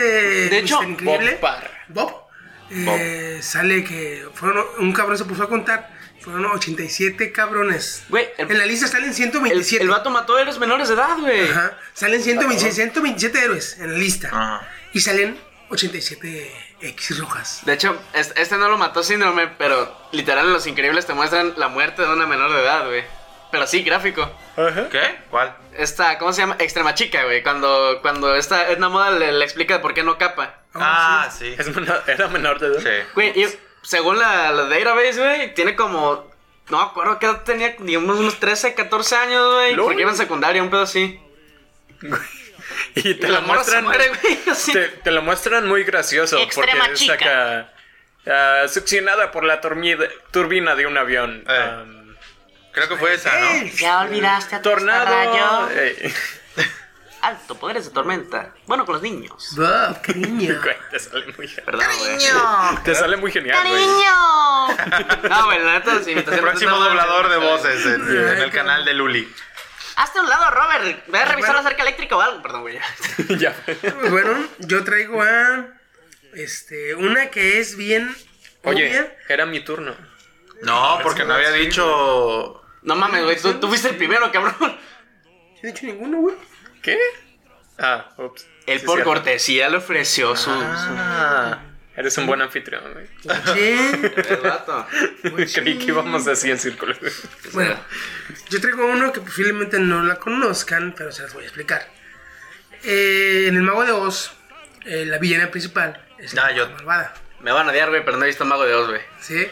E: De hecho,
B: Mr. Increíble,
D: Bob Parr.
B: Bob, eh, sale que fueron. Un cabrón se puso a contar. Fueron 87 cabrones.
E: Güey, el-
B: en la lista salen
E: El,
B: 127.
E: el vato mató héroes menores de edad, güey.
B: Ajá. Salen 126, 127 héroes en la lista.
F: Ajá.
B: Y salen 87 X rojas.
E: De hecho, es- este no lo mató Síndrome, pero literal en Los Increíbles te muestran la muerte de una menor de edad, güey. Pero sí, gráfico.
F: ¿Qué? ¿Cuál?
E: Esta, ¿cómo se llama? Extrema chica, güey. Cuando, cuando esta Edna Moda le, le explica por qué no capa.
B: Oh,
F: Ah, sí.
D: es menor- era menor de edad.
F: Sí.
E: Güey, y según la, la database, güey, tiene como. No me acuerdo qué edad tenía, digamos unos 13, 14 años, güey.
D: Lol.
E: Porque iba en secundaria, un pedo así.
D: Y
E: Y
D: te lo
E: la morra se
D: muestran.
E: muere, güey. [LAUGHS] Así.
D: Te, te lo muestran muy gracioso
G: Extrema
D: porque está acá ah, succionada por la tormida- turbina de un avión.
F: Eh.
D: Am,
F: Creo que fue esa, ¿no?
G: Ya olvidaste a tu
D: Ah, tornado.
G: rayo.
D: eh,
E: Alto, poderes de tormenta. Bueno, con los niños.
B: Bob, qué niño.
D: [LAUGHS] güey, te sale muy,
E: Perdón, güey.
G: Cariño.
D: te sale muy genial, güey.
G: Cariño.
E: [LAUGHS] No, güey, la neta, sí.
F: El próximo doblador de voces en, en el canal de Luli.
E: Hazte a un lado, Robert. Ve a revisar
B: Bueno.
E: la cerca eléctrica o algo. Perdón, güey.
D: [LAUGHS] Ya.
B: Bueno, yo traigo a. Este, una que es bien.
D: Oye,
B: obvia.
D: era mi turno.
F: No, porque no había dicho.
E: No mames, güey. Tú, tú fuiste el primero, cabrón.
B: No he dicho ninguno, güey.
D: ¿Qué? Ah, ups.
E: Él
D: Sí,
E: por
D: cierto.
E: cortesía le ofreció su.
D: Ah, eres un buen anfitrión, güey.
B: Oye.
E: su- El vato.
D: [LAUGHS] Creí que íbamos así en círculo. güey.
B: bueno, yo traigo uno que posiblemente no la conozcan, pero se las voy a explicar. Eh, en El Mago de Oz, eh, la villana principal es la
F: Ah, yo-
B: malvada.
E: Me van a odiar, güey, pero no he visto Mago de Oz, güey.
B: ¿Sí?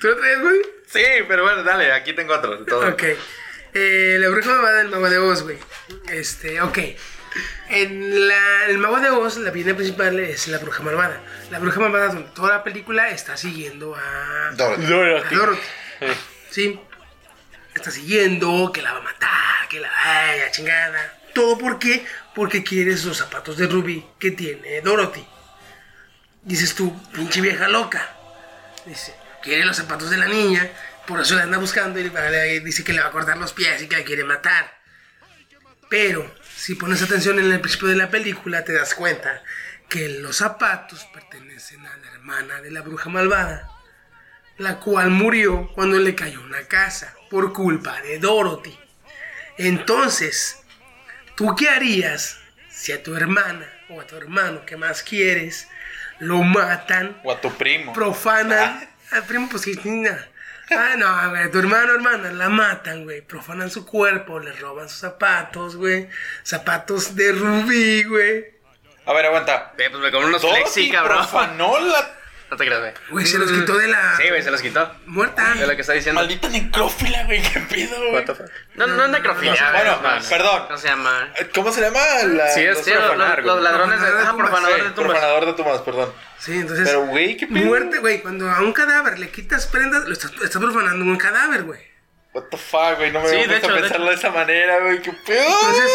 B: ¿Tú lo traes, güey?
F: Sí, pero bueno, dale, aquí tengo
E: [LAUGHS]
F: otro. entonces.
B: Ok. Eh, la bruja malvada del mago de Oz, güey. Este, ok. En la, el mago de Oz, la villana principal es la bruja malvada. La bruja malvada, durante toda la película, está siguiendo a.
H: Dorothy.
B: a Dorothy. Sí. Está siguiendo, que la va a matar, que la vaya chingada. ¿Todo por qué? Porque quiere esos zapatos de Ruby que tiene Dorothy. Dices tú, pinche vieja loca. Dice, quiere los zapatos de la niña, por eso la anda buscando y le va- le dice que le va a cortar los pies y que la quiere matar. Pero si pones atención en el principio de la película, te das cuenta que los zapatos pertenecen a la hermana de la bruja malvada la cual murió cuando le cayó una casa por culpa de Dorothy. Entonces, ¿tú qué harías si a tu hermana o a tu hermano que más quieres lo matan,
F: O a tu primo.
E: Ah.
B: profanan al primo pues sí, ni nada. Ah, no, a ver, tu hermano o hermana la matan, güey. Profanan su cuerpo, le roban sus zapatos, güey. Zapatos de rubí, güey.
F: A ver, aguanta.
E: Güey, pues me compré unos
F: Dorothy
E: flexi, cabrón.
F: profanó la
E: No te creas, güey.
B: Güey, se los quitó de la
E: Sí, güey, se los quitó.
B: muerta.
E: Es lo que está diciendo.
F: maldita necrófila, güey. ¿Qué pedo, güey?
E: No, no es necrofilia.
F: Bueno,
E: güey, no, no.
F: perdón.
E: ¿Cómo se llama?
F: Eh, ¿Cómo se llama? La,
D: Sí, es
F: Ah, los
E: Sí, los,
D: profanar,
E: los
D: güey.
E: ladrones de.
B: Profanador
E: Ah,
B: de
E: profanador de tumbas.
F: profanador de tumbas, perdón.
B: Sí, entonces.
F: Pero, güey, ¿qué pedo?
B: Muerte, güey. Cuando a un cadáver le quitas prendas, lo estás, estás profanando un cadáver, güey.
F: What the fuck, güey. No me
E: Sí,
F: voy
E: de
F: a
E: hecho, de
F: pensarlo de esa manera, güey. ¿Qué pedo?
B: Entonces,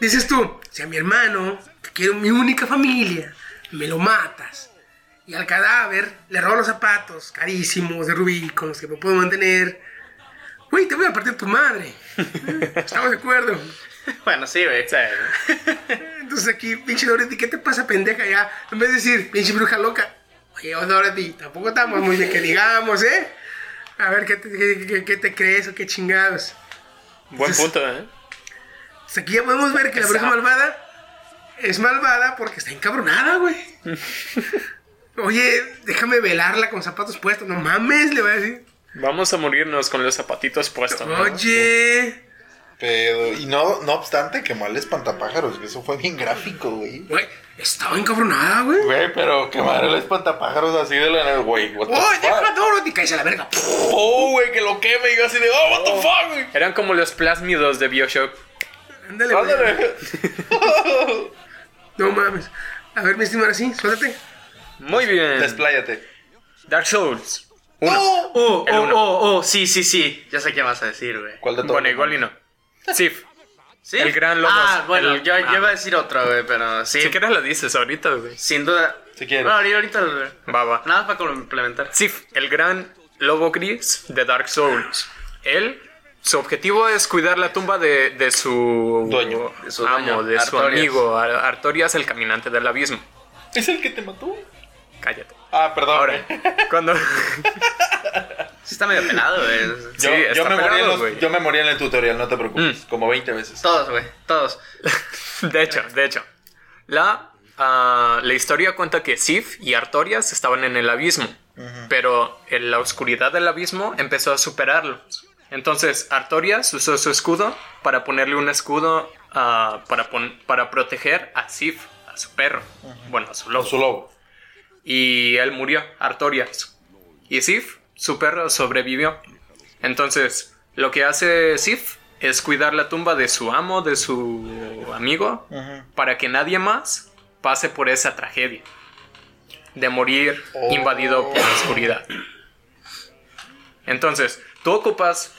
B: dices tú, si a mi hermano, que quiero mi única familia, me lo matas. Y al cadáver le robo los zapatos carísimos de rubí con los que me puedo mantener. Güey, te voy a partir tu
F: [LAUGHS]
B: madre. Estamos de acuerdo.
E: Bueno, sí, güey.
B: Entonces aquí, pinche Dorothy, ¿qué te pasa, pendeja? Ya, en vez de decir, pinche bruja loca, oye, oh, Dorothy, tampoco estamos muy de que digamos, ¿eh? A ver, ¿qué te, qué- qué- qué te crees o qué chingados?
D: Buen punto, ¿eh?
B: Entonces aquí ya podemos ver que la bruja malvada es malvada porque está encabronada, güey. Oye, déjame velarla con zapatos puestos, no mames, le va a decir.
D: Vamos a morirnos con los zapatitos puestos. ¿no?
B: Oye,
H: Pero, y no, no obstante, que mal espantapájaros, que eso fue bien gráfico, güey.
B: güey, estaba encabronada, güey.
F: Güey, pero quemar el espantapájaros así de la nada, güey. What the
B: Oye,
F: fuck?
B: deja a Dorothy, cállese a la verga.
F: Oh, güey, que lo queme. Y yo así de, oh, what the fuck, güey.
D: Eran como los plásmidos de Bioshock.
B: Ándale, güey.
F: Ándale.
B: [LAUGHS] No mames. A ver, mi estimado, así, suéltate.
D: Muy bien.
F: Despláyate.
D: Dark Souls.
E: Oh, oh, oh, oh, sí, sí, sí. Ya sé qué vas a decir, güey.
F: ¿Cuál de todos?
D: Bueno, igual y no. Sif.
E: ¿Sí?
D: El gran Lobos.
E: Ah, bueno,
D: El-
E: yo, yo
D: ah.
E: iba a decir otro, güey, pero sí.
D: Si quieres lo dices ahorita, güey.
E: Sin duda.
F: Si quieres.
E: No, ahorita, ahorita lo veo.
D: Va, va.
E: Nada más para complementar.
D: Sif, el gran lobo gris de Dark Souls. Él, su objetivo es cuidar la tumba de, de su
F: Dueño,
D: de su
E: dueño,
D: amo, de su
E: Artorias.
D: amigo, Ar- Artorias, el caminante del abismo.
F: ¿Es el que te mató?
D: Cállate.
F: Ah, perdón.
D: Ahora,
F: güey.
D: cuando.
E: Sí está medio pelado, güey.
D: Sí,
F: Yo, yo
D: está
F: me morí en
D: pelado,
F: los-
D: güey.
F: yo me morí en el tutorial, no te preocupes. Como 20 veces.
E: Todos, güey, todos.
D: [LAUGHS] De hecho, de hecho. La, ah, la historia cuenta que Sif y Artorias estaban en el abismo, pero en la oscuridad del abismo empezó a superarlos. Entonces Artorias usó su escudo para ponerle un escudo ah, para, pon- para proteger a Sif, a su perro, bueno, a su lobo.
F: Su lobo.
D: Y él murió, Artorias. Y Sif, su perro, sobrevivió. Entonces, lo que hace Sif es cuidar la tumba de su amo, de su amigo, para que nadie más pase por esa tragedia de morir
E: Oh.
D: invadido por la oscuridad. Entonces, tú ocupas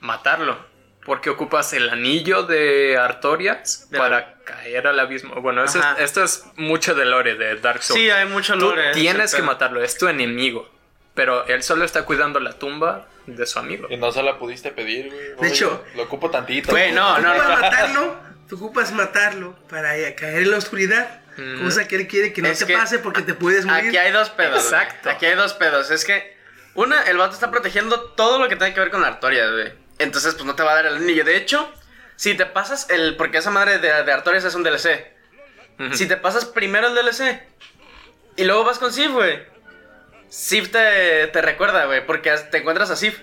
D: matarlo, porque ocupas el anillo de Artorias
E: De la-
D: para caer al abismo. Bueno, eso es-
E: Ajá.
D: esto es mucho de lore de Dark Souls.
E: Sí, hay mucho
D: Tú
E: lore.
D: tienes
E: ese
D: que
E: pedo.
D: matarlo, es tu enemigo. Pero él solo está cuidando la tumba de su amigo.
F: Y no se la pudiste pedir,
B: De
F: güey.
B: hecho.
F: Lo ocupo tantito.
E: Güey, no,
B: Tú
E: no,
B: ocupas
E: no.
B: matarlo, tú ocupas matarlo para caer en la oscuridad.
D: Mm.
B: Cosa que él quiere que no
E: Es
B: te
E: que
B: pase porque te puedes morir.
E: Aquí hay dos pedos. güey.
D: Exacto.
E: Aquí hay dos pedos. Es que, una, el vato está protegiendo todo lo que tenga que ver con Artorias, güey. Entonces, pues no te va a dar el anillo. De hecho, si te pasas el. Porque esa madre de, de Artorias es un DLC.
D: Ujú.
E: Si te pasas primero el DLC y luego vas con Sif, güey. Sif te, te recuerda, güey, porque as- te encuentras a Sif.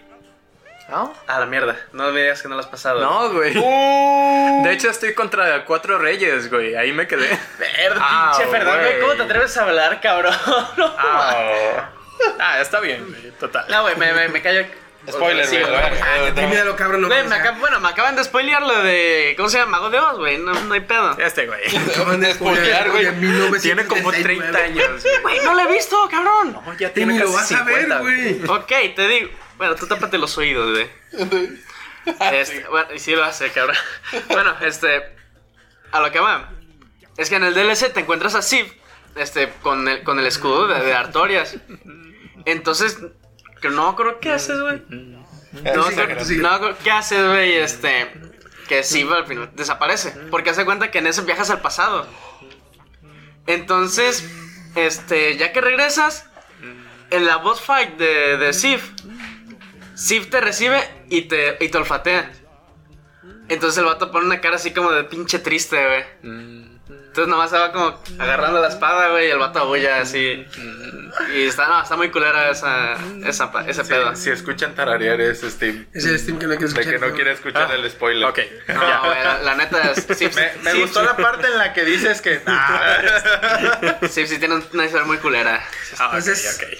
D: ¿No?
E: A la mierda. No me digas que no lo has pasado.
D: No, güey. De hecho, estoy contra cuatro reyes, güey. Ahí me quedé.
E: Verde,
D: Ah,
E: pinche Fernando,
D: güey.
E: ¿cómo te atreves a hablar, cabrón? [LAUGHS]
D: Ah, ah, está bien, güey. Total. Ah,
E: No, güey, me, me, me callo.
F: Spoiler,
E: Sí,
F: güey. lo
E: güey.
F: voy a-
B: Termínalo, cabrón. No,
E: Güey,
B: o
E: me
B: sea,
E: acab- bueno, me acaban de spoilear lo de. ¿Cómo se llama? Mago de Oz, güey. No, no hay pedo.
D: Este, güey.
B: acaban de spoilear, güey. en 1979.
D: Tiene como 30 años. güey.
E: Güey, no lo he visto, cabrón.
D: No, ya
B: Tú
D: tiene
B: ni
D: casi
B: lo vas a ver,
D: 50,
B: güey.
E: Ok, te digo. Bueno, tú tápate los
D: [LAUGHS]
E: oídos, güey. Este, bueno, y sí lo hace, cabrón. Bueno, este. A lo que va. Es que en el DLC te encuentras a Sif, este, con el, con el escudo de, de Artorias. Entonces, que no creo que haces, güey. No,
H: Sí,
E: creo-
H: sí.
E: no creo- ¿qué haces, güey? Este. Que Sif al final desaparece. Porque hace cuenta que en ese viajas al pasado. Entonces, este, ya que regresas, en la boss fight de, de Sif, Sif te recibe y te, y te olfatea. Entonces el vato pone una cara así como de pinche triste, güey. Entonces nomás se va como agarrando la espada, güey, y el vato bulla así. Y está, no, está muy culera esa, esa, pa- ese pedo.
F: Si escuchan tararear es Steve.
B: Es el Steam que no quiero
F: De
B: escuchar.
F: que no quiere escuchar el spoiler.
D: Ok.
E: No, güey, la, la neta, Sif,
F: Me, me
E: Sif-
F: gustó la parte en la que dices [LAUGHS] que. "Ah, este Nah.
E: Sif sí tiene una historia muy culera.
D: Ah, ok,
B: Entonces-
D: ok.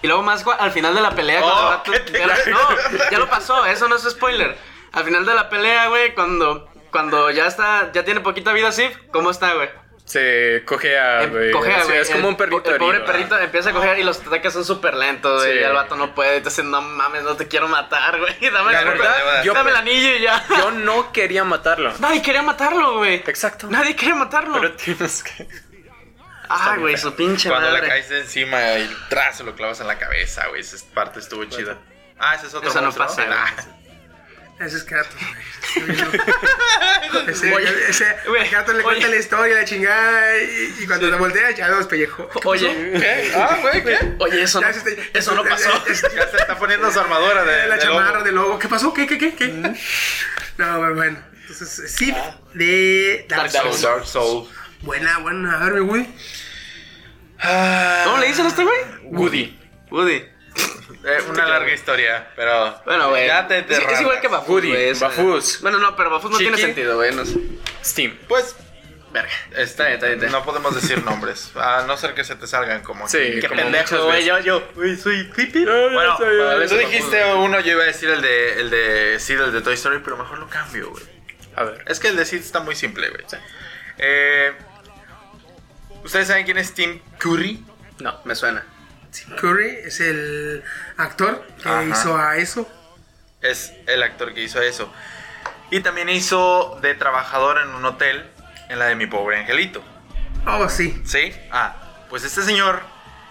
E: Y luego más gua- al final de la pelea cuando
F: Oh,
E: el vato-
F: ¿qué te
E: ya, lo- no, ya lo pasó, eso no es spoiler. Al final de la pelea, güey, cuando cuando ya está ya tiene poquita vida Sif, ¿cómo está, güey?
D: Se cogea,
E: Em-
D: Ah, güey.
E: cojea,
D: O sea,
E: güey.
D: Es como
E: El-
D: un perrito.
E: El pobre
D: herido.
E: perrito empieza a coger y los ataques son súper lentos, güey.
D: Sí.
E: Y el vato no puede. Entonces, no mames, no te quiero matar, güey. [LAUGHS] Dame, la
F: La verdad,
D: yo-
E: dame el anillo y ya.
D: Yo no quería matarlo.
E: [LAUGHS] Nadie quería matarlo, güey.
D: Exacto.
E: Nadie quería matarlo.
D: Pero tienes que.
E: Ay, güey, su pinche
F: Cuando le
E: madre.
F: caes de encima y tras se lo clavas en la cabeza, güey. Esa parte estuvo chida. Ah, ese es otro
E: Eso no
F: monstruo,
E: pasa,
F: Ah,
B: Ese es Kratos,
E: [LAUGHS]
B: güey. Ese, ese
E: Güey,
B: Kratos le cuenta
E: oye.
B: la historia, la chingada, y, y cuando la voltea ya los pellejo.
E: Oye,
F: ¿Qué? Ah, güey, ¿qué?
E: oye, eso no,
B: Ya este, se está-
E: [LAUGHS] eso no
B: ya-
E: pasó.
B: [LAUGHS] ya- ya se-
F: Ya se está poniendo su armadura de,
B: la
F: de lobo.
B: chamarra de lobo. ¿Qué pasó? ¿Qué, qué, qué, qué? No, bueno, bueno. Entonces, Sif de Dark
E: Dark
B: Souls.
F: Dark Soul.
B: Buena, buena. A ver, mi Woody.
E: ¿Cómo le dicen a este güey?
D: Woody.
E: Woody.
F: Eh, una larga historia, pero.
E: Bueno, güey.
F: Ya te, te
E: es, es igual
F: rajas.
E: que Bafus.
D: Woody,
E: güey, es- eh,
D: Bafus.
E: Bueno, no, pero Bafus no
D: Chiqui.
E: tiene sentido, güey. No sé.
D: Steam.
F: Pues.
E: Verga.
F: Está, No podemos decir nombres. A no ser que se te salgan como.
D: Sí,
F: Qué
D: como
F: pendejo,
D: muchas
F: güey.
D: veces.
F: Yo, yo. Uy, soy hippie. Bueno,
D: soy-
F: tú dijiste uno, yo iba a decir el de, el de Sid, el de Toy Story, pero mejor lo cambio, güey.
D: A ver.
F: Es que el de Sid está muy simple, güey. Eh, ¿Ustedes saben quién es Tim Curry?
D: No.
E: Me suena.
B: Tim Curry es el actor que
F: Ajá.
B: hizo a eso.
F: Es el actor que hizo eso. Y también hizo de trabajador en un hotel en la de mi pobre angelito.
B: Oh, sí.
F: ¿Sí? Ah, pues este señor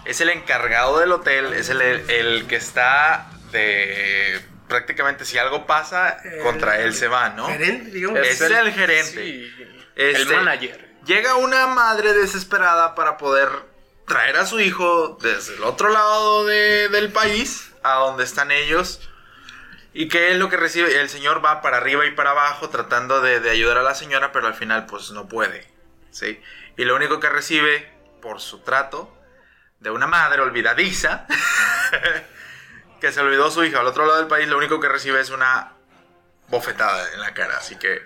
F: es el encargado del hotel, es el, el que está de... Prácticamente si algo pasa,
B: El-
F: contra él se va, ¿no?
B: Gerente, digamos.
D: Eh,
F: Es el, gerente.
D: Sí.
F: Este,
D: El manager.
F: Llega una madre desesperada para poder traer a su hijo desde el otro lado de- del país, a donde están ellos. Y que es lo que recibe, el señor va para arriba y para abajo tratando de, de ayudar a la señora, pero al final pues no puede. ¿sí? Y lo único que recibe por su trato de una madre olvidadiza, [LAUGHS] que se olvidó su hija al otro lado del país, lo único que recibe es una bofetada en la cara. Así que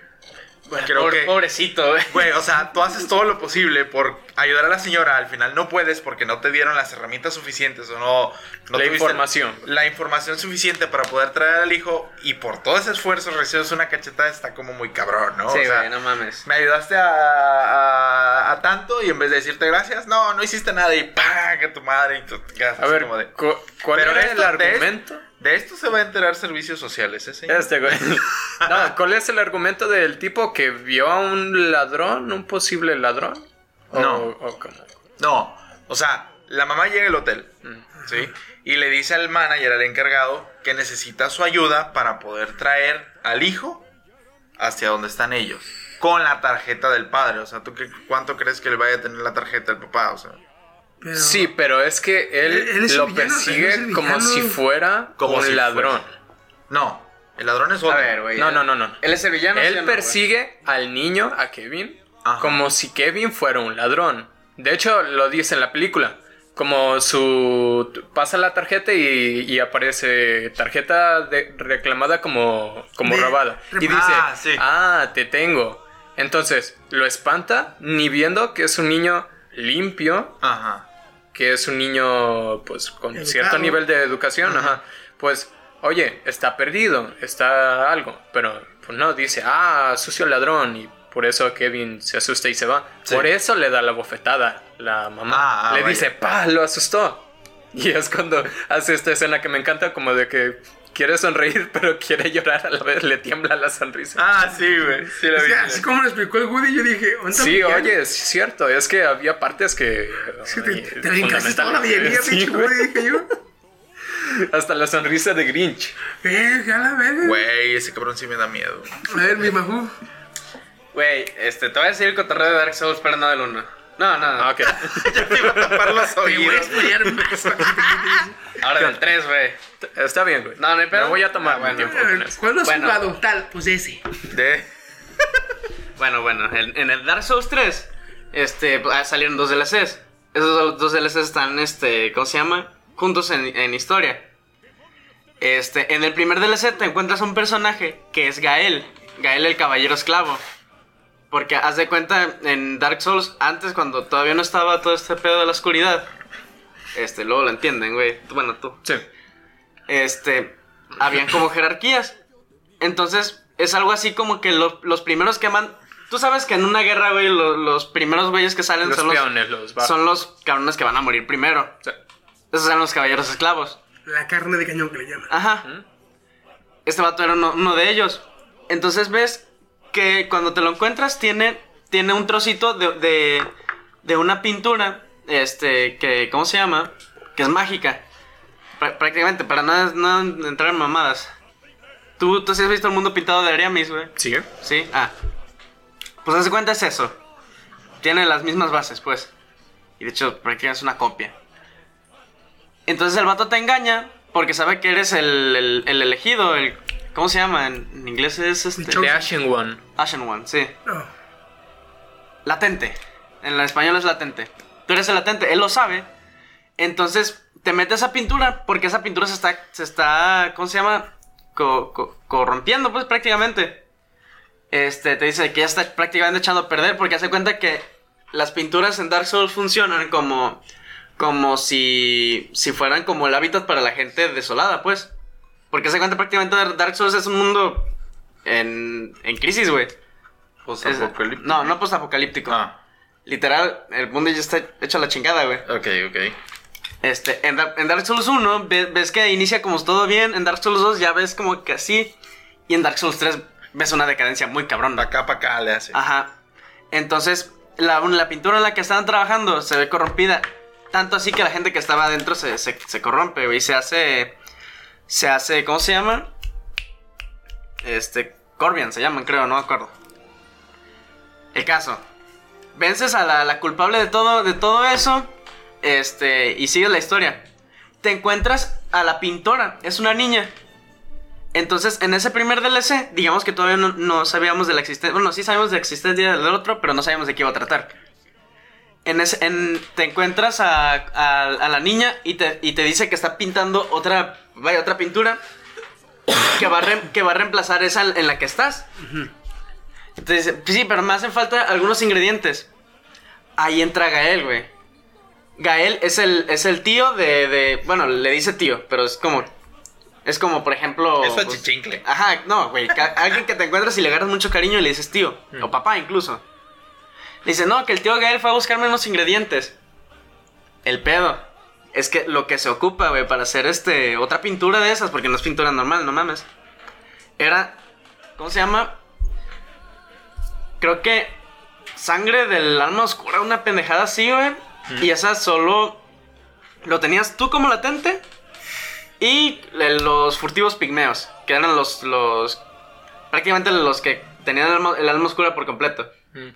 F: creo
E: Pobre-
F: que...
E: Pobrecito, güey.
F: Güey, o sea, tú haces todo lo posible por ayudar a la señora, al final no puedes porque no te dieron las herramientas suficientes o no, no
D: La
F: tuviste
D: información.
F: La información suficiente para poder traer al hijo y por todo ese esfuerzo recibes una cachetada, está como muy cabrón, ¿no?
E: Sí,
F: o sea,
E: güey, no mames.
F: me ayudaste a, a- a tanto y en vez de decirte gracias, no, no hiciste nada y ¡pam! que tu madre y tú te quedas
D: A
F: así
D: ver,
F: como de...
D: cu- ¿cuál
F: Pero
D: era
F: esto
D: el
F: de-
D: argumento?
F: De esto se va a enterar servicios sociales, ¿eh, señor?
D: Este, güey. No, ¿cuál es el argumento del tipo que vio a un ladrón, un posible ladrón? O-
F: No.
D: o cómo?
F: No, o sea, la mamá llega al hotel,
D: Mm.
F: ¿sí? Y le dice al manager, al encargado, que necesita su ayuda para poder traer al hijo hacia donde están ellos. Con la tarjeta del padre. O sea, ¿tú qué, cuánto crees que le vaya a tener la tarjeta del papá? O sea,
B: Pero-
D: Sí, pero es que él,
B: Él- él es el
D: lo
B: villano, él
D: persigue
B: es el
D: como
B: villano.
D: si fuera
F: Como
D: un
F: si
D: ladrón.
F: no, el ladrón es otro.
E: A ver, güey.
D: No,
E: él-
D: no, no, no.
E: Él es el villano. ¿sí o
D: Él
E: no, güey?
D: persigue al niño, a Kevin,
F: Ajá.
D: como si Kevin fuera un ladrón. De hecho, lo dice en la película. como su... pasa la tarjeta y, y aparece tarjeta de- reclamada como, como
C: De-
D: robada. Y dice,
C: Ah, sí.
D: ah, te tengo. Entonces, lo espanta ni viendo que es un niño limpio
C: Ajá.
D: que es un niño pues con
I: Educado.
D: cierto nivel de educación, ajá, pues oye, está perdido, está algo, pero pues no, dice, ah, sucio ladrón y por eso Kevin se asusta y se va.
C: Sí.
D: Por eso le da la bofetada la mamá.
C: Ah, ah,
D: le
C: vaya.
D: dice, pa, lo asustó. Y es cuando hace esta escena que me encanta como de que quiere sonreír [LAUGHS] pero quiere llorar a la vez, le tiembla la sonrisa.
C: Ah, sí, güey. Sí, la
I: O
C: vi.
I: sea, así como lo explicó el Woody, yo dije, ¿dónde
D: Sí,
I: está Miguel?
D: oye, es cierto, es que había partes que...
I: Es que
D: ay,
I: te, te brincaste toda la
D: fundamentales.
I: villería,
D: Sí,
I: pinche
D: güey.
I: Woody, dije yo.
D: Hasta la sonrisa de Grinch.
B: Eh,
I: Verga, la verga.
C: Güey, ese cabrón sí me da miedo.
I: A ver, mi majú.
E: Güey, este, te voy a decir el cotorreo de Dark Souls, pero no de Luna. No, no, no.
D: Ah,
E: [LAUGHS]
D: Ok.
C: Tapar los
I: Te voy a
C: oídos.
I: explayar más. para que te quites.
E: Ahora del 3, güey.
D: Está bien, güey.
E: No, no hay pedo.
D: Me voy a tomar
E: Ah, bueno.
D: mi tiempo
I: A
D: con
I: ver,
D: eso.
I: ¿Cuál lo has
E: Bueno.
I: jugado? Tal, pues ese.
C: De.
E: Bueno, bueno, en, en el Dark Souls 3, este, ah, salieron dos DLCs. Esos do- dos DLCs están, este, ¿cómo se llama? Juntos en, en historia. Este, en el primer DLC te encuentras un personaje que es Gael. Gael el caballero esclavo. Porque haz de cuenta, en Dark Souls, antes cuando todavía no estaba todo este pedo de la oscuridad. Este, luego lo entienden, güey. Tú- Bueno, tú.
D: Sí.
E: este, habían como jerarquías. Entonces, es algo así como que lo- los primeros que man... Tú sabes que en una guerra, güey, lo- los primeros güeyes que salen
D: Los
E: son, los,
D: peones, los bajos.
E: son los cabrones que van a morir primero.
D: Sí.
E: Esos eran los caballeros esclavos.
I: La carne de cañón que le llaman.
E: Ajá. Este vato era uno, uno de ellos. Entonces ves que cuando te lo encuentras tiene, tiene un trocito de, de, de una pintura, este, que, ¿cómo se llama? Que es mágica. Prá- prácticamente, para no, no entrar en mamadas. ¿Tú, tú sí has visto el mundo pintado de Ariamis, güey.
D: ¿Sigue?
E: ¿Sí? Ah. Pues haz de cuenta es eso. Tiene las mismas bases, pues. Y de hecho, prácticamente es una copia. Entonces el vato te engaña porque sabe que eres el, el- el elegido, el... ¿Cómo se llama? En, en inglés es este...
D: The Ashen One.
E: Ashen One, sí.
I: No.
E: Latente. En el español es latente. Tú eres el latente, él lo sabe. Entonces te mete esa pintura porque esa pintura se está, se está ¿cómo se llama? Co- co- corrompiendo, pues prácticamente. Este, te dice que ya está prácticamente echando a perder porque hace cuenta que las pinturas en Dark Souls funcionan como, como si, si fueran como el hábitat para la gente desolada, pues. Porque hace cuenta prácticamente Dark Souls es un mundo en, en crisis, güey. Es-
C: Posapocalíptico.
E: No, no postapocalíptico.
C: Ah,
E: Literal, el mundo ya está hecho a la chingada, güey.
C: ok, ok.
E: Este, en, Dar- en Dark Souls 1 ve- ves que inicia como todo bien, en Dark Souls 2 ya ves como que así, y en Dark Souls 3 ves una decadencia muy cabrón.
F: De acá para acá le hace.
E: Ajá. Entonces, la, la pintura en la que estaban trabajando se ve corrompida. Tanto así que la gente que estaba adentro se, se, se corrompe, güey. y Se hace. Se hace. ¿Cómo se llama? Este. Corbian se llaman, creo, no me acuerdo. El caso. Vences a la, la culpable de todo, de todo eso. Este. Y sigues la historia. Te encuentras a la pintora. Es una niña. Entonces, en ese primer DLC, digamos que todavía no, no sabíamos de la existencia. Bueno, sí sabíamos de la existencia del otro, pero no sabíamos de qué iba a tratar. En ese, en, te encuentras a, a- a la niña y te, y te dice que está pintando otra, vaya, otra pintura que va, a re- que va a reemplazar esa en la que estás. Entonces, sí, pero me hacen falta algunos ingredientes. Ahí entra Gael, güey. Gael es el, es el tío de, de- Bueno, le dice tío, pero es como. Es como, por ejemplo.
F: Es
E: pues,
F: achichincle.
E: Ajá, no, güey. ca- Alguien que te encuentras y le agarras mucho cariño y le dices tío. O papá, incluso. Le dice, no, que el tío Gael fue a buscarme unos ingredientes. El pedo. Es que lo que se ocupa, güey, para hacer este. Otra pintura de esas, porque no es pintura normal, no mames. Era. ¿Cómo se llama? Creo que. Sangre del alma oscura, una pendejada así, güey. Y esa solo. Lo tenías tú como latente. Y le- los furtivos pigmeos, que eran los. los prácticamente los que tenían el alma, el alma oscura por completo.
D: Mm.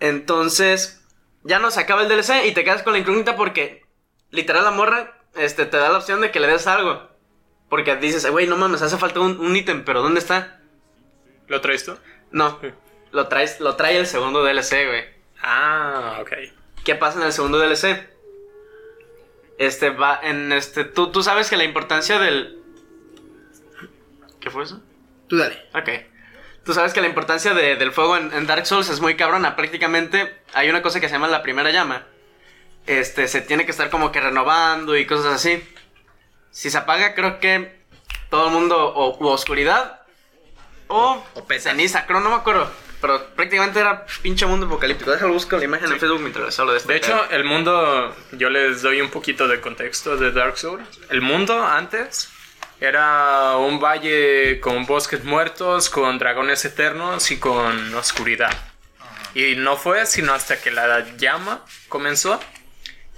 E: Entonces, ya no se acaba el DLC y te quedas con la incógnita porque, literal, la morra este, te da la opción de que le des algo. Porque dices, güey, no mames, hace falta un, un ítem, pero ¿dónde está?
D: ¿Lo traes tú?
E: No,
D: Sí.
E: lo, traes, lo trae el segundo DLC, güey.
D: Ah, ok.
E: ¿Qué pasa en el segundo DLC? Este va en este. Tú, tú sabes que la importancia del. ¿Qué fue eso?
B: Tú dale.
E: Ok. Tú sabes que la importancia de- del fuego en, en Dark Souls es muy cabrona. Prácticamente hay una cosa que se llama la primera llama. Este, se tiene que estar como que renovando y cosas así. Si se apaga, creo que todo el mundo, o u oscuridad, o,
F: O petas.
E: ceniza, creo, no me acuerdo. Pero prácticamente era pinche mundo apocalíptico. Déjalo buscar la imagen en Facebook mientras hablo de esto.
D: De hecho, el mundo, yo les doy un poquito de contexto de Dark Souls. El mundo antes era un valle con bosques muertos, con dragones eternos y con oscuridad. Y no fue sino hasta que la llama comenzó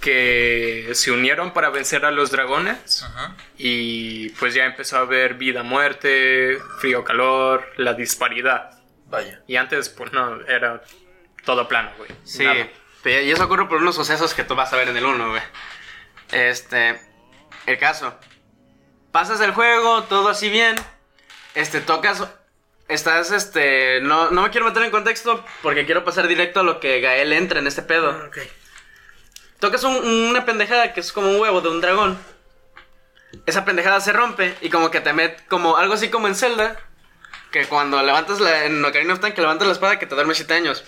D: que se unieron para vencer a los dragones y pues ya empezó a haber vida, muerte, frío, calor, la disparidad.
F: Vaya.
D: Y antes pues no, era todo plano, güey.
E: Sí,
D: Nada.
E: pero- y eso ocurre por unos sucesos que tú vas a ver en el 1, güey. Este, el caso. Pasas el juego, todo así bien. Este, tocas, estás, este, no, no me quiero meter en contexto porque quiero pasar directo a lo que Gael entra en este pedo.
B: Ah, ok.
E: Tocas un- una pendejada que es como un huevo de un dragón. Esa pendejada se rompe y como que te met como algo así como en Zelda. Que cuando levantas la, en Ocarina of Time, que levantas la espada, que te duermes 7 años.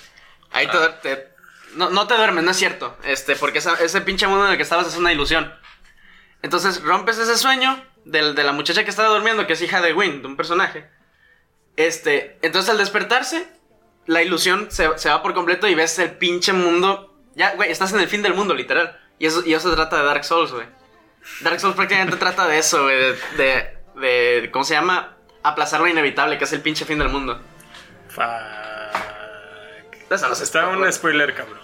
E: Ahí te, duer- te- no, no te duermes, no es cierto. Este, porque esa- ese pinche mundo en el que estabas es una ilusión. Entonces rompes ese sueño del, de la muchacha que estaba durmiendo, que es hija de Win, de un personaje. Este, entonces al despertarse, la ilusión se, se va por completo y ves el pinche mundo. Ya, güey, estás en el fin del mundo, literal. Y eso, y eso se trata de Dark Souls, güey. Dark Souls prácticamente trata de eso, güey. De, de, de- ¿Cómo se llama? Aplazar lo inevitable, que es el pinche fin del mundo.
D: Fuck.
E: Eso no se
D: Está un spoiler, cabrón.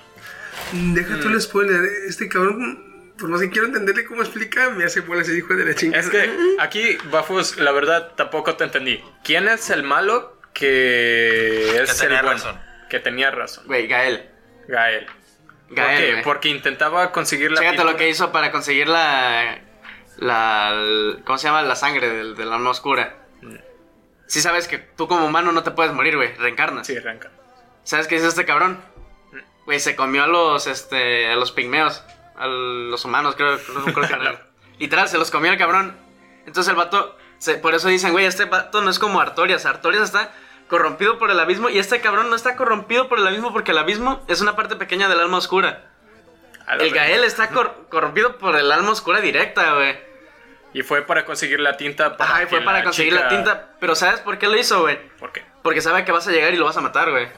B: Deja tú el
E: Mm.
B: spoiler. eh. Este cabrón, por más que quiero entenderle cómo explica, me hace bolas ese hijo de la chingada.
D: Es que aquí, Bafus, la verdad tampoco te entendí. ¿Quién es el malo que es
F: tenía
D: el bueno?
F: razón.
D: Que tenía razón.
E: Güey, Gael.
D: Gael. ¿Por
E: Gael.
D: qué?
E: güey.
D: Porque intentaba conseguir la
E: Chécate lo
D: pintura.
E: que hizo para conseguir la. La. el- ¿Cómo se llama? La sangre del, del alma oscura.
D: Mm.
E: Si sabes que tú como humano no te puedes morir, güey. Reencarnas.
D: Sí, arranca.
E: ¿Sabes qué hizo este cabrón? Güey, se comió a los, este, a los pigmeos, a los humanos, creo, no creo
D: [LAUGHS]
E: que era. Literal, se los comió el cabrón. Entonces el vato, se- por eso dicen, güey, este vato no es como Artorias. Artorias está corrompido por el abismo y este cabrón no está corrompido por el abismo porque el abismo es una parte pequeña del alma oscura.
D: A la
E: El
D: verga.
E: Gael está cor- corrompido por el alma oscura directa, güey.
D: Y fue para conseguir la tinta. Para
E: Ajá, y fue
D: que
E: para conseguir la
D: chica-
E: tinta. Pero ¿sabes por qué lo hizo, güey?
D: ¿Por qué?
E: Porque sabe que vas a llegar y lo vas a matar, güey.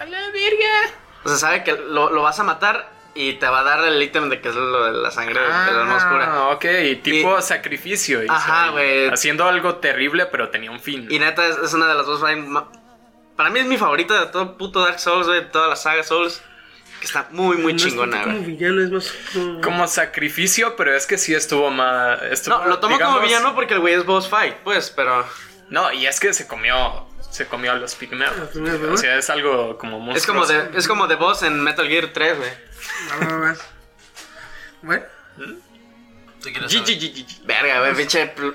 D: A la verga.
E: O sea, sabe que lo, lo vas a matar y te va a dar el ítem de que es lo de la sangre del alma oscura.
D: Ah, ok, tipo sacrificio. hizo
E: Ajá,
D: ahí.
E: güey.
D: Haciendo algo terrible, pero tenía un fin.
E: Y neta, es, es una de las dos. frame ma- Para mí es mi favorita de todo puto Dark Souls, güey, de toda la saga Souls. Que está muy, muy
B: No es
E: chingona,
B: tanto como
E: güey.
B: villano, es más. como- [LAUGHS]
D: Como sacrificio, pero es que sí estuvo más. estuvo,
E: No, lo tomo como
D: digamos-
E: villano porque el güey es boss fight, pues, pero.
D: No, y es que se comió. Se comió a los pigmeos.
B: los pigmeos, ¿verdad?
D: O sea, es algo como monstruo.
E: Es como, de, es como de boss en Metal Gear 3, güey.
B: Ah, va, va, va. Bueno,
E: Verga, güey, pinche. pl-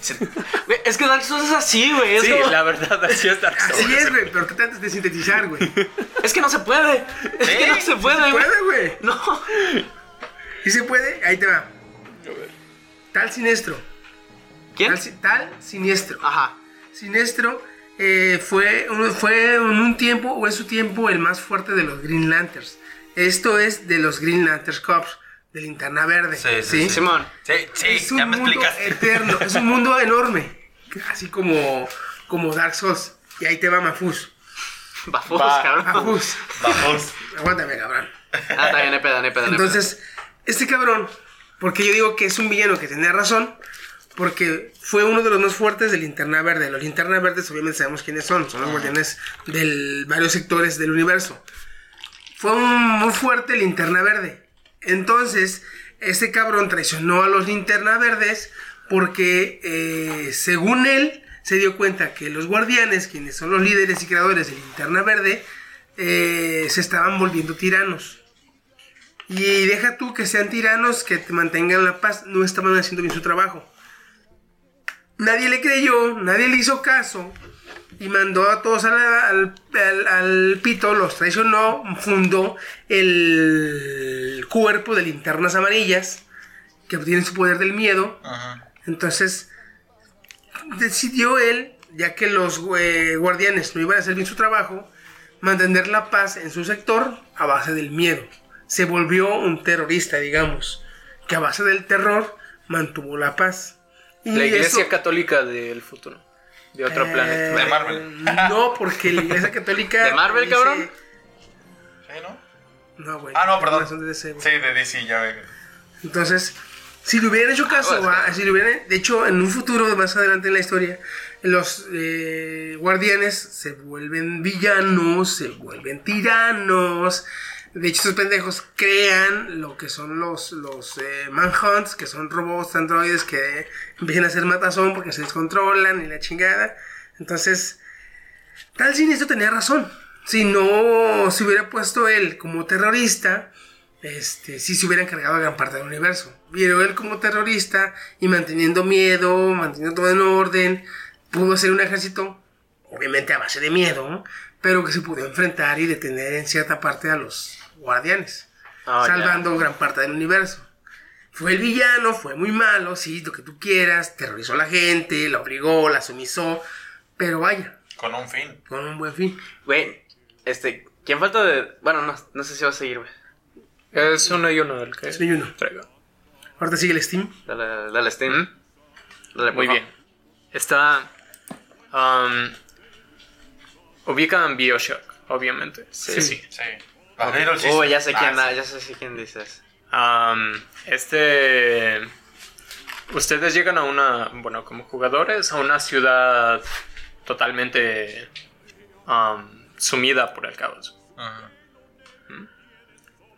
E: Se- Güey, Es que Dark Souls es así, güey. Es,
D: Sí,
E: como-
D: la verdad, así es Dark Souls.
B: así es, güey, pero tú tratas de sintetizar, güey.
E: [LAUGHS] es que no se puede. Es que no se puede, güey.
B: Puede, güey.
E: No.
B: ¿Y se puede? Ahí te va. Tal siniestro.
E: ¿Quién?
B: Tal, si- tal siniestro.
E: Ajá.
B: Sinestro eh, fue, un- fue en un tiempo, o en su tiempo, el más fuerte de los Green Lanterns. Esto es de los Green Lanterns Corps, de Linterna Verde.
F: Sí, sí, sí.
E: Simón. [LAUGHS]
F: Sí, sí,
B: Es un
F: ya me
B: mundo
F: explicaste.
B: eterno, es un mundo enorme. Así como, como Dark Souls. Y ahí te va Mafus.
E: Bafos,
D: Va.
E: cabrón.
B: Mafus.
F: Vamos.
B: [LAUGHS] Aguántame, cabrón.
E: Ah, está bien, no hay pedo, no hay pedo, no hay pedo.
B: Entonces, este cabrón, porque yo digo que es un villano que tenía razón, porque fue uno de los más fuertes de Linterna Verde. Los Linterna Verdes obviamente sabemos quiénes son, son los guardianes de varios sectores del universo. Fue un muy fuerte Linterna Verde. Entonces, este cabrón traicionó a los Linterna Verdes porque, eh, según él, se dio cuenta que los guardianes, quienes son los líderes y creadores de Linterna Verde, eh, se estaban volviendo tiranos. Y deja tú que sean tiranos que te mantengan la paz, no estaban haciendo bien su trabajo. Nadie le creyó, nadie le hizo caso y mandó a todos a la- al, al- al pito, los traicionó, fundó el cuerpo de linternas amarillas que tienen su poder del miedo. Entonces, decidió él, ya que los eh, guardianes no iban a hacer bien su trabajo, mantener la paz en su sector a base del miedo. Se volvió un terrorista, digamos, que a base del terror mantuvo la paz. Y
D: La iglesia
B: eso-
D: católica del futuro. De otro
B: eh,
D: planeta.
F: De Marvel.
B: No, porque la iglesia católica.
E: ¿De Marvel,
B: dice-
E: cabrón?
F: Sí, ¿no?
B: No, güey.
F: Ah, no, perdón.
B: son de DC, güey.
F: Sí, de DC, ya ven.
B: Entonces, si le hubieran hecho caso, a- si le hubieran, de hecho, en un futuro más adelante en la historia, los eh, guardianes se vuelven villanos, se vuelven tiranos. De hecho, estos pendejos crean lo que son los, los eh, manhunts, que son robots androides que empiezan a hacer matazón porque se descontrolan y la chingada. Entonces, Tal siniestro tenía razón. Si no se hubiera puesto él como terrorista, este, sí se hubiera encargado gran parte del universo. Pero él como terrorista y manteniendo miedo, manteniendo todo en orden, pudo hacer un ejército, obviamente a base de miedo, ¿no? pero que se pudo enfrentar y detener en cierta parte a los guardianes,
E: Ah, ya.
B: salvando gran parte del universo. Fue el villano, fue muy malo, sí, lo que tú quieras, terrorizó a la gente, la obligó, la sumizó, pero vaya,
F: Con un fin.
B: con un buen fin.
E: Güey, este, ¿quién falta de...? Bueno, no, no sé si va a seguir, güey.
D: Es uno y uno del que
B: uno y uno.
D: traigo.
B: Ahorita sigue el Steam.
E: Dale, dale, Steam.
D: ¿Mm?
E: Dale, por
D: Muy
E: favor.
D: bien. Está. um, ubican Bioshock, obviamente. Sí, sí.
F: Sí. Barrero, sí.
E: Uy, ya sé quién,
F: Ah,
E: ah, ya sé si quién dices.
D: Um, este. Ustedes llegan a una. Bueno, como jugadores, a una ciudad totalmente. um, sumida por el caos.
F: Ajá.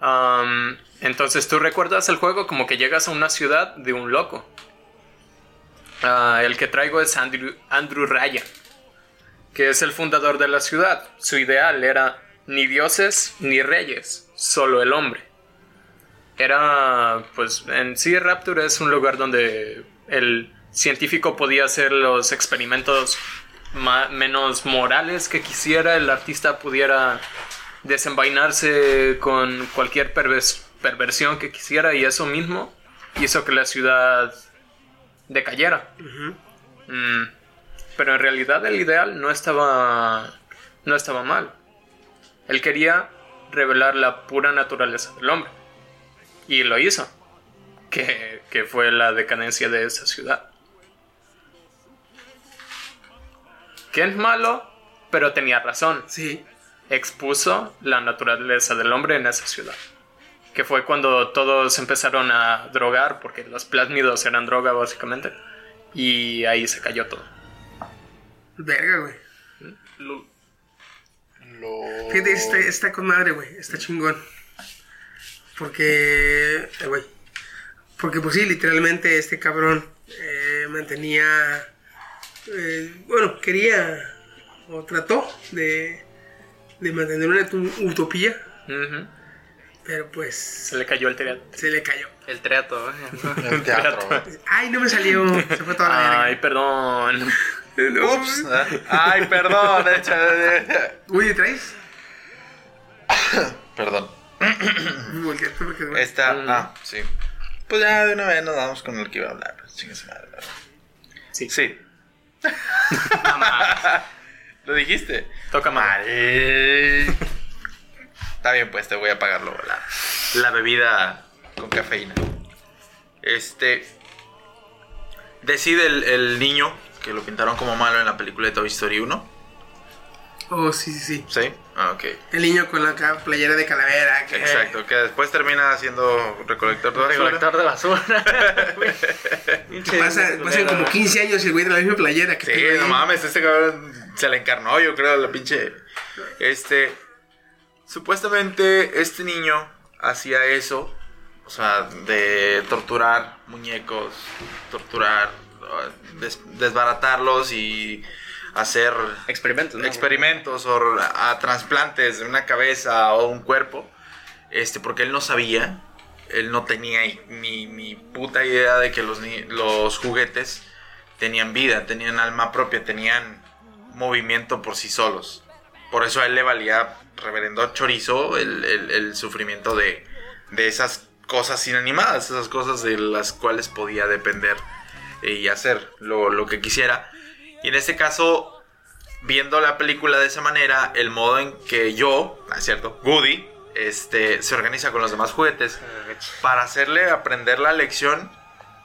D: Um, entonces tú recuerdas el juego como que llegas a una ciudad de un loco. Ah, el que traigo es Andrew, Andrew Ryan, que es el fundador de la ciudad. Su ideal era ni dioses ni reyes, solo el hombre. Era, pues en sí Rapture es un lugar donde el científico podía hacer los experimentos ma- menos morales que quisiera, el artista pudiera desenvainarse con cualquier pervers- perversión que quisiera y eso mismo hizo que la ciudad decayera. Mm, pero en realidad el ideal no estaba no estaba mal. Él quería revelar la pura naturaleza del hombre y lo hizo, que, que fue la decadencia de esa ciudad. Que es malo, pero tenía razón
B: Sí.
D: expuso la naturaleza del hombre en esa ciudad. Que fue cuando todos empezaron a drogar, porque los plásmidos eran droga básicamente. Y ahí se cayó todo.
B: Verga, güey.
J: Lo...
B: Fíjate, está, está con madre, güey. Está chingón. Porque, eh, güey. Porque, pues sí, literalmente este cabrón eh, mantenía. eh, bueno, quería. O trató de. De mantener una tu- utopía.
D: Ujú.
B: Pero pues.
D: Se le cayó el tirante.
B: Se le cayó.
E: El treato,
D: [LAUGHS]
E: güey.
J: El teatro. güey.
B: Ay, no me salió. Se fue toda Ah, la
D: Ay,
B: verga.
D: perdón.
B: No,
F: Ups. ¿eh? Ay, perdón. [LAUGHS] de hecho,
B: Uy, ¿traes?
F: Perdón.
B: Volteaste porque.
F: Esta. Ah, sí. Pues ya de una vez nos damos con el que iba a hablar. Pues chingue su madre.
D: Sí.
F: Sí. Lo dijiste.
D: Toca mal.
F: Está bien, pues te voy a pagar luego la, la bebida con cafeína. Este. Decide el, el niño que lo pintaron como malo en la película de Toy Story 1.
B: Oh, sí, sí, sí.
F: Sí. Ah, ok.
B: El niño con la ca- playera de calavera. que-
F: Exacto. Que después termina siendo recolector de basura.
E: Recolector de
D: [LAUGHS]
E: basura.
B: Que pasa, pasan como 15 años y el güey de la misma playera que
F: Sí,
B: tiene ahí.
F: no mames, este cabrón se la encarnó, yo creo, la pinche. Este. Supuestamente este niño hacía eso. O sea, de torturar muñecos, torturar, uh, des- desbaratarlos y hacer
E: Experimentos, ¿no?
F: experimentos o a trasplantes de una cabeza o un cuerpo. Este, porque él no sabía, él no tenía i- ni, ni puta idea de que los, ni- los juguetes tenían vida, tenían alma propia, tenían movimiento por sí solos. Por eso a él le valía reverendo chorizo el, el- el sufrimiento de, de esas cosas inanimadas, esas cosas de las cuales podía depender eh, y hacer lo, lo que quisiera. Y en este caso, viendo la película de esa manera, el modo en que yo, ah, es cierto, Woody, este, se organiza con los demás juguetes para hacerle aprender la lección,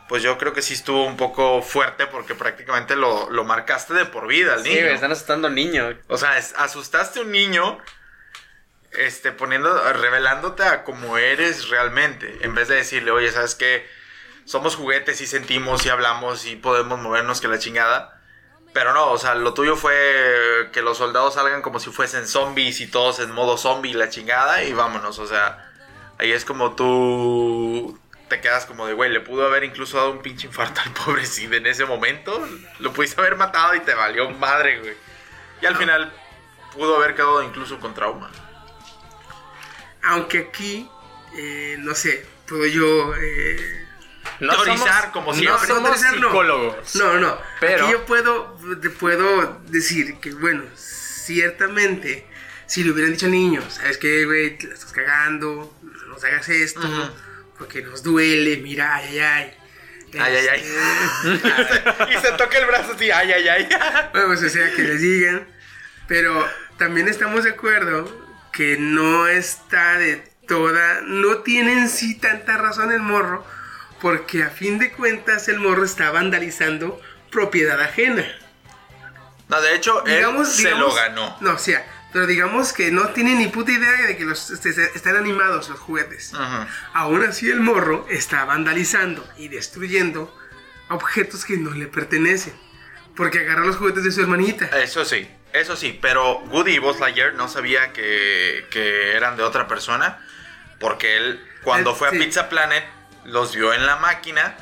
F: pues yo creo que sí estuvo un poco fuerte porque prácticamente lo, lo marcaste de por vida al
E: Sí,
F: niño.
E: güey, están asustando al niño.
F: O sea, es- asustaste a un niño este poniendo revelándote a como eres realmente, en vez de decirle, "Oye, ¿sabes qué? Somos juguetes y sentimos y hablamos y podemos movernos que la chingada." Pero no, o sea, lo tuyo fue que los soldados salgan como si fuesen zombies y todos en modo zombie la chingada y vámonos, o sea, ahí es como tú te quedas como de, güey, le pudo haber incluso dado un pinche infarto al pobre Sid en ese momento, lo pudiste haber matado y te valió madre, güey. Y al final pudo haber quedado incluso con trauma.
B: Aunque aquí, eh, no sé, puedo yo. eh,
D: No
F: Teorizar,
D: somos-
F: como
D: No
F: siempre.
D: somos
B: Teorizar, no.
D: psicólogos.
B: no, no.
D: Pero-
B: Aquí yo puedo, te puedo decir que, bueno, ciertamente, si le hubieran dicho al niño, ¿sabes qué, güey? Te La estás cagando, no nos hagas esto, porque nos duele, mira, ay, ay, Este, ay.
F: Ay, ay, ay. y se toca el brazo así, ay, ay, ay.
B: Bueno, pues o sea, que les digan. Pero también estamos de acuerdo que no está de toda. No tiene en sí tanta razón el morro. Porque a fin de cuentas el morro está vandalizando propiedad ajena.
F: No, de hecho, él
B: Digamos,
F: se
B: digamos-
F: lo ganó.
B: No, o sea, pero digamos que no tiene ni puta idea de que los, este, se- están animados los juguetes.
F: Ajá.
B: Aún así el morro está vandalizando y destruyendo objetos que no le pertenecen. Porque agarró los juguetes de su hermanita.
F: Eso sí, eso sí, pero Woody y Buzz Lightyear no sabía que, que eran de otra persona, porque él cuando
B: Eh,
F: fue a
B: sí.
F: Pizza Planet los vio en la máquina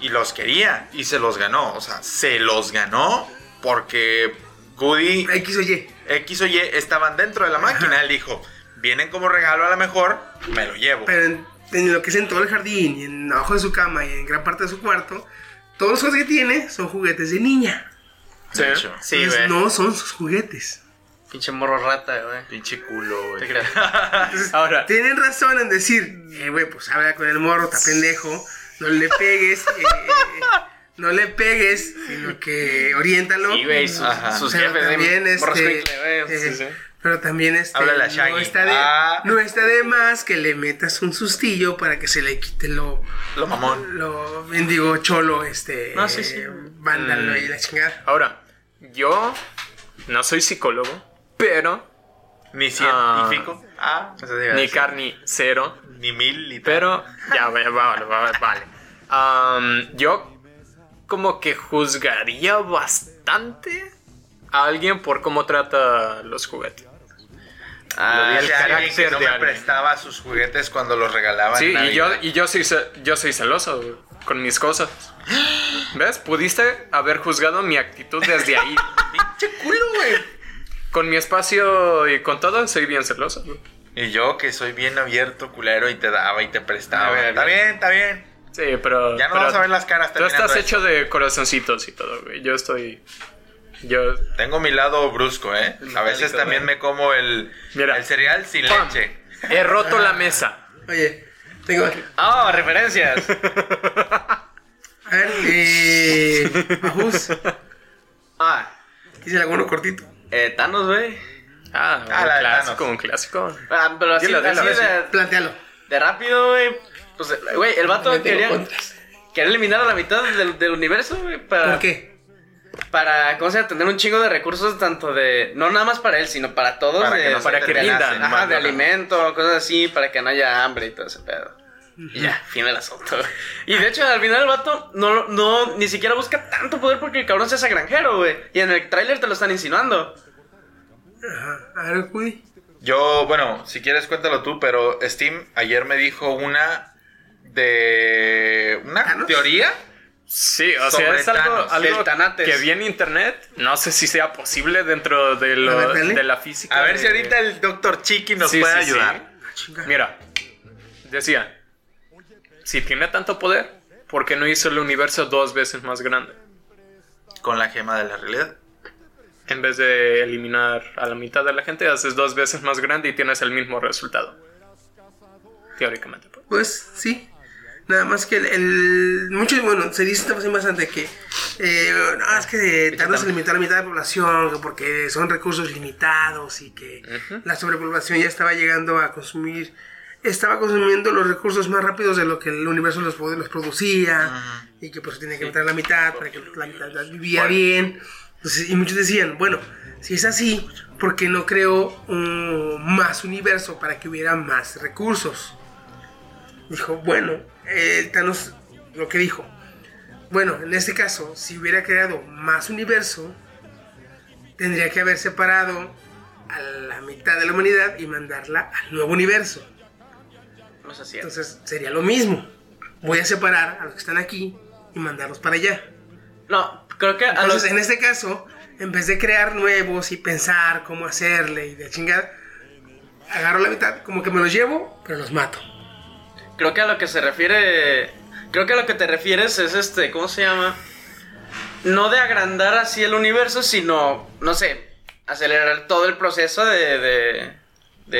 F: y los quería y se los ganó, o sea, se los ganó porque Woody
B: X o Y.
F: X o Y estaban dentro de la máquina, él dijo, vienen como regalo a lo mejor, me lo llevo.
B: Pero en, en lo que es en todo el jardín, y en abajo de su cama y en gran parte de su cuarto, todos los juguetes que tiene son juguetes de niña.
D: Sí.
F: De hecho.
E: Sí,
B: Entonces,
E: güey.
B: no son sus juguetes.
E: Pinche morro rata, güey.
F: Pinche culo,
E: Te
F: güey.
E: creas.
D: Ahora,
B: Tienen razón en decir, eh, güey, pues habla con el morro, está pendejo, no le pegues, eh, no le pegues, sino que oriéntalo.
E: Sí, güey, sus,
F: Ajá.
E: sus
B: pero
E: jefes.
B: también
E: eh, morros
B: este,
E: escuincle, güey. Sí,
B: eh,
E: sí.
B: pero también este
F: Háblale a
B: no
F: Shaggy.
B: está de
F: Ah.
B: no está de más que le metas un sustillo para que se le quite lo
F: [LAUGHS] Lo mamón.
B: lo mendigo cholo, este.
E: Ah, sí, sí.
B: Vándalo y la chingada.
D: ahora, yo no soy psicólogo, pero
F: Ni científico. Ah, eso te iba a
D: ni
F: decir.
D: carnicero,
F: Ni mil, ni
D: pero ya ve- vale, vale, vale. Am, yo como que juzgaría bastante a alguien por cómo trata los juguetes.
F: Lo
D: Ah,
F: dije
D: el
F: a alguien
D: carácter
F: que no
D: de
F: me
D: alguien.
F: prestaba sus juguetes cuando los regalaban.
D: Sí,
F: en
D: y yo,
F: Navidad.
D: y yo soy, ce- yo soy celoso güey, con mis cosas. ¿Ves? Pudiste haber juzgado mi actitud desde ahí.
F: Pinche culo, güey.
D: Con mi espacio y con todo, soy bien celoso. güey.
F: Y yo que soy bien abierto, culero, y te daba y te prestaba.
D: A ver,
F: está bien, está bien.
D: Sí, pero.
F: Ya no
D: pero
F: vamos a ver las caras
D: Tú
F: terminando
D: estás
F: esto.
D: hecho de corazoncitos y todo, güey. Yo estoy. Yo.
F: Tengo mi lado brusco, ¿eh? A veces
D: metálico,
F: también
D: güey.
F: me como el,
D: Mira.
F: el cereal sin
D: ¡Pam!
F: leche.
D: He roto la mesa.
B: Oye, tengo.
E: Ah, referencias.
B: A ver, eh. Majus,
E: Ah,
B: quise alguno cortito.
E: eh, Thanos, güey.
D: Ah, un
F: la de
D: clásico,
F: Thanos.
D: un clásico.
E: Ah, pero así,
D: Dilo, dilo,
E: así
D: dilo.
E: de,
B: Plantealo.
E: de rápido, güey. Pues, güey, el vato
B: Plantealo
E: quería,
B: contras.
E: quería eliminar a la mitad del, del universo, güey. Para,
B: ¿Por qué?
E: Para, ¿cómo se llama? Tener un chingo de recursos, tanto de. No nada más para él, sino para todos.
F: Para
E: de,
F: que no se
D: para que
F: terminasen.
D: rindan,
E: Ajá,
F: Más
E: de
F: o menos.
E: alimento, cosas así, para que no haya hambre y todo ese pedo. Y ya, fin del asunto. güey. Y de hecho, al final el vato no, lo- no, ni siquiera busca tanto poder porque el cabrón se hace granjero, güey. Y en el tráiler te lo están insinuando.
B: Ajá. A ver, Cudi.
F: Yo, bueno, si quieres cuéntalo tú, pero Steam ayer me dijo una de una
B: ¿Thanos?
F: teoría.
D: Sí, o sea,
F: Sobre
D: es algo,
F: Thanos,
D: algo
E: el Thanates.
D: que vi en internet. No sé si sea posible dentro de, lo-
B: A ver, dale.
D: de la física.
F: A ver
D: de-
F: si ahorita el doctor Chiqui nos
D: Sí,
F: puede
D: sí, sí.
F: ayudar.
B: Ah,
D: Mira, decía, si tiene tanto poder, ¿por qué no hizo el universo dos veces más grande?
F: Con la gema de la realidad.
D: En vez de eliminar a la mitad de la gente, haces dos veces más grande y tienes el mismo resultado. teóricamente. pues.
B: Pues sí. Nada más que el. el- mucho, bueno, se dice también bastante que. eh, no, es que tardas en limitar a mitad de la población que porque son recursos limitados y que la sobrepoblación ya estaba llegando a consumir. Estaba consumiendo los recursos más rápidos de lo que el universo los, pod- los producía y que por eso tiene que meter la mitad para que la mitad la vivía bien. Entonces, y muchos decían, bueno, si es así, ¿por qué no creó un- más universo para que hubiera más recursos? Dijo, bueno, eh, Thanos lo que dijo. Bueno, en este caso, si hubiera creado más universo, tendría que haber separado a la mitad de la humanidad y mandarla al nuevo universo.
E: No es así.
B: Entonces sería lo mismo. Voy a separar a los que están aquí y mandarlos para allá.
E: No, creo que a los.
B: Entonces, en este caso, en vez de crear nuevos y pensar cómo hacerle y de chingada, agarro la mitad, como que me los llevo, pero los mato.
E: Creo que a lo que se refiere. Creo que a lo que te refieres es este. ¿Cómo se llama? No de agrandar así el universo, sino. No sé. Acelerar todo el proceso de. de, de,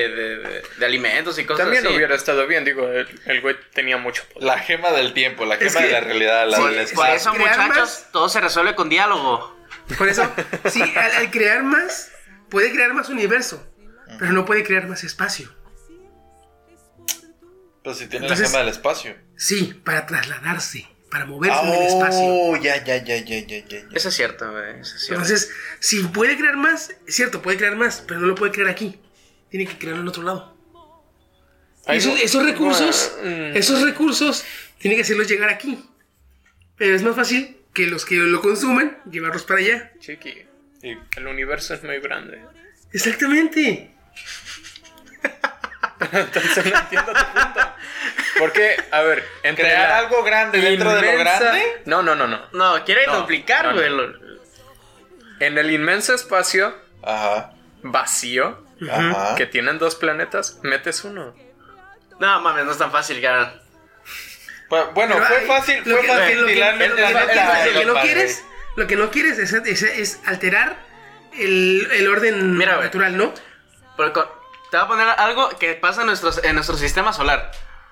E: de- de- de alimentos y cosas
D: También
E: así.
D: hubiera estado bien, digo, el el güey tenía mucho poder.
F: La gema del tiempo, la
B: Es
F: gema de
B: que-
F: la realidad, la
B: sí,
F: del
B: es-
E: Por
F: espacio.
E: eso,
B: crear
E: muchachos,
B: más-
E: todo se resuelve con diálogo.
B: Por eso, sí, al, al crear más, puede crear más universo, pero no puede crear más espacio.
F: Pero pues si tiene
B: Entonces-
F: la gema del espacio.
B: Sí, para trasladarse, para moverse en el espacio.
K: Oh, ya, ya, ya, ya, ya, ya. ya.
E: Eso es cierto, güey. Eso es cierto.
B: Entonces, si puede crear más, es cierto, puede crear más, pero no lo puede crear aquí. Tiene que crearlo en otro lado. Y
D: Ahí
B: esos,
D: no-
B: esos recursos,
D: Bueno, mm.
B: esos recursos, tiene que hacerlos llegar aquí. Pero es más fácil que los que lo consumen, llevarlos para allá.
D: Chiqui, el universo es muy grande.
B: Exactamente.
D: Entonces no entiendo tu punto. Porque, a ver, entre
F: Crear
D: la
F: algo grande dentro de lo
D: inmensa-
F: grande.
D: No, no, no, no.
E: No, quiere
D: No,
E: complicar,
D: no,
E: güey.
D: no.
E: lo-
D: En el inmenso espacio
F: Ajá.
D: vacío
F: Ajá.
D: que tienen dos planetas, metes uno.
E: No, mames, no es tan fácil, cara.
F: Bu- Bueno,
B: Pero
F: fue
B: hay-
F: fácil,
B: lo
F: fue
B: que-
F: fácil
B: lo que-
F: tirarle
B: lo
F: el
B: que- lo que- Lo
F: planeta.
B: que no
F: compadre.
B: quieres, lo que no quieres es, es- es alterar el, el orden
E: Mira, güey.
B: natural, ¿no?
E: Pero con- te voy a poner algo que pasa en, nuestros, en nuestro sistema solar.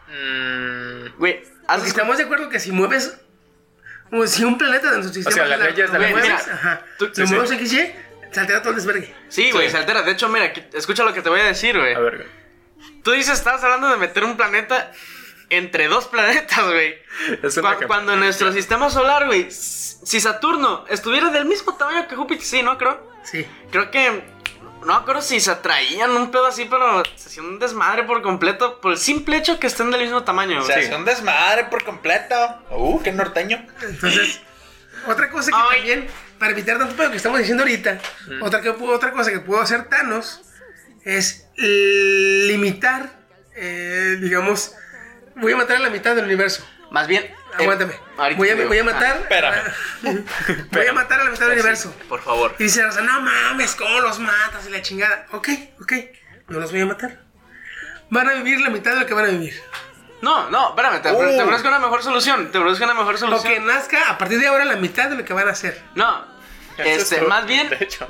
D: Mm,
E: Güey,
B: Porque
E: haz
B: estamos de acuerdo que si mueves. o si un planeta dentro de sistema.
D: sea, las
B: solar,
D: leyes de
B: lo
D: la
B: mueves,
E: física.
B: ajá,
E: Tú-
B: lo
E: sí, sí.
B: mueves XY, se altera todo el desvergue.
E: Sí, güey, se altera. De hecho, mira, aquí- escucha lo que te voy a decir, güey.
D: a ver,
E: Tú dices, estabas hablando de meter un planeta entre dos planetas, güey.
D: es
E: Cu-
D: una que-
E: cuando nuestro sistema solar, güey, s- si Saturno estuviera del mismo tamaño que Júpiter, sí, ¿no? Creo,
B: Sí.
E: creo que... No me acuerdo si se atraían un pedo así, pero se hacía un desmadre por completo por el simple hecho que estén del mismo tamaño,
F: O
E: güey.
F: sea,
E: Sí.
F: es un desmadre por completo. Uh, qué norteño.
B: Entonces, otra cosa que
E: Ay.
B: también, para evitar tanto pedo que estamos diciendo ahorita, otra, que, puedo- otra cosa que puedo hacer Thanos es limitar, eh, digamos, voy a matar a la mitad del universo.
E: Más bien... eh,
B: Aguántame.
E: ahorita
B: Voy a,
E: te digo. Ah,
B: voy a matar.
F: espérame.
E: [LAUGHS]
B: voy a matar a la mitad del universo.
E: Por favor.
B: Y dice, o sea, no mames, ¿cómo los matas? Y la chingada. Ok, ok. No los voy a matar. Van a vivir la mitad de lo que van a vivir.
E: No, no, espérame, te,
F: Uh.
E: te ofrezco una mejor solución. Te ofrezco una mejor
B: O
E: solución.
B: que nazca a partir de ahora la mitad de lo que van a hacer.
E: No,
D: Eso
E: este,
D: es todo,
E: más bien,
D: De hecho,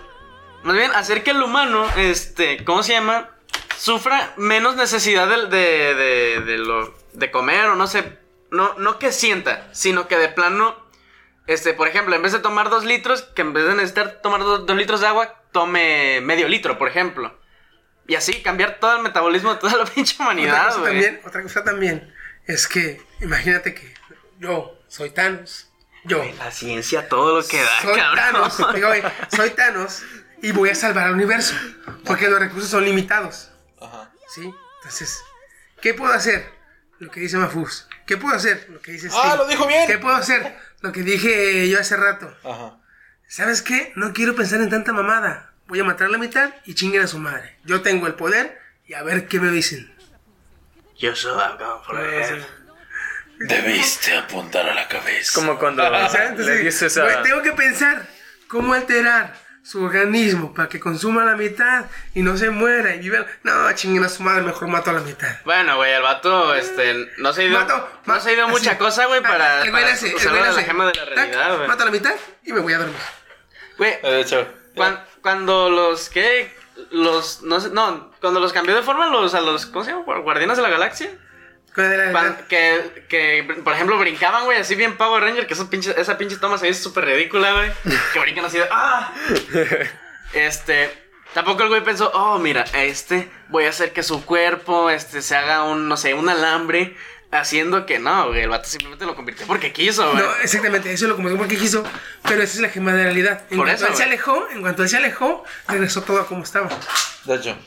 E: más bien hacer que el humano, este, ¿cómo se llama? Sufra menos necesidad de, de, de, de lo, de comer o no sé, no, no que sienta, sino que de plano, este, por ejemplo, en vez de tomar dos litros, que en vez de necesitar tomar dos, dos litros de agua, tome medio litro, por ejemplo. Y así cambiar todo el metabolismo de toda la [LAUGHS] pinche
B: Otra
E: humanidad,
B: cosa,
E: güey.
B: también, otra cosa también es que, imagínate que yo soy Thanos. Yo
E: La ciencia, todo lo que da,
B: soy
E: cabrón. [LAUGHS]
B: Thanos. Digo, "Oye, soy Thanos y voy a salvar al universo. Porque los recursos son limitados.
F: Ajá.
B: ¿Sí? Entonces, ¿qué puedo hacer? Lo que dice Mafus. ¿Qué puedo hacer? Lo que dice
F: Ah,
B: Steve.
F: lo dijo bien.
B: ¿Qué puedo hacer? Lo que dije yo hace rato.
F: Ajá.
B: ¿Sabes qué? No quiero pensar en tanta mamada. Voy a matar a la mitad y chinguen a su madre. Yo tengo el poder y a ver qué me dicen.
E: Yo soy acá, por ahí.
F: Debiste apuntar a la cabeza.
D: como cuando
B: O
F: Ah,
B: sea,
D: le
B: entonces,
D: dices a...
B: güey, tengo que pensar cómo alterar su organismo para que consuma la mitad y no se muera y viva. No, chinguen a su madre, mejor mato a la mitad.
E: Bueno, güey, el vato, este, no se ha ido,
B: Mato,
E: no se ha ido
B: así.
E: mucha cosa, güey,
B: Ah,
E: para,
B: el güey
E: para
B: le hace, el
E: usarlo
B: güey le
E: de la
B: hace,
E: gema de la
B: tac,
E: realidad, güey.
B: Mato a la mitad y me voy a dormir.
E: Güey,
D: Eh,
F: De hecho.
E: cuan- cuando los, ¿qué? Los, no sé, no, cuando los cambió de forma los, a los, ¿cómo se llama? Guardianes de la Galaxia.
B: Con el-
E: Cuan- que, que, por ejemplo, brincaban, güey, así bien Power Ranger, que esos pinches, esa pinche toma se hizo súper ridícula, güey. Que brincan así de
F: [LAUGHS]
E: ¡ah! Este, tampoco el güey pensó, oh, mira, a este voy a hacer que su cuerpo, este, se haga un, no sé, un alambre, haciendo que no, güey, el vato simplemente lo convirtió porque quiso, güey.
B: No, exactamente, eso lo comentó porque quiso, pero esa es la gema de la realidad. En
E: Por
B: cuanto
E: eso,
B: él se
E: güey.
B: alejó, en cuanto él se alejó, regresó todo a como estaba.
F: De hecho.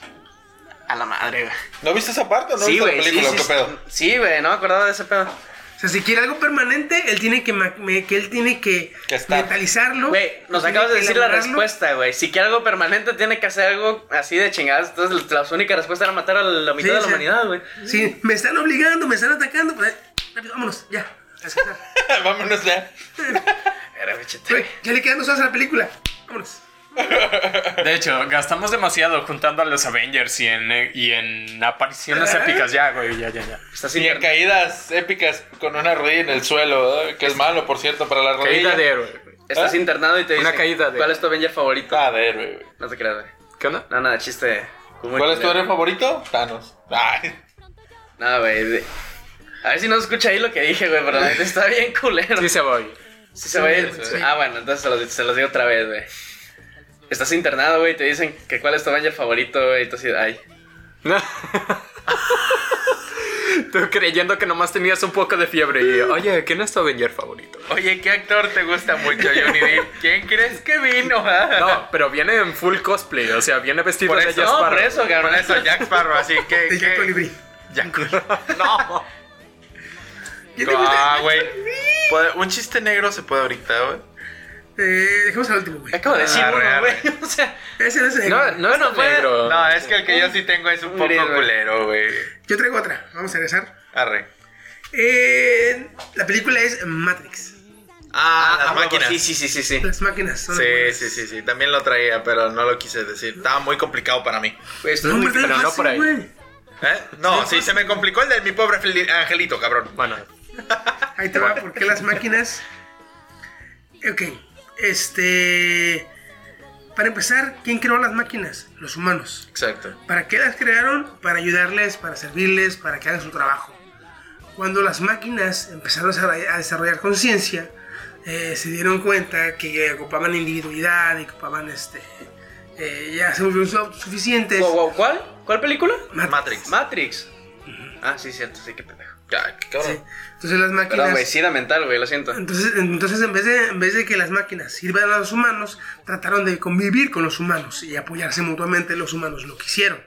E: A la madre, güey.
F: ¿No viste esa parte o no
E: sí,
F: viste
E: güey,
F: la
E: sí,
F: película?
E: sí,
F: ¿Qué
E: sí.
F: pedo?
E: Sí, güey, no me acordaba de ese pedo.
B: O sea, si quiere algo permanente, él tiene que, ma- me- que él tiene que,
F: Que estar.
B: mentalizarlo.
E: Güey, nos
B: Pues tiene
E: acabas de
B: que
E: decir la
B: elaborarlo.
E: respuesta, güey. Si quiere algo permanente, tiene que hacer algo así de chingadas. Entonces, la su única respuesta era matar a la mitad
B: Sí, sí.
E: de la humanidad, güey.
B: Sí, me están obligando, me están atacando. Pues, eh, rápido, vámonos, ya. a descansar.
F: Vámonos ya.
E: Era bichete.
B: Güey, ya le quedan dos horas a la película. Vámonos.
D: De hecho, gastamos demasiado juntando a los Avengers y en, eh, y en apariciones épicas. Ya, güey, ya, ya, ya.
E: Está sin
F: Y en caídas épicas con una rodilla en el suelo, ¿verdad? que es malo, por cierto, para la rodilla.
D: Caída de héroe. güey.
E: Estás
F: ¿Eh?
E: internado y te
D: Una
E: dicen
D: caída de-
E: ¿Cuál es tu Avenger favorito?
F: Ah, de héroe, güey.
E: No te creas, güey.
D: ¿Qué onda?
E: No, nada, chiste. común.
F: ¿Cuál es tu héroe favorito? Thanos. Ay.
E: No, güey. de- A ver si no se escucha ahí lo que dije, güey, pero la neta está bien culero.
D: Sí se voy.
E: Sí se va a ir.
B: sí.
E: Ah, bueno, entonces se los, se los digo otra vez, güey. Estás internado, güey, y te dicen que cuál es tu Avenger favorito, güey, y tú así, ay.
D: Tú creyendo que nomás tenías un poco de fiebre y, oye, ¿quién es tu Avenger favorito?
C: Oye, ¿qué actor te gusta mucho, Johnny Depp? ¿Quién crees que vino? ah?
D: [LAUGHS] No, pero viene en full cosplay, o sea, viene vestido
C: Por
D: de
C: eso,
D: Jack
E: No, por
D: Sparrow.
E: eso,
C: Por
E: cabrón.
C: eso, Jack Sparrow, así que...
B: El Jack
C: que-
B: Colibrí. [LAUGHS]
C: Jack
D: [LAUGHS]
C: No.
B: ¿Quién te gusta?
C: Ah, [LAUGHS] güey. Puede- Un chiste negro se puede ahorita, güey.
B: Eh, dejemos al último, güey.
E: Acabo de decir
C: Ah,
E: uno,
C: real.
E: güey. [LAUGHS] O sea,
B: Ese no es el-
D: No, no es tan
E: fue-
D: negro.
C: No, es que el que yo sí tengo es un poco
E: Gris, güey.
C: culero, güey.
B: Yo traigo otra. Vamos a regresar.
C: Arre.
B: Eh, la película es Matrix.
C: Ah, las
E: ah, huevo,
C: máquinas.
E: Sí, sí, sí, sí, sí.
B: Las máquinas son.
C: Sí, sí, sí, sí. También lo traía, pero no lo quise decir. Estaba muy complicado para mí.
E: Güey, Pues, esto
B: No,
E: es muy-
B: hombre,
D: pero no
B: fácil,
D: por ahí.
B: güey.
C: ¿Eh? No,
B: pues.
C: sí, se me complicó el de mi pobre fel- angelito, cabrón.
D: Bueno,
B: Ahí te va, porque las máquinas. Ok, este. Para empezar, ¿quién creó las máquinas? Los humanos.
C: Exacto.
B: ¿Para qué las crearon? Para ayudarles, para servirles, para que hagan su trabajo. Cuando las máquinas empezaron a desarroll- a desarrollar conciencia, eh, se dieron cuenta que ocupaban individualidad y ocupaban este. eh, ya se volvieron su- suficientes.
E: Guau, guau, ¿Cuál? ¿Cuál película?
B: Mat-
C: Matrix.
E: Matrix. Ah, sí, cierto, sí, qué pendejo.
C: Ya, qué
B: sí.
C: cabrón.
B: Entonces las máquinas.
E: Perdón, güey, sí era mental, güey, lo siento.
B: Entonces, entonces en, vez de, en vez de que las máquinas sirvan a los humanos, trataron de convivir con los humanos y apoyarse mutuamente los humanos, lo que hicieron.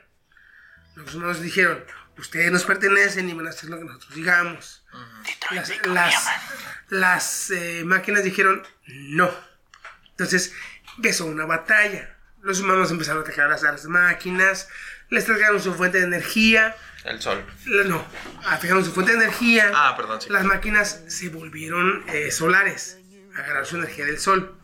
B: Los humanos dijeron, ustedes nos pertenecen y van a hacer lo que nosotros digamos. Las, las- las, eh, máquinas dijeron, no. Entonces empezó una batalla. Los humanos empezaron a atacar a las, a las máquinas, les tragaron su fuente de energía.
C: El sol.
B: La- No, fijaron su fuente de energía.
C: Ah, perdón, sí.
B: Las máquinas se volvieron eh, solares, agarraron su energía del sol.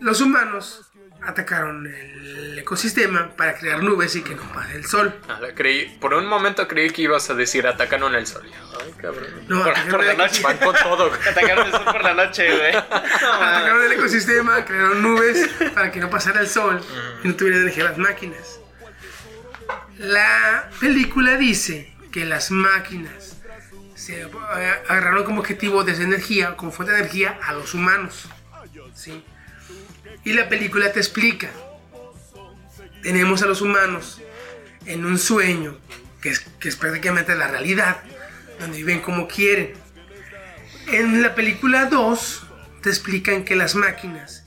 B: Los humanos atacaron el ecosistema para crear nubes y que no pase el sol.
D: a Ah, la creí, por un momento creí que ibas a decir atacaron el sol. Ay, cabrón.
B: No,
E: Por,
B: atacaron,
E: por la
B: el,
E: noche.
D: Van con todo, güey.
E: Atacaron el sol por la noche, [LAUGHS] güey. No, mames.
B: atacaron el ecosistema, crearon nubes para que no pasara el sol y no tuvieran energía las máquinas. La película dice que las máquinas se eh, agarraron como objetivo de esa energía, como fuente de energía, a los humanos. ¿sí? Y la película te explica. Tenemos a los humanos en un sueño, que es, que es prácticamente la realidad, donde viven como quieren. En la película 2 te explican que las máquinas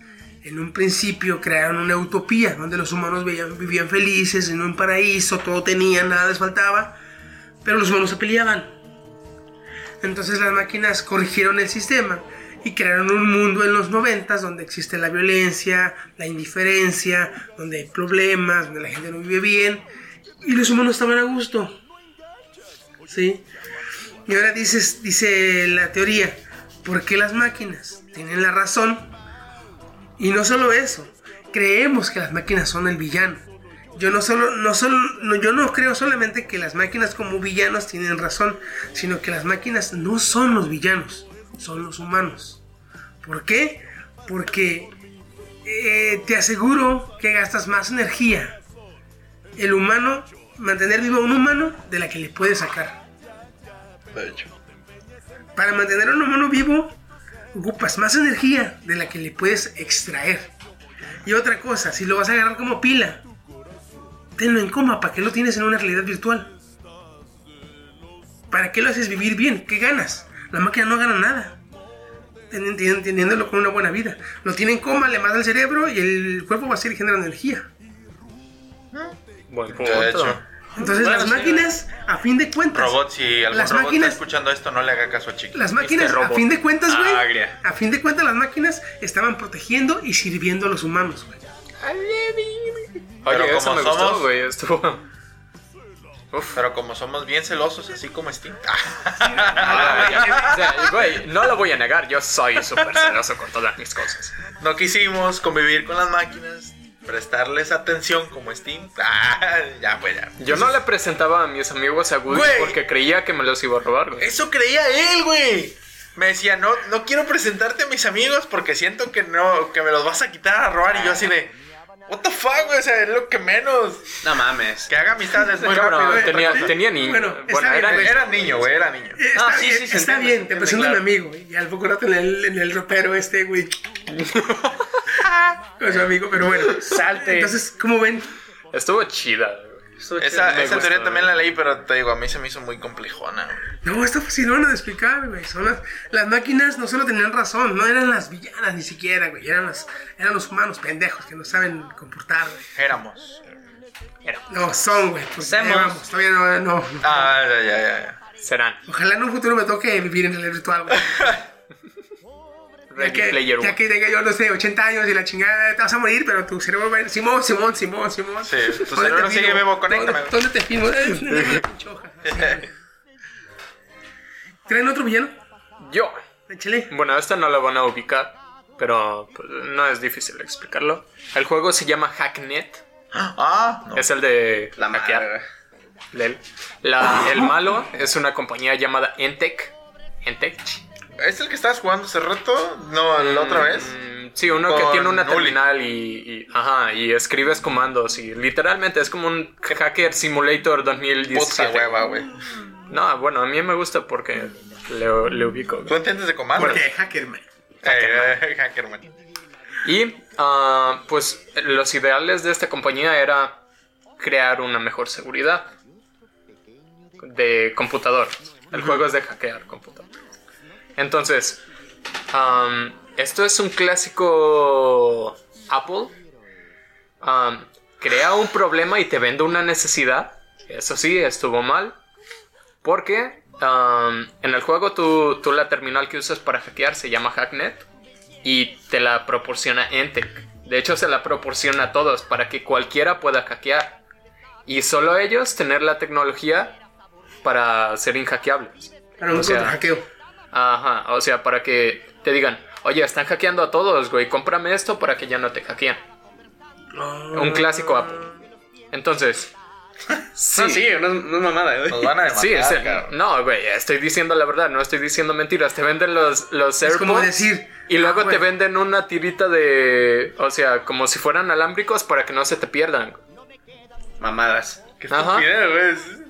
B: en un principio crearon una utopía donde los humanos veían- vivían felices en un paraíso, todo tenían, nada les faltaba, pero los humanos se peleaban. Entonces las máquinas corrigieron el sistema y crearon un mundo en los noventas donde existe la violencia, la indiferencia, donde hay problemas, donde la gente no vive bien y los humanos estaban a gusto. ¿Sí? Y ahora dices, dice la teoría, ¿por qué las máquinas tienen la razón? Y no solo eso, creemos que las máquinas son el villano. Yo no solo, no solo, no- yo no creo solamente que las máquinas como villanos tienen razón, sino que las máquinas no son los villanos, son los humanos. ¿Por qué? Porque eh, te aseguro que gastas más energía el humano, mantener vivo a un humano de la que le puede sacar.
F: de hecho.
B: Para mantener a un mono vivo, ocupas más energía de la que le puedes extraer. Y otra cosa, si lo vas a agarrar como pila, tenlo en coma, ¿para qué lo tienes en una realidad virtual? ¿Para qué lo haces vivir bien? ¿Qué ganas? La máquina no gana nada. Teni- teni- Teniéndolo con una buena vida. Lo tiene en coma, le mata el cerebro y el cuerpo va a seguir generando energía.
D: Buen
F: De hecho.
B: Entonces
F: Bueno,
B: las
F: sí,
B: máquinas, a fin de cuentas...
F: Robot, si algún
B: Las
F: robot
B: máquinas-
F: está escuchando esto, no le haga caso a Chiqui.
B: Las máquinas,
D: Este
B: a
D: robot.
B: fin de cuentas, güey.
E: Ah,
F: Ah,
D: Agria.
B: A fin de cuentas, las máquinas estaban protegiendo y sirviendo a los humanos, güey.
E: Ah,
F: Pero
D: Oye, eso
F: como
D: me
F: somos-
D: gustó, güey. Estuvo.
F: Pero como somos bien celosos, así como Steam. ah,
D: [LAUGHS] O sea, güey, no lo voy a negar. Yo soy súper celoso con todas mis cosas.
F: No quisimos convivir con las máquinas, prestarles atención como Steam. Ah, ya, pues ya.
D: Yo no le presentaba a mis amigos a Woody
F: Güey.
D: porque creía que me los iba a robar, güey.
F: Eso creía él, güey. Me decía, no, no quiero presentarte a mis amigos porque siento que no, que me los vas a quitar a robar. Y yo así de, what the fuck, güey, o sea, es lo que menos.
E: No mames.
F: Que haga
D: [LAUGHS]
F: amistades muy
D: Cabrón,
F: rápido.
D: tenía,
F: Pero-
D: tenía niño.
B: Bueno,
D: Bueno,
B: está bien,
D: era
B: güey.
D: niño.
F: Era niño, güey, era niño.
B: Está,
E: Ah, sí, sí,
B: está
E: se entiende, se
B: bien, te
E: entiende,
B: presento a
E: claro.
B: mi amigo. Y al poco rato en el, en el ropero este,
E: [LAUGHS]
B: güey. Con su amigo, pero bueno.
E: Salte.
B: Entonces, ¿cómo ven?
D: Estuvo chida, güey.
F: Esa,
D: Me
F: esa
D: gustó,
F: teoría también la leí, pero te digo, a mí se me hizo muy complejona. güey.
B: No, está facilona de explicar, güey. Son las, las máquinas no solo tenían razón, no eran las villanas ni siquiera, güey. Eran, las, eran los humanos pendejos que no saben comportar, güey.
F: Éramos.
B: No, son, güey. Pues,
E: Semos.
B: ahí vamos, todavía no, no.
F: Ah, ya, ya, ya, ya.
D: Serán.
B: Ojalá en un futuro me toque vivir en el virtual, güey. Ya
D: Ready
B: que,
D: Player
B: ya
D: One.
B: que tenga yo, no sé, 80 años y la chingada, te vas a morir, pero tu cerebro va a ir, Simón, Simón, Simón, Simón.
F: Sí, tu
B: ¿Dónde
F: cerebro
B: te
F: sigue
B: firmo?
F: vivo, conéctame.
B: ¿Dónde, dónde te [LAUGHS] firmo? Pinche hoja. ¿Traen otro villano?
D: Yo.
B: Échale.
D: Bueno, esta no la van a ubicar, pero pues, no es difícil explicarlo. El juego se llama Hacknet.
F: Ah, no.
D: Es el de
E: La madre.
D: Lel. La- el malo es una compañía llamada Entech. Entech.
F: ¿Es el que estabas jugando hace rato? No, la otra vez.
D: Mm, Sí, uno que
F: Con
D: tiene una
F: Uli.
D: terminal y, y- ajá, y escribes comandos y literalmente es como un hacker simulator
F: Puta
D: 2017.
F: hueva, güey.
D: No, bueno, a mí me gusta porque le, le ubico.
F: ¿Tú entiendes de comandos?
B: Porque Hackerman.
F: Eh, eh, Hackerman.
D: Y ah, pues los ideales de esta compañía era crear una mejor seguridad de computador. El juego es de hackear computador. Entonces, am, esto es un clásico Apple. Am, crea un problema y te vende una necesidad. Eso sí, estuvo mal. Porque am, en el juego tú, tú la terminal que usas para hackear se llama Hacknet y te la proporciona Entec. De hecho, se la proporciona a todos para que cualquiera pueda hackear. Y solo ellos tener la tecnología para ser inhackeables.
B: Para un
D: O sea,
B: hackeo.
D: Ajá, o sea, para que te digan, oye, están hackeando a todos, güey, cómprame esto para que ya no te hackeen. Un clásico Apple.
B: [LAUGHS]
D: Entonces, sí,
E: No, sí, no es, no es mamada, güey.
F: Nos van a demandar,
D: sí, es el-
F: cabrón.
D: no, güey, estoy diciendo la verdad, no estoy diciendo mentiras. Te venden los, los
B: Es como
D: AirPods
B: decir.
D: y luego
B: ah,
D: te
B: bueno,
D: venden una tirita de. O sea, como si fueran alámbricos para que no se te pierdan.
E: Mamadas.
F: Qué
D: Ajá.
F: estupidez, güey.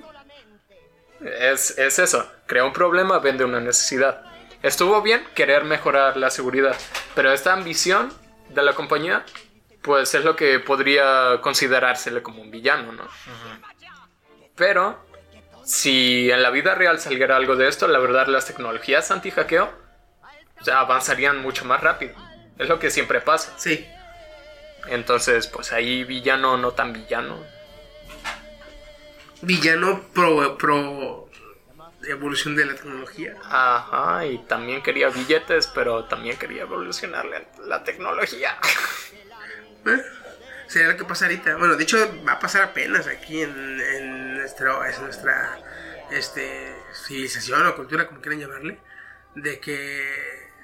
D: Es, es eso. Crea un problema, vende una necesidad. Estuvo bien querer mejorar la seguridad, pero esta ambición de la compañía, pues es lo que podría considerársele como un villano, ¿no? Pero, si en la vida real saliera algo de esto, la verdad las tecnologías anti-hackeo o sea, avanzarían mucho más rápido. Es lo que siempre pasa.
B: Sí.
D: Entonces, pues ahí villano, no tan villano.
B: Villano pro, pro evolución de la tecnología.
D: Ajá, y también quería billetes, pero también quería evolucionarle a la tecnología.
B: ¿Eh? Sería lo que pasa ahorita. Bueno, de hecho, va a pasar apenas aquí en, en nuestro, es nuestra este, civilización o cultura, como quieran llamarle, de que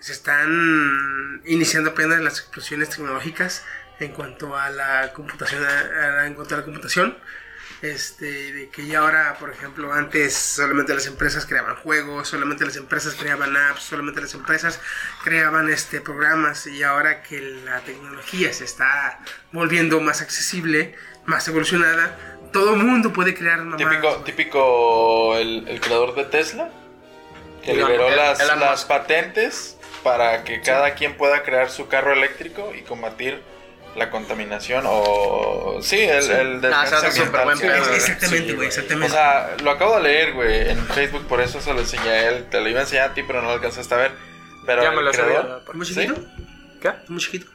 B: se están iniciando apenas las explosiones tecnológicas en cuanto a la computación, a- a- en cuanto a la computación, este, de que ya ahora, por ejemplo, antes solamente las empresas creaban juegos, solamente las empresas creaban apps, solamente las empresas creaban este, programas y ahora que la tecnología se está volviendo más accesible, más evolucionada, todo mundo puede crear mamadas.
F: Típico, típico el, el creador de Tesla. que
D: Elon-
F: liberó
D: El-
F: las,
D: Elon
F: las patentes para que cada quien pueda crear su carro eléctrico y combatir la contaminación o... Sí, el, el
E: Ah,
F: desgaste
E: se hace súper buen
F: ambiental, sí.
E: pedo, güey.
B: Exactamente, güey,
F: O
B: exactamente.
F: sea, lo acabo de leer, güey, en Facebook, por eso se lo enseñé a él. Te lo iba a enseñar a ti, pero no lo alcanzaste a ver. Pero
D: Ya
F: el
D: me lo sabía.
F: creador-
D: la-
B: ¿Muy
F: ¿sí?
B: chiquito?
D: ¿Qué?
B: ¿Muy chiquito?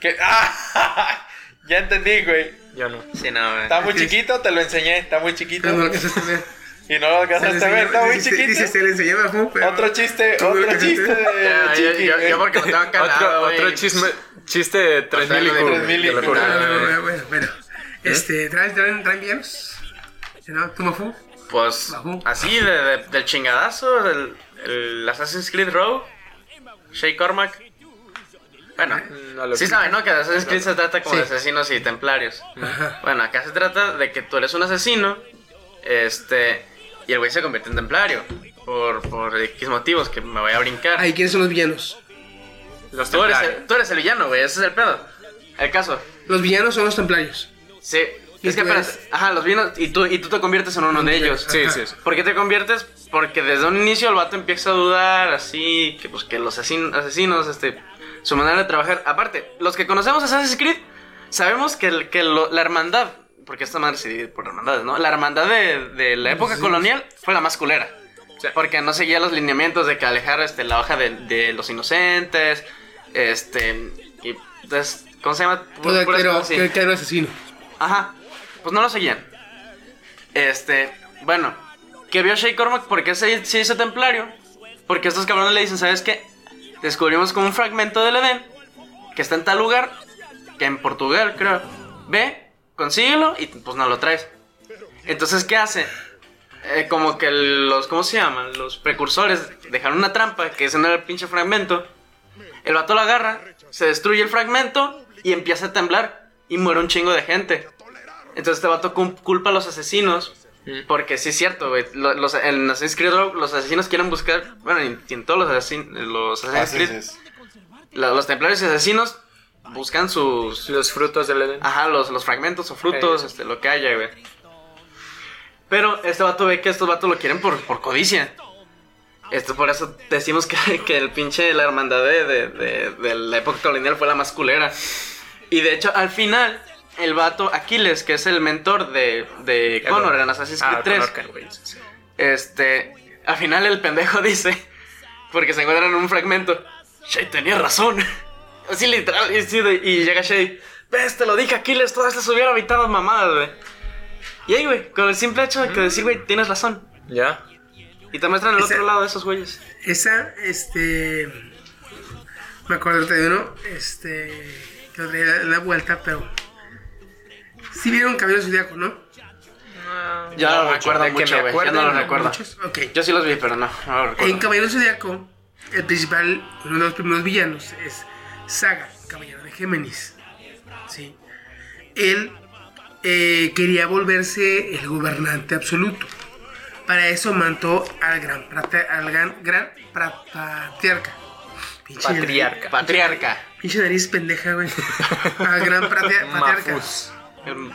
F: que- [LAUGHS] ¡Ah! ya entendí, güey.
D: Yo no.
E: Sí, no, güey.
F: Está muy chiquito, te lo enseñé, está muy chiquito.
B: Pero no lo alcanzaste a [LAUGHS] ver.
F: Y no lo alcanzaste a ver, está muy chiquito.
B: Dice, se le enseñaba a Fu, pero-
F: Otro [LAUGHS] chiste,
B: Tú lo
F: otro
B: alcanzaste.
F: chiste [LAUGHS]
E: Ya,
F: de
E: yo,
F: Chiqui, eh.
E: yo- yo
C: eh.
F: güey.
E: porque me tengo calado,
D: otro
E: güey.
D: otro chisme, chiste de 3000 y
E: Otro de
D: cu-
F: 3000 y
D: de la
F: cu-
B: Ah,
D: forma.
B: Bueno, bueno, bueno, bueno. Este, ¿traen, traen, traen villanos? Si ¿No? ¿Tú, Fu?
E: Pues
B: Bajú.
E: así, de- de- del chingadazo, del el Assassin's Creed Row, Shea Cormac. Bueno,
D: Mm, No lo
E: sí
D: vi.
E: saben, ¿no? Que de Assassin's Creed se trata como de asesinos y templarios. Bueno, acá se trata de que tú eres un asesino, este, y el güey se convierte en templario. Por, por X motivos que me voy a brincar.
B: Ay, ¿quiénes son los villanos?
D: Los
E: tú, eres
D: templarios.
E: el, tú eres el villano, güey, ese es el pedo. El caso,
B: Los villanos son los templarios.
E: sí.
B: Y
E: Es que,
B: tú
E: espérate,
B: eres-
E: ajá, los vinos, y tú, y tú te conviertes en uno de ellos.
D: Sí, sí, sí.
E: ¿Por qué te conviertes? Porque desde un inicio el vato empieza a dudar, así, que pues que los asesin- asesinos, este, su manera de trabajar. Aparte, los que conocemos Assassin's Creed, sabemos que, el- que lo- la hermandad, porque esta madre se divide por hermandades, ¿no? La hermandad de, de la época colonial fue la más culera. Porque no seguía los lineamientos de que alejar este, la hoja de, de los inocentes, este, y entonces, ¿cómo se llama? Pu-
B: Todo el
E: puras
B: clero,
E: cosas así.
B: el clero asesino.
E: Ajá. Pues no lo seguían. Este, bueno, que vio Shea Cormac porque se, se hizo templario. Porque estos cabrones le dicen, ¿sabes qué? Descubrimos como un fragmento del Edén que está en tal lugar, que en Portugal, creo. Ve, consíguelo y pues no lo traes. Entonces, ¿qué hace? Eh, como que los, ¿cómo se llaman? Los precursores dejaron una trampa, que ese no era el pinche fragmento. El vato la agarra, se destruye el fragmento y empieza a temblar y muere un chingo de gente. Entonces este vato cum- culpa a los asesinos. Porque sí es cierto, güey. lo- Los, en Assassin's Creed Rogue, los asesinos quieren buscar. Bueno, en, en todos los, asesin- los Assassin's
F: Así
E: Creed,
F: es.
E: la- los templarios y asesinos buscan sus.
D: Los frutos del Edén.
E: Ajá, los, los fragmentos o frutos,
D: Sí.
E: este, lo que haya, güey. Pero este vato ve que estos vatos lo quieren por, por codicia. Esto por eso decimos que, [LAUGHS] que el pinche la hermandad de, de- de- de la época colonial fue la más culera. Y de hecho, al final, el vato Aquiles, que es el mentor de, de Connor en Assassin's Creed
D: Ah,
E: 3,
D: Connor Kent, güey, sí, sí.
E: este, al final el pendejo [LAUGHS] dice, porque se encuentran en un fragmento, Shay tenía razón. [LAUGHS] Así literal, y, así de- y llega Shay, ves, te lo dije Aquiles, todas estas hubiera habitado mamadas, güey. Y ahí, güey, con el simple hecho de que decir, güey, tienes razón.
D: ¿Ya?
E: Y te muestran el
B: Ese-
E: otro lado de esos güeyes.
B: Esa, este. Me acuerdo ahorita de uno, este. Que lo traía la, la vuelta, pero. Sí vieron Caballero Zodíaco, ¿no?
E: Ya no, lo recuerdo
D: de que
E: mucho,
D: me
E: güey, ya no lo
D: acuerden,
E: recuerdo.
B: Muchos. Ok.
E: Yo sí los vi, pero no, no lo
B: En
E: recuerdo.
B: Caballero Zodíaco, el principal, uno de los primeros villanos es Saga, Caballero de Géminis. Sí. Él eh, quería volverse el gobernante absoluto. Para eso mandó al gran, prate- al gran, gran pra- patriarca. Pinche-
D: Patriarca.
E: Patriarca.
B: Pinche nariz pendeja, güey. Al gran prate-
D: [LAUGHS]
B: patriarca.
D: Mafus.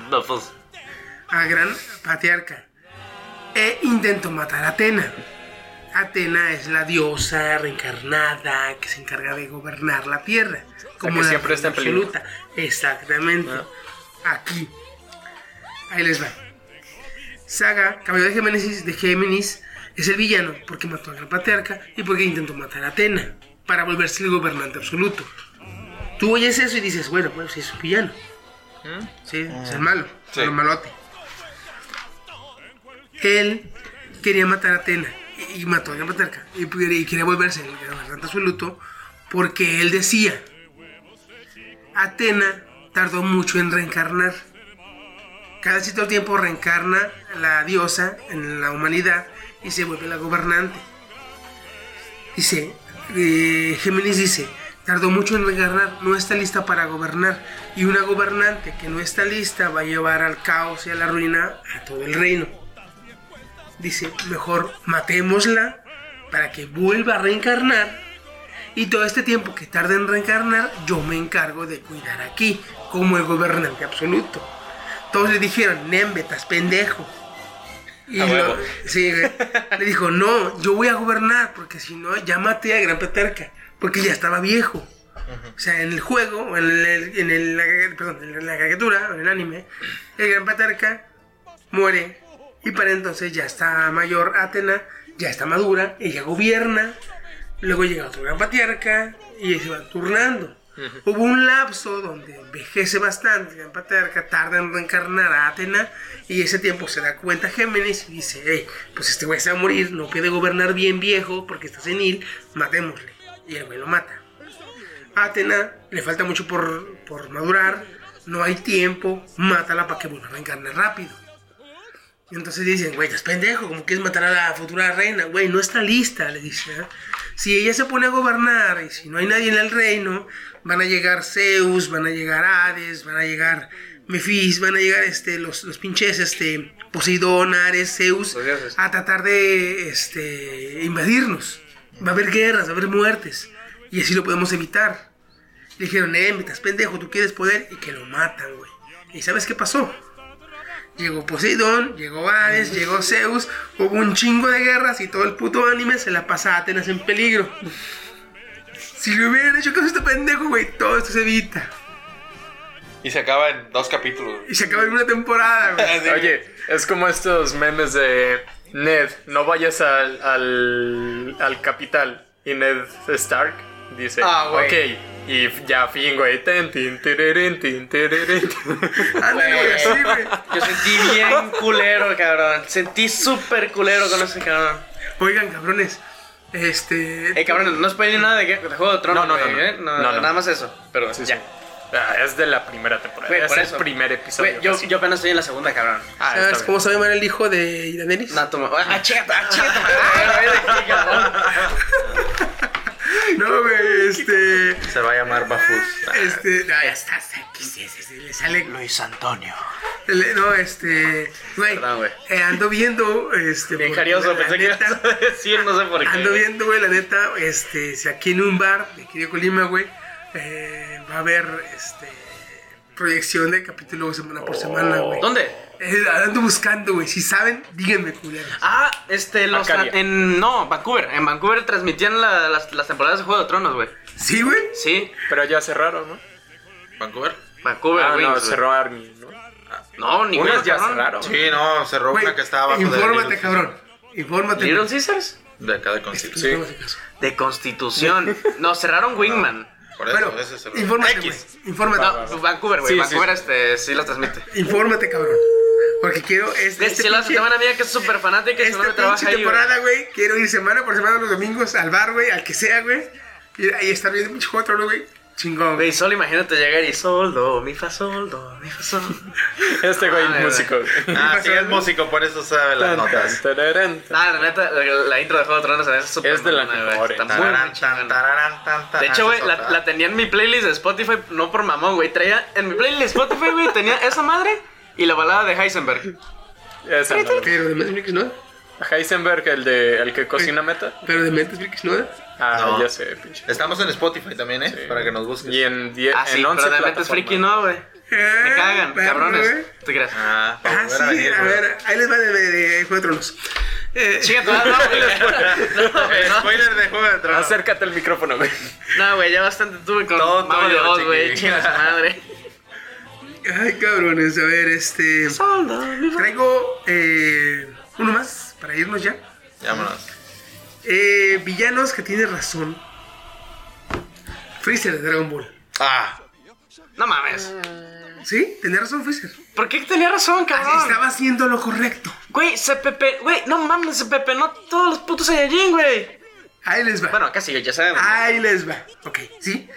E: No, pues,
B: Al gran patriarca. E intentó matar a Atena. Atena es la diosa reencarnada que se encarga de gobernar la tierra.
D: que
B: la
D: siempre está en peligro. Ah.
B: absoluta. Exactamente. Aquí. Ahí les va. Saga, caballero de Géminis, de Géminis, es el villano porque mató al gran patriarca y porque intentó matar a Atena para volverse el gobernante absoluto. Tú oyes eso y dices, bueno, pues sí es un villano. Sí, es el malo, el malote. Él quería matar a Atena y, y mató a gran patriarca y, pudiera- y quería volverse el gobernante absoluto porque él decía, Atena tardó mucho en reencarnar. Cada cierto tiempo reencarna la diosa en la humanidad y se vuelve la gobernante. Dice, eh, Géminis dice, tardó mucho en reencarnar, no está lista para gobernar. Y una gobernante que no está lista va a llevar al caos y a la ruina a todo el reino. Dice, mejor matémosla para que vuelva a reencarnar y todo este tiempo que tarda en reencarnar, yo me encargo de cuidar aquí, como el gobernante absoluto. Todos le dijeron, Nembe, estás pendejo. Y
D: A
B: lo-
D: huevo.
B: sí, güey. le dijo, no, yo voy a gobernar, porque si no, ya maté a Gran Peterca, porque ya estaba viejo. O sea, en el juego, o en, el, en, el- la, perdón, en la caricatura, o en el anime, el Gran Peterca muere y para entonces ya está mayor Atena, ya está madura, ella gobierna, luego llega otro Gran Patriarca y se van turnando. Hubo un lapso donde envejece bastante el Gran Patriarca, tarda en reencarnar a Atena y ese tiempo se da cuenta Géminis y dice, hey, pues este güey se va a morir, no puede gobernar bien viejo porque está senil, matémosle. Y el güey lo mata. Atena le falta mucho por, por madurar, no hay tiempo, mátala para que vuelva a reencarnar rápido. Y entonces dicen, güey, estás pendejo, como quieres matar a la futura reina, güey, no está lista, le dice. ¿eh? Si ella se pone a gobernar y si no hay nadie en el reino, van a llegar Zeus, van a llegar Hades, van a llegar Mefis, van a llegar este, los, los pinches este, Poseidón, Ares, Zeus,
D: Los dioses.
B: a tratar de este, invadirnos. Va a haber guerras, va a haber muertes. Y así lo podemos evitar. Le dijeron, eh, me estás pendejo, tú quieres poder, y que lo matan, güey. ¿Y sabes qué pasó? Llegó Poseidón, llegó Hades, llegó Zeus, hubo un chingo de guerras y todo el puto anime se la pasa a Atenas en peligro. Si le hubieran hecho caso a este pendejo, güey, todo esto se evita.
L: Y se acaba en dos capítulos.
B: Y se acaba en una temporada,
D: [LAUGHS]
B: güey.
D: Oye, es como estos memes de Ned, no vayas al, al, al capital. Y Ned Stark dice,
E: Ah, güey.
D: ok, y ya fin, güey. Ten, tin, tirirín, tin,
E: [LAUGHS]
D: tirirín, tin.
B: Ándale, güey, sí, güey.
E: Yo sentí bien culero, cabrón. Sentí súper culero con ese cabrón.
B: Oigan, cabrones, este...
E: Ey, cabrón, no spoilé nada de, de Juego de Tronos.
D: No, no, no,
E: güey,
D: no.
E: ¿eh?
D: No, no.
E: Nada más eso. Pero
D: Sí, sí.
E: ya.
D: Ah, es de la primera temporada.
E: Güey,
D: es
E: por
D: el
E: eso.
D: primer episodio.
E: Güey, yo,
D: casi.
E: yo apenas estoy en la segunda, cabrón.
D: Ah, está
B: ¿Sabes
D: bien.
B: cómo se llama el hijo de Daenerys?
E: No, toma. Ah, chécate, ah, chécate, madre, qué cabrón.
B: [LAUGHS] No, güey, este...
F: Se va a llamar Bafus.
B: Este... No, ya está, aquí sí, sí, sí, le sale...
E: Luis Antonio.
B: Le- No, este. Güey.
E: Perdón, güey.
B: eh, ando viendo. Este,
E: Bien
B: por-
E: jarioso,
B: la
E: pensé que
B: neta,
E: ibas a decir, no sé por qué.
B: Ando viendo, güey, la neta. Este, si aquí en un bar de aquí de Colima, güey, eh, va a haber este, proyección de capítulo semana por semana, güey.
E: ¿Dónde?
B: Eh, ando buscando, güey. Si saben, díganme, culeros.
E: Ah, este, los.
D: Arcadia.
E: En, no, Vancouver. En Vancouver transmitían la- las, las temporadas de Juego de Tronos, güey.
B: ¿Sí, güey?
E: Sí,
D: Pero ya cerraron, ¿no?
F: ¿Vancouver?
E: Vancouver,
D: Ah,
E: güey.
D: no, cerró Army, ¿no?
E: No, ninguno,
D: Unas ya
E: cabrón.
D: cerraron.
F: Sí, no, cerró
B: Güey,
F: una que estaba abajo
B: Infórmate,
F: de
B: cabrón. Infórmate.
E: ¿Little Caesars?
F: De acá de Constitución.
D: Sí.
E: De Constitución. no, cerraron Wingman.
F: Por eso,
B: Bueno,
F: ese cerró.
B: infórmate, güey.
F: X.
B: Infórmate.
E: No, Vancouver, güey.
D: Sí, sí,
E: Vancouver, este, sí las transmite.
B: Infórmate, cabrón. Porque quiero. Este,
E: De
B: este
E: si la
B: pinche-
E: tengo una amiga que es súper fanática y se
B: Esta
E: no trabaja
B: pinche
E: ahí. güey.
B: temporada, güey, quiero ir semana por semana los domingos al bar, güey, al que sea, güey. Y ahí estar viendo pinche juego de Tronos, güey. Chingón,
E: Güey,
B: güey.
E: solo imagínate llegar y soldo, mi fa soldo, mi
D: [LAUGHS]
E: fa soldo.
D: Este güey
E: Ah,
D: es
E: güey.
D: músico. [LAUGHS]
F: Ah, sí, es músico, por eso sabe las
D: Tan,
F: notas.
D: tan, tararán.
E: Nah, la neta, la, la intro de Juego de Tronos a veces es súper.
D: Es de las
E: mamona, güey.
D: mejores.
E: Está muy, muy
F: Tararán, tan,
E: chingona.
F: tararán, tan, tan,
E: De hecho, güey,
F: esa
E: la,
F: otra.
E: la tenía en mi playlist de Spotify, no por mamón, güey. Traía en mi playlist de Spotify, güey, tenía esa madre y la balada de Heisenberg.
D: Esa no.
B: Pero de Matrix no,
D: Heisenberg, el de el que cocina meta.
B: pero de Matrix no.
D: Ah,
F: No.
D: ya sé, pinche.
F: Estamos en Spotify también, ¿eh? Para que nos busques.
D: Y en, die-
E: Ah, sí,
D: en 11
E: pero de mentes
D: plataformas.
E: friki no, güey. Me cagan, cabrones. ¿Tú
F: [LAUGHS]
E: crees?
F: Ah, para
B: Ah,
F: volver
B: sí,
F: a venir,
B: a
F: güey.
B: ver, ahí les va de, de, de Juego de Tronos. Eh,
E: Chinga tu madre, no,
F: [LAUGHS]
E: güey. No, güey,
C: [LAUGHS]
E: no.
F: Spoiler de Juego de Tronos.
D: Acércate al micrófono, güey.
E: No, güey, ya bastante tuve con
F: Todo
E: Mago de
F: tuyo,
E: Oz, güey.
F: chiqui.
E: Chinga su
F: [LAUGHS]
E: madre.
B: Ay, cabrones, a ver, este.
E: Soldo, mi fa-
B: Traigo eh, uno más para irnos ya.
F: Vámonos.
B: Eh, villanos que tiene razón. Freezer de Dragon Ball.
F: Ah,
E: No mames.
B: ¿Sí? Tenía razón Freezer.
E: ¿Por qué tenía razón, cabrón?
B: Estaba haciendo lo correcto.
E: Güey, se pepe... Güey, no mames, se pepenó todos los putos Saiyajin, güey.
B: Ahí les va.
E: Bueno, casi, ya sabemos.
B: Ahí les va. Ok, ¿sí?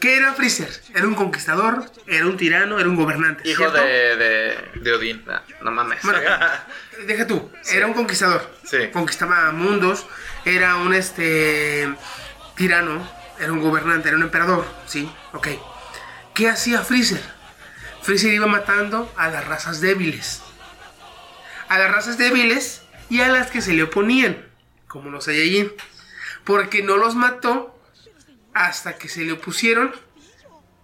B: ¿Qué era Freezer? Era un conquistador, era un tirano, era un gobernante.
E: Hijo
B: ¿cierto?
E: de... de...
F: de Odín.
E: No, no mames. [LAUGHS]
B: Bueno, deja tú. Era un conquistador.
F: Sí.
B: Conquistaba mundos. Era un este tirano. Era un gobernante, era un emperador. Sí, ok. ¿Qué hacía Freezer? Freezer iba matando a las razas débiles. A las razas débiles y a las que se le oponían. Como los Saiyajin. Porque no los mató hasta que se le opusieron.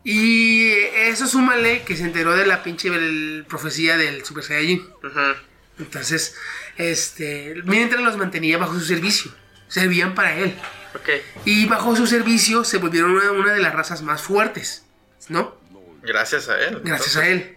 B: Y eso súmale que se enteró de la pinche el- profecía del Super Saiyajin.
E: Ujú.
B: Entonces, este, mientras los mantenía bajo su servicio, servían para él.
E: Ok.
B: Y bajo su servicio se volvieron una, una de las razas más fuertes, ¿no?
C: Gracias a él.
B: Gracias a él.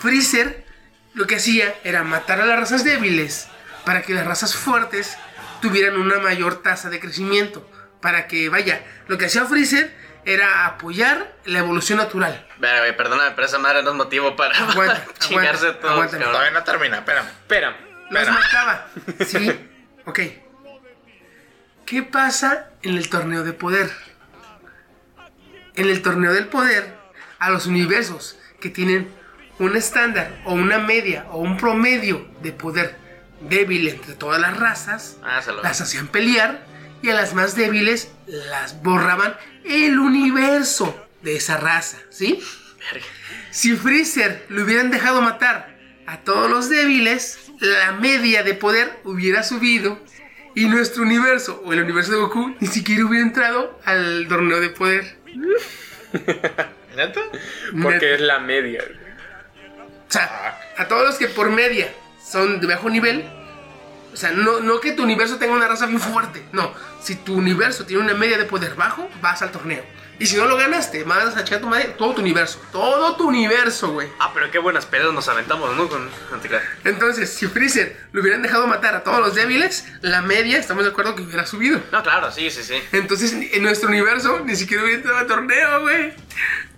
B: Freezer lo que hacía era matar a las razas débiles para que las razas fuertes tuvieran una mayor tasa de crecimiento. Para que, vaya, lo que hacía Freezer era apoyar la evolución natural.
E: Verga, güey, perdóname, pero esa madre no es motivo para [LAUGHS]
B: Aguanta,
E: chingarse
B: aguanta,
E: todo.
B: aguanta.
E: cabrón.
C: Todavía no termina, espérame.
D: Espera.
B: Las mataba. [LAUGHS] Sí. Ok. ¿Qué pasa en el torneo de poder? En el torneo del poder, a los universos que tienen un estándar o una media o un promedio de poder débil entre todas las razas,
E: Ah, se lo
B: las hacían pelear y a las más débiles las borraban el universo de esa raza, ¿sí? Si Freezer le hubieran dejado matar a todos los débiles, la media de poder hubiera subido y nuestro universo o el universo de Goku ni siquiera hubiera entrado al torneo de poder.
C: ¿Neta?
D: Porque es la media.
B: O sea, a todos los que por media son de bajo nivel, o sea, no, no que tu universo tenga una raza bien fuerte, no. Si tu universo tiene una media de poder bajo, vas al torneo. Y si no lo ganaste, mandas a echar a tu madre todo tu universo. Todo tu universo, güey.
E: Ah, pero qué buenas pedas nos aventamos, ¿no? Con Anticlar.
B: Entonces, si Freezer lo hubieran dejado matar a todos los débiles, la media, estamos de acuerdo que hubiera subido.
E: No, claro, sí, sí, sí.
B: Entonces, en nuestro universo, ni siquiera hubiera entrado al torneo, güey.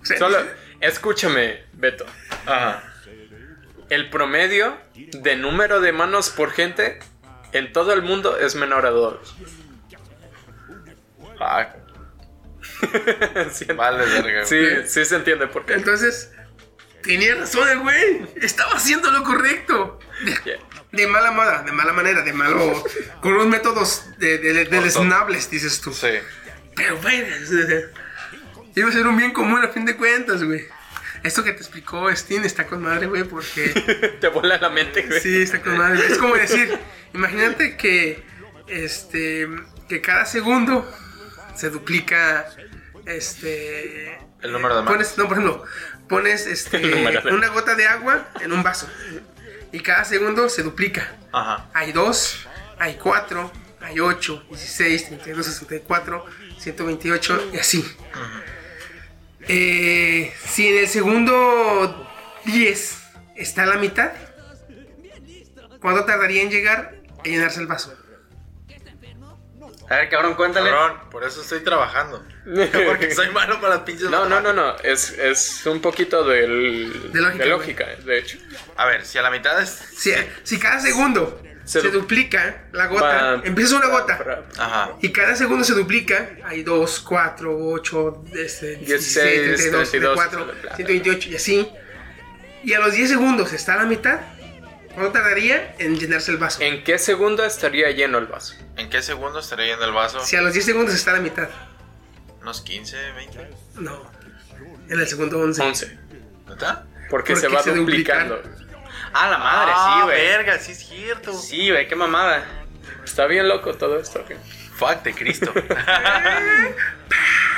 B: O sea,
D: Solo, escúchame, Beto. El promedio de número de manos por gente en todo el mundo es menor a dos.
C: Ah,
D: [LAUGHS] Sí,
C: vale, verga.
D: sí, sí se entiende por qué.
B: Entonces, tenía razón el güey. Estaba haciendo lo correcto.
D: Yeah.
B: De mala manera, de mala manera, de malo. con unos métodos de, de, de- deleznables, dices tú.
C: Sí.
B: Pero bueno, iba a ser un bien común a fin de cuentas, güey. Esto que te explicó Steam está con madre, güey, porque.
D: [LAUGHS] Te vuela la mente, güey.
B: Sí, está con madre. Es como decir, imagínate que este que cada segundo se duplica este
C: El número de manos.
B: Pones, no, por ejemplo,
C: [LAUGHS]
B: pones
D: El número
B: este
D: de-
B: una gota de agua en un vaso y cada segundo se duplica.
C: Ajá.
B: Hay 2, hay 4, hay 8, 16, 32, 64, 128 y así. Eh, si en el segundo 10 está a la mitad, ¿cuánto tardaría en llegar a llenarse el vaso?
E: A ver, cabrón, cuéntale.
C: Cabrón, por eso estoy [LAUGHS] trabajando. Porque soy malo para las pinches
D: [LAUGHS] No, no,
C: matemáticas.
D: no, no. Es, es un poquito del,
B: De lógica,
D: de lógica, de hecho.
C: A ver, si a la mitad es.
B: Si, si cada segundo se,
D: Se du-
B: duplica la gota,
D: Va-
B: empieza una gota.
C: Ajá.
B: Y cada segundo se duplica, hay 2, 4, 8, 16,
D: 16,
B: 32, 34,
D: 32,
B: 128 y así. Y a los 10 segundos está a la mitad, ¿cuánto tardaría en llenarse el vaso?
D: ¿En qué segundo estaría lleno el vaso?
C: ¿En qué segundo estaré yendo el vaso?
B: Si a los 10 segundos está a la mitad,
C: ¿Unos 15, 20?
B: no. En el segundo 11.
D: 11.
C: ¿Neta?
D: Porque
B: Porque
D: se va
B: se duplican.
D: duplicando.
E: Ah, la madre, sí, güey.
C: verga, sí es cierto.
E: Sí, güey, qué mamada.
D: Está bien loco todo esto. güey.
C: Fuck de Cristo.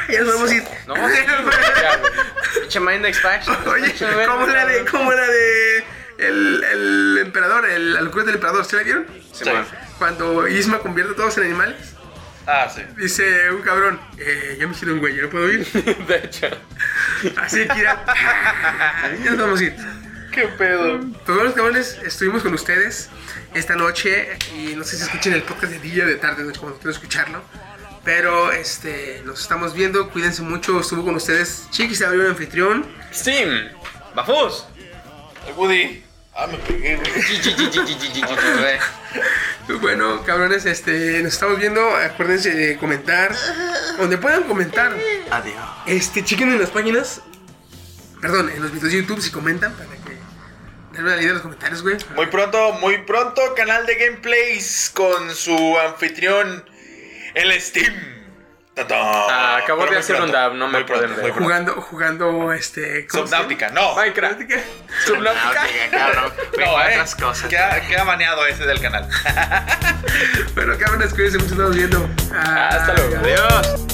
B: Ya nos vamos a ir.
E: No, sí,
B: [LAUGHS]
D: Ya, güey.
E: Pinche mind expansion.
B: Oye,
E: Pinche verga,
B: ¿cómo la de,
E: cabrón.
B: cómo la de el, el emperador, el, la locura del emperador? ¿Se la vieron?
E: Sí, man.
B: Cuando Isma convierte a todos en animales,
C: ah, sí.
B: dice un cabrón, eh, ya me hicieron un güey, yo no puedo ir.
D: [LAUGHS] De hecho.
B: Así que
D: [LAUGHS]
B: ya, ya nos vamos a ir.
D: ¿Qué pedo?
B: Pues bueno, cabrones, estuvimos con ustedes esta noche y no sé si escuchen el podcast de día, de tarde, noche, cuando quieran escucharlo. Pero este, nos estamos viendo, cuídense mucho. Estuvo con ustedes Chiqui, se abrió el anfitrión.
D: Steam.
E: ¡Bafus!
F: El Woody. Ah, me pegué, güey.
E: Chi, chi, chi, chi, chi, chi, chi, chi, güey.
B: Pues Bueno, cabrones, este, nos estamos viendo. Acuérdense de comentar. Donde puedan comentar.
E: Adiós.
B: Este, chequen en las páginas. Perdón, en los videos de YouTube si comentan para que den una leída a los comentarios, güey.
F: Muy pronto, muy pronto, canal de gameplays con su anfitrión, el Steam. Ta-ta.
D: Ah, acabo de
F: Pero muy
D: hacer
F: pronto,
D: un dab, no me
F: muy pronto,
D: pueden ver.
F: muy pronto.
B: Jugando, jugando, este. ¿cómo se llama?
F: Subnautica, no.
D: Minecraft. Subnautica.
E: Náutica, cabrón. Güey,
F: No, eh.
E: otras cosas.
F: Queda, queda baneado ese del canal.
B: Bueno, cabrones, cuídense mucho, nos estamos viendo.
D: Hasta luego.
B: Adiós.
E: Adiós.